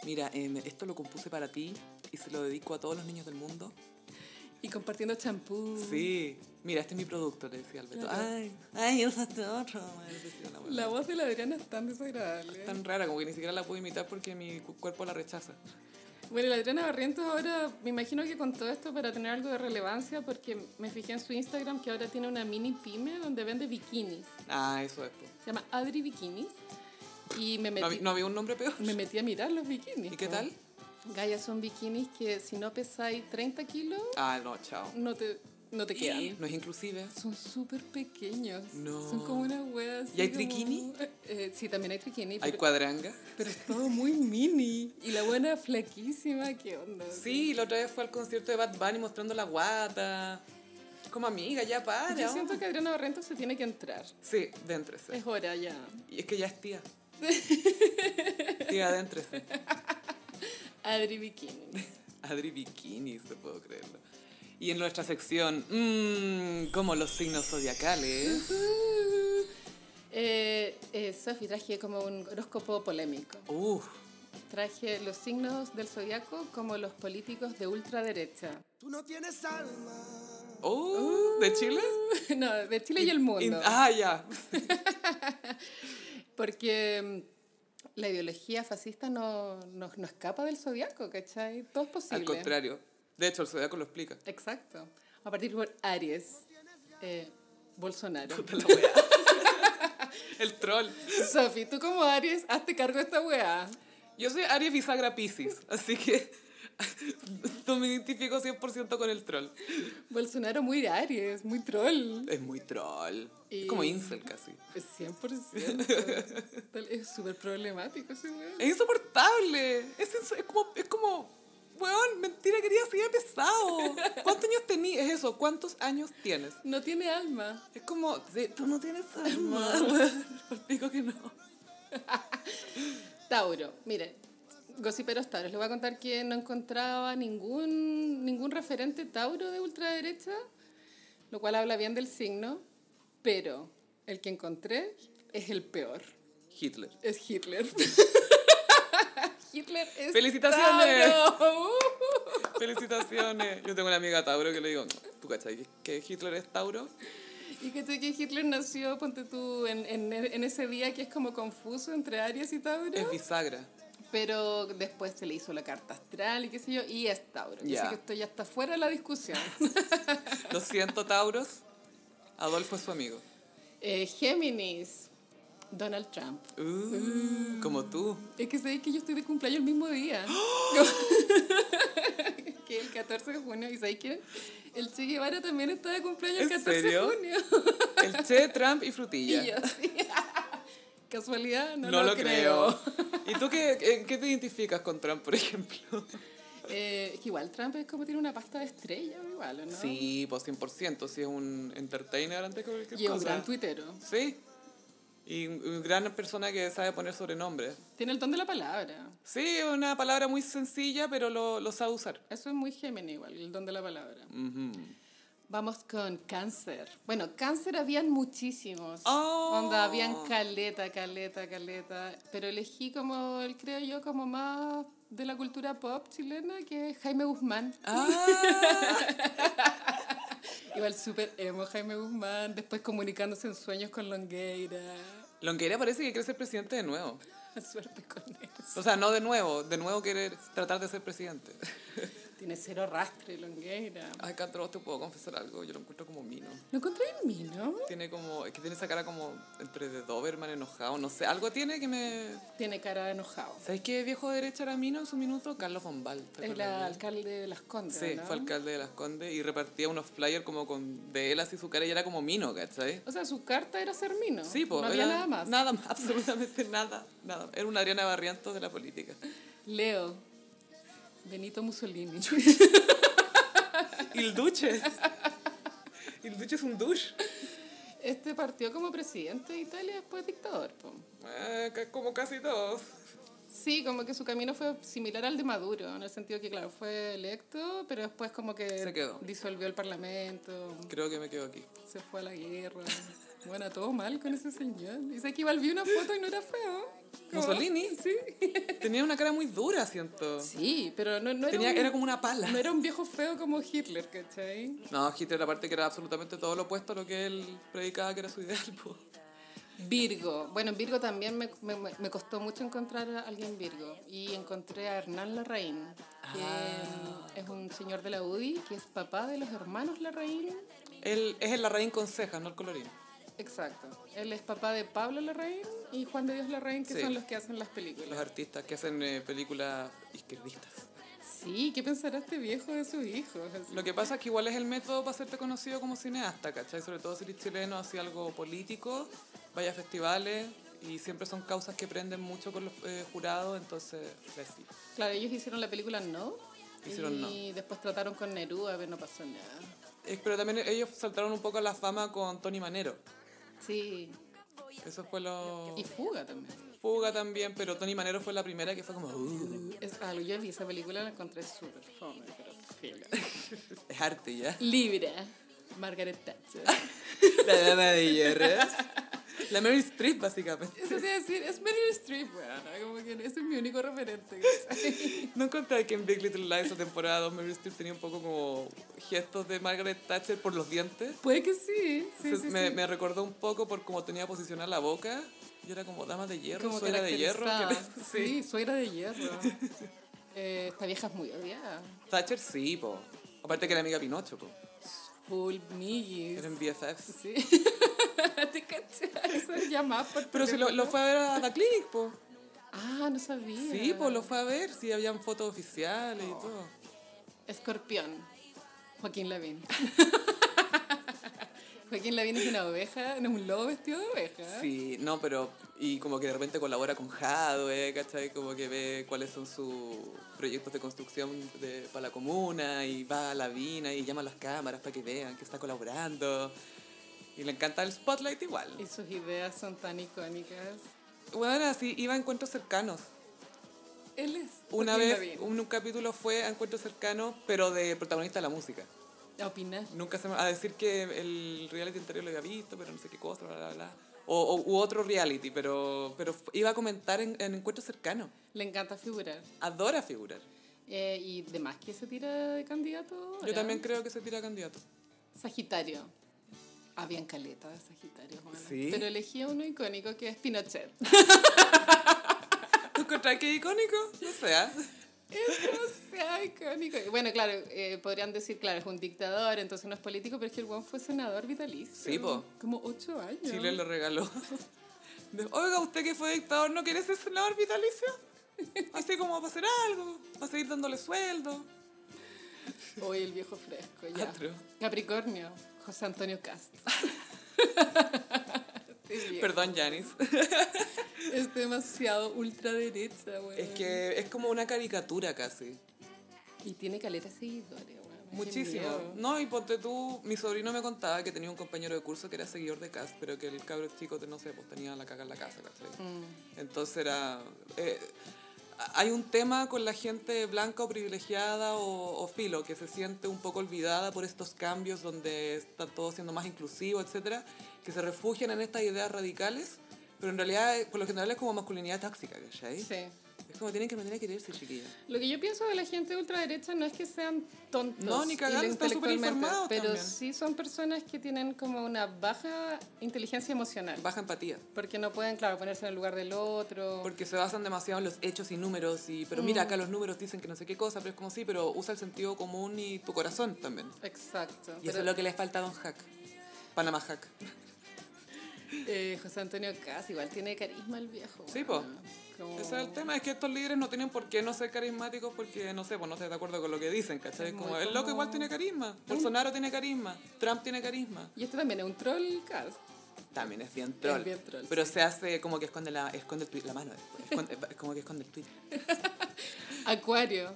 Speaker 1: Mira, em, esto lo compuse para ti y se lo dedico a todos los niños del mundo.
Speaker 2: y compartiendo champú.
Speaker 1: Sí. Mira, este es mi producto, le decía Alberto.
Speaker 2: Mm.
Speaker 1: Ah,
Speaker 2: Claro.
Speaker 1: Ay, ay, usaste otro. le decía una buena.
Speaker 2: La voz de la Adriana es tan desagradable.
Speaker 1: Tan rara, como que ni siquiera la puedo imitar porque mi cu- cuerpo la rechaza.
Speaker 2: Bueno, la Adriana Barrientos ahora me imagino que contó esto para tener algo de relevancia porque me fijé en su Instagram que ahora tiene una mini pyme donde vende bikinis.
Speaker 1: Ah, eso es. po.
Speaker 2: Se llama Adri Bikinis. Y me
Speaker 1: ¿No,
Speaker 2: metí,
Speaker 1: hab- no había un nombre peor?
Speaker 2: me metí a mirar los bikinis.
Speaker 1: ¿Y qué
Speaker 2: po.
Speaker 1: tal?
Speaker 2: Gaya, son bikinis que si no pesáis 30 kilos,
Speaker 1: Ah, no, chao.
Speaker 2: no te, no te quedan.
Speaker 1: No es inclusive.
Speaker 2: Son súper pequeños.
Speaker 1: No.
Speaker 2: Son como una hueá así
Speaker 1: ¿Y hay
Speaker 2: como-
Speaker 1: triquini?
Speaker 2: Eh, sí, también hay triquini.
Speaker 1: Hay
Speaker 2: pero-
Speaker 1: cuadranga.
Speaker 2: Pero es todo muy mini. Y la buena flaquísima, ¿qué onda?
Speaker 1: Sí, la otra vez fue al concierto de Bad Bunny mostrando la guata. Como amiga, ya para.
Speaker 2: Yo siento que Adriana Barrento se tiene que entrar.
Speaker 1: Sí, déntrese.
Speaker 2: Es hora ya.
Speaker 1: Y es que ya es tía. tía, déntrese.
Speaker 2: Adri Bikini.
Speaker 1: Adri Bikini, se puedo creerlo. Y en nuestra sección, mmm, como los signos zodiacales.
Speaker 2: Eh, eh, Sofi, traje como un horóscopo polémico.
Speaker 1: Uf,
Speaker 2: Traje los signos del zodiaco como los políticos de ultraderecha.
Speaker 4: Tú no tienes alma.
Speaker 1: oh, ¿de Chile?
Speaker 2: no, de Chile y el
Speaker 1: In-
Speaker 2: mundo.
Speaker 1: ah, ya.
Speaker 2: Porque mm, la ideología fascista no, no, no escapa del zodiaco, ¿cachai? Todo es
Speaker 1: Al
Speaker 2: posible.
Speaker 1: contrario. De hecho, el zodiaco lo explica.
Speaker 2: Exacto. A partir por Aries, eh, Bolsonaro.
Speaker 1: Puta la wea. el troll.
Speaker 2: Sofi, tú como Aries, hazte cargo de esta weá.
Speaker 1: Yo soy Aries bisagra Pisces, así que no me identifico 100% con el troll.
Speaker 2: Bolsonaro muy Aries, muy troll.
Speaker 1: Es muy troll.
Speaker 2: Y-
Speaker 1: Es como incel casi.
Speaker 2: Es 100%. Tal- es súper problemático ese weón.
Speaker 1: Es insoportable. Es, ins- es como, es como, weón, mentira querida, sigue pesado. ¿Cuántos años tenías? Es eso, ¿cuántos años tienes?
Speaker 2: No tiene alma.
Speaker 1: Es como, sí, tú no tienes alma, weón. Por pico que no.
Speaker 2: Tauro, mire, gossiperos Tauros. Les voy a contar que no encontraba ningún, ningún referente Tauro de ultraderecha, lo cual habla bien del signo, pero el que encontré es el peor.
Speaker 1: Hitler.
Speaker 2: Es Hitler. Hitler es
Speaker 1: ¡Felicitaciones!
Speaker 2: Tauro. Uh.
Speaker 1: Felicitaciones. Yo tengo una amiga Tauro que le digo, ¿tú cachai que Hitler es Tauro?
Speaker 2: Y que que Hitler nació, ponte tú, en, en, en ese día que es como confuso entre Aries y Tauro.
Speaker 1: Es bisagra.
Speaker 2: Pero después se le hizo la carta astral y qué sé yo, y es Tauro. Así
Speaker 1: Ya.
Speaker 2: que esto ya está fuera de la discusión.
Speaker 1: Lo siento, Tauros. Adolfo es su amigo.
Speaker 2: Eh, Géminis, Donald Trump.
Speaker 1: Uh, como tú.
Speaker 2: Es que sabéis que yo estoy de cumpleaños el mismo día. que el 14 de junio. Y sabéis que el Che Guevara también está de cumpleaños el
Speaker 1: ¿En
Speaker 2: 14
Speaker 1: serio?
Speaker 2: de junio.
Speaker 1: El Che, Trump y
Speaker 2: Y
Speaker 1: Frutilla.
Speaker 2: yo, sí. Casualidad, no,
Speaker 1: no, lo creo. ¿Y tú qué, en qué te identificas con Trump, por ejemplo?
Speaker 2: Eh, es que igual Trump es como tiene una pasta de estrella, igual, ¿o ¿no?
Speaker 1: Sí, pues 100%. Si es un entertainer antes que cualquier
Speaker 2: Y es un
Speaker 1: cosa.
Speaker 2: gran tuitero.
Speaker 1: Sí. Y un- una gran persona que sabe poner sobrenombres.
Speaker 2: Tiene el don de la palabra.
Speaker 1: Sí, es una palabra muy sencilla, pero lo, lo sabe usar.
Speaker 2: Eso es muy Géminis igual, el don de la palabra.
Speaker 1: Ujú.
Speaker 2: Vamos con cáncer. Bueno, cáncer habían muchísimos.
Speaker 1: Oh.
Speaker 2: Onda, habían caleta, caleta, caleta. Pero elegí como, el, creo yo, como más de la cultura pop chilena, que es Jaime Guzmán.
Speaker 1: Ah,
Speaker 2: Igual súper emo Jaime Guzmán, después comunicándose en sueños con Longueira.
Speaker 1: Longueira parece que quiere ser presidente de nuevo.
Speaker 2: Suerte con eso.
Speaker 1: O sea, no de nuevo, de nuevo querer tratar de ser presidente.
Speaker 2: Tiene cero rastre Longueira.
Speaker 1: Ay, Cantro, te puedo confesar algo, yo lo encuentro como mino.
Speaker 2: ¿Lo encontré en mí, no?
Speaker 1: Tiene como, es que tiene esa cara como entre de Doberman enojado, no sé, algo tiene que me...
Speaker 2: Tiene cara de enojado.
Speaker 1: ¿Sabes qué viejo de derecha era mino en su minuto? Carlos Bombal. ¿te
Speaker 2: Es el
Speaker 1: acuerdas de él?
Speaker 2: alcalde de Las Condes,
Speaker 1: Sí,
Speaker 2: ¿no?
Speaker 1: fue alcalde de Las Condes y repartía unos flyers como con de él así su cara y era como mino, ¿cachai?
Speaker 2: O sea, su carta era ser mino.
Speaker 1: Sí, pues.
Speaker 2: No había nada más.
Speaker 1: Nada más, absolutamente nada, nada. Era una Adriana Barrientos de la política.
Speaker 2: Leo. Benito Mussolini.
Speaker 1: Il Duce. Il Duce es un douche.
Speaker 2: Este partió como presidente de Italia y después dictador. po.
Speaker 1: Eh, ca- como casi todos.
Speaker 2: Sí, como que su camino fue similar al de Maduro, en el sentido que, claro, fue electo, pero después como que
Speaker 1: Se quedó.
Speaker 2: disolvió el parlamento,
Speaker 1: Creo que me quedo aquí.
Speaker 2: se fue a la guerra. Bueno, todo mal con ese señor. Dice que igual vi una foto y no era feo. Como-
Speaker 1: Mussolini.
Speaker 2: Sí.
Speaker 1: Tenía una cara muy dura, siento.
Speaker 2: Sí, pero no, no,
Speaker 1: Tenía,
Speaker 2: era un,
Speaker 1: era como una pala.
Speaker 2: no era un viejo feo como Hitler, ¿cachai?
Speaker 1: No, Hitler aparte que era absolutamente todo lo opuesto a lo que él predicaba que era su ideal. po.
Speaker 2: Virgo. Bueno, en Virgo también me, me, me costó mucho encontrar a alguien Virgo. Y encontré a Hernán Larraín, que
Speaker 1: Ah.
Speaker 2: es un señor de la UDI, que es papá de los hermanos Larraín.
Speaker 1: Él es el Larraín con cejas, no el colorín.
Speaker 2: Exacto. Él es papá de Pablo Larraín y Juan de Dios Larraín, que
Speaker 1: Sí.
Speaker 2: son los que hacen las
Speaker 1: Los
Speaker 2: películas.
Speaker 1: artistas que hacen eh, películas izquierdistas.
Speaker 2: Sí, ¿qué pensará este viejo de sus hijos? Así.
Speaker 1: Lo que pasa es que igual es el método para hacerte conocido como cineasta, ¿cachai? Sobre todo si eres chileno, hace algo político, vaya a festivales y siempre son causas que prenden mucho con los eh, jurados, entonces, pues sí.
Speaker 2: Claro, ellos hicieron la película No.
Speaker 1: Hicieron
Speaker 2: y después trataron con Neruda, pero no pasó nada.
Speaker 1: Eh, Pero también ellos saltaron un poco a la fama con Tony Manero.
Speaker 2: Sí.
Speaker 1: Eso fue lo...
Speaker 2: Y Fuga también.
Speaker 1: Fuga también, pero Tony Manero fue la primera que fue como... "Uh,
Speaker 2: Es algo, yo vi esa película, la encontré súper fome, pero fila.
Speaker 1: es arte ya.
Speaker 2: Libra. Margaret Thatcher.
Speaker 1: La dama de hierro. La Mary Streep, básicamente.
Speaker 2: Eso te iba a decir, es Meryl Streep, weón. ¿no? Como que ese es mi único referente. ¿cachai?
Speaker 1: No encontré que en Big Little Lies, la temporada 2, Mary Streep tenía un poco como gestos de Margaret Thatcher por los dientes.
Speaker 2: Puede que sí. sí,
Speaker 1: Se-
Speaker 2: sí,
Speaker 1: me,
Speaker 2: sí.
Speaker 1: me recordó un poco por cómo tenía posicionada la boca. Y era como dama de hierro,
Speaker 2: como
Speaker 1: suegra de hierro. que
Speaker 2: caracterizada.
Speaker 1: te-
Speaker 2: Sí,
Speaker 1: sí.
Speaker 2: suegra de hierro. Eh, esta vieja es muy odiada.
Speaker 1: Thatcher sí, po. Aparte que era amiga de Pinocho, po.
Speaker 2: Full Miggy.
Speaker 1: Eran BFFs.
Speaker 2: Sí. ¿Te cachas? Eso ya más por
Speaker 1: Pero si lo,
Speaker 2: teléfono.
Speaker 1: lo fue a ver a la clinic, po.
Speaker 2: Ah, no sabía.
Speaker 1: Sí, po, lo fue a ver. Sí, habían fotos oficiales
Speaker 2: Oh.
Speaker 1: y todo.
Speaker 2: Escorpión. Joaquín Lavín. Joaquín Lavín es una oveja, no es un lobo vestido de oveja.
Speaker 1: Sí, no, pero... Y como que de repente colabora con Jadwe, ¿cachai? Como que ve cuáles son sus proyectos de construcción de, para la comuna y va a la vina y llama a las cámaras para que vean que está colaborando. Y le encanta el spotlight igual.
Speaker 2: Y sus ideas son tan icónicas.
Speaker 1: Bueno, así iba a encuentros cercanos.
Speaker 2: Él es.
Speaker 1: Una
Speaker 2: Joaquín
Speaker 1: vez,
Speaker 2: Lavín.
Speaker 1: un, un capítulo fue a encuentros cercanos, pero de protagonista de la música.
Speaker 2: A opinar.
Speaker 1: Nunca se me... A decir que el reality anterior lo había visto, pero no sé qué cosa, bla, bla, bla. O, o- u otro reality, pero, pero f- iba a comentar en, en encuentros cercanos.
Speaker 2: Le encanta figurar.
Speaker 1: Adora figurar.
Speaker 2: Eh, y de más que se tira de candidato.
Speaker 1: Yo
Speaker 2: ahora.
Speaker 1: también creo que se tira candidato.
Speaker 2: Sagitario. Habían caleta de Sagitario, bueno.
Speaker 1: ¿Sí?
Speaker 2: Pero elegí a uno icónico que es Pinochet.
Speaker 1: ¿Tú encontrás que es icónico? No sé. ¿ah?
Speaker 2: o sea, icónico. Y Bueno, claro, eh, podrían decir, claro, es un dictador, entonces no es político, pero es que el Juan fue senador vitalicio.
Speaker 1: Sí, po.
Speaker 2: Como ocho años.
Speaker 1: Chile lo regaló. De- Oiga, usted que fue dictador, ¿no quiere ser senador vitalicio? Así como para hacer algo, para seguir dándole sueldo.
Speaker 2: Hoy el viejo fresco, ya.
Speaker 1: Atro.
Speaker 2: Capricornio, José Antonio Cast. Este viejo
Speaker 1: Perdón, Janis.
Speaker 2: Es demasiado ultraderecha, güey.
Speaker 1: Es que es como una caricatura casi.
Speaker 2: Y tiene caleta de seguidores, güey. Qué
Speaker 1: Muchísimo.
Speaker 2: miedo.
Speaker 1: No, y ponte tú, mi sobrino me contaba que tenía un compañero de curso que era seguidor de Cast, pero que el cabro chico, no sé, pues tenía la caga en la casa, ¿cachai?
Speaker 2: Mm.
Speaker 1: Entonces era... eh, hay un tema con la gente blanca o privilegiada o, o filo, que se siente un poco olvidada por estos cambios donde está todo siendo más inclusivo, etcétera, que se refugian en estas ideas radicales, pero en realidad, eh, por lo general, es como masculinidad tóxica, ¿cachai?
Speaker 2: Sí.
Speaker 1: Es como tienen que aprender a quererse, chiquilla.
Speaker 2: Lo que yo pienso de la gente de ultraderecha no es que sean tontos.
Speaker 1: No, ni cagando,
Speaker 2: y lo
Speaker 1: están súper
Speaker 2: intelectualmente,
Speaker 1: informados
Speaker 2: Pero
Speaker 1: también.
Speaker 2: sí son personas que tienen como una baja inteligencia emocional.
Speaker 1: Baja empatía.
Speaker 2: Porque no pueden, claro, ponerse en el lugar del otro.
Speaker 1: Porque se basan demasiado en los hechos y números, y, pero mira, acá los números dicen que no sé qué cosa, pero es como sí, pero usa el sentido común y tu corazón también.
Speaker 2: Exacto.
Speaker 1: Y eso
Speaker 2: Pero,
Speaker 1: es lo que le falta a Don Hack. Panamá Hack.
Speaker 2: eh, José Antonio Cas igual tiene carisma el viejo.
Speaker 1: Sí,
Speaker 2: po.
Speaker 1: po. Ese es el tema, es que estos líderes no tienen por qué no ser carismáticos porque, no sé, pues no estás de acuerdo con lo que dicen, ¿cachai? Es
Speaker 2: Es
Speaker 1: Mm. como,
Speaker 2: muy
Speaker 1: el loco igual
Speaker 2: como-
Speaker 1: tiene carisma, Bolsonaro tiene carisma, Trump tiene carisma.
Speaker 2: Y este también es un troll Cas.
Speaker 1: También es bien troll.
Speaker 2: Es bien troll,
Speaker 1: pero se hace como que esconde la, esconde el twi- la mano, después, esconde- es como que esconde el tweet
Speaker 2: Acuario.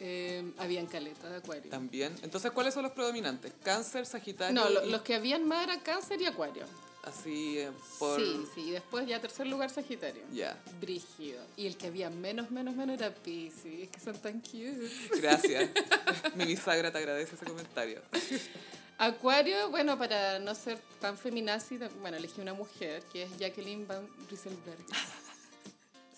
Speaker 2: Eh, habían caleta de Acuario.
Speaker 1: también. Entonces, ¿cuáles son los predominantes? Cáncer, Sagitario.
Speaker 2: No, lo-
Speaker 1: y-
Speaker 2: los que habían más era Cáncer y Acuario.
Speaker 1: Así eh, por...
Speaker 2: Sí, sí. Y después ya tercer lugar Sagitario.
Speaker 1: Ya.
Speaker 2: Brígido. Y el que había menos, menos, menos era Pisces. Es que son tan cute.
Speaker 1: Gracias. Mi bisagra te agradece ese comentario.
Speaker 2: Acuario, bueno, para no ser tan feminazi, tam- bueno, elegí una mujer que es Jacqueline Van Rieselberg.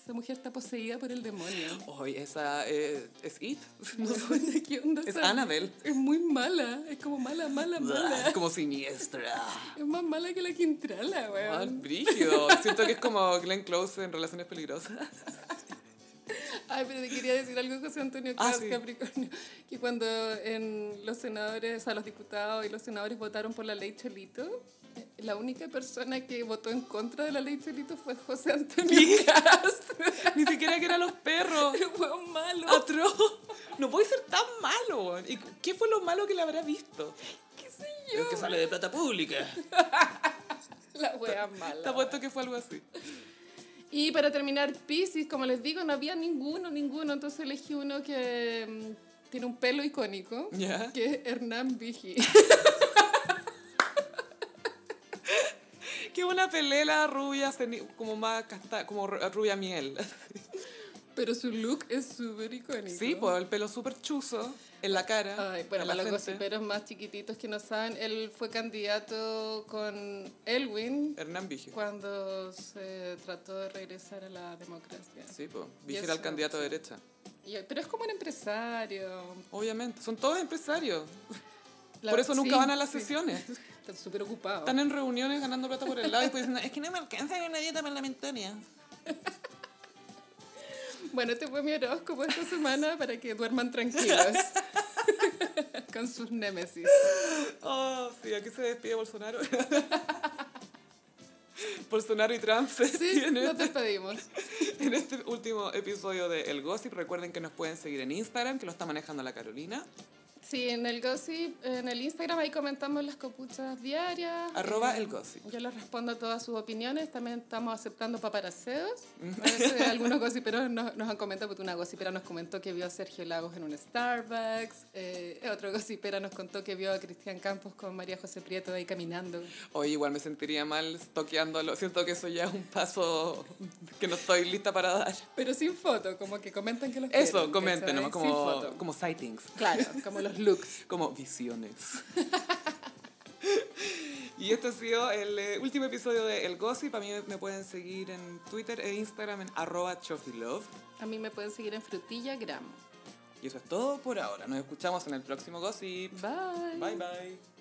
Speaker 2: Esa mujer está poseída por el demonio.
Speaker 1: Hoy esa eh, es It.
Speaker 2: No sé qué onda.
Speaker 1: Es
Speaker 2: esa-
Speaker 1: Annabelle. Ah,
Speaker 2: Es muy mala. Es como mala, mala, mala.
Speaker 1: Como siniestra.
Speaker 2: Es más mala que la Quintrala,
Speaker 1: Man,
Speaker 2: weón.
Speaker 1: brígido. Siento que es como Glenn Close en Relaciones Peligrosas.
Speaker 2: Ay, pero te quería decir algo, José Antonio
Speaker 1: Ah,
Speaker 2: Cast,
Speaker 1: sí.
Speaker 2: Capricornio. Que cuando en los senadores, o sea, los diputados y los senadores votaron por la ley Cholito, eh, la única persona que votó en contra de la ley Cholito fue José Antonio Cast.
Speaker 1: Ni siquiera que eran los perros.
Speaker 2: ¡Qué hueón malo!
Speaker 1: Atroz. No puede ser tan malo. weón. ¿Y qué fue lo malo que le habrá visto?
Speaker 2: ¿Qué sé yo?
Speaker 1: que sale de plata pública.
Speaker 2: La wea
Speaker 1: Te
Speaker 2: mala.
Speaker 1: apuesto que fue algo así.
Speaker 2: Y para terminar, Pisces, como les digo, no había ninguno, ninguno. Entonces elegí uno que mm, tiene un pelo icónico,
Speaker 1: Ya.
Speaker 2: que es Hernán Vigi.
Speaker 1: Que una pelela rubia, ceni- como más casta, como ru- rubia miel.
Speaker 2: Pero su look es súper icónico.
Speaker 1: Sí, por el pelo súper chuzo, en la cara.
Speaker 2: Ay, bueno,
Speaker 1: en la
Speaker 2: para los
Speaker 1: frente.
Speaker 2: gossiperos más chiquititos que no saben, él fue candidato con Elwin
Speaker 1: Hernán Vigio.
Speaker 2: cuando se trató de regresar a la democracia.
Speaker 1: Sí, pues.
Speaker 2: Y
Speaker 1: Vigio era el
Speaker 2: eso,
Speaker 1: candidato de
Speaker 2: sí.
Speaker 1: derecha.
Speaker 2: Y- pero es como un empresario.
Speaker 1: Obviamente. Son todos empresarios.
Speaker 2: La-
Speaker 1: por eso nunca
Speaker 2: sí,
Speaker 1: van a las
Speaker 2: sí.
Speaker 1: sesiones.
Speaker 2: Están súper ocupados.
Speaker 1: Están en reuniones ganando plata por el lado y pues dicen, es que no me alcanza una dieta parlamentaria.
Speaker 2: Bueno, este fue mi horóscopo esta semana para que duerman tranquilos. Con sus némesis.
Speaker 1: Oh, sí, aquí se despide Bolsonaro. Bolsonaro y Trump se
Speaker 2: Sí,
Speaker 1: despiden
Speaker 2: nos despedimos.
Speaker 1: en este último episodio de El Gossip. Recuerden que nos pueden seguir en Instagram, que lo está manejando la Carolina.
Speaker 2: Sí, en el gossip, en el Instagram, ahí comentamos las copuchas diarias.
Speaker 1: Arroba
Speaker 2: Eh,
Speaker 1: El Gossip.
Speaker 2: Yo les respondo a todas sus opiniones. También estamos aceptando paparaseos. A veces algunos gossiperos nos, nos han comentado, porque una gossipera nos comentó que vio a Sergio Lagos en un Starbucks. Eh, otro gossipera nos contó que vio a Cristian Campos con María José Prieto ahí caminando.
Speaker 1: Hoy igual me sentiría mal toqueándolo. Siento que eso ya es un paso que no estoy lista para dar.
Speaker 2: Pero sin foto, como que comentan que los
Speaker 1: Eso,
Speaker 2: vieron,
Speaker 1: comenten
Speaker 2: ¿cachai?
Speaker 1: nomás,
Speaker 2: Sin
Speaker 1: como,
Speaker 2: foto.
Speaker 1: como sightings.
Speaker 2: Claro, como los looks.
Speaker 1: como visiones. y este ha sido el eh, último episodio de El Gossip. A mí me pueden seguir en Twitter e Instagram en arroba chofilove.
Speaker 2: A mí me pueden seguir en Frutilla Gram.
Speaker 1: Y eso es todo por ahora. Nos escuchamos en el próximo Gossip.
Speaker 2: Bye.
Speaker 1: Bye bye.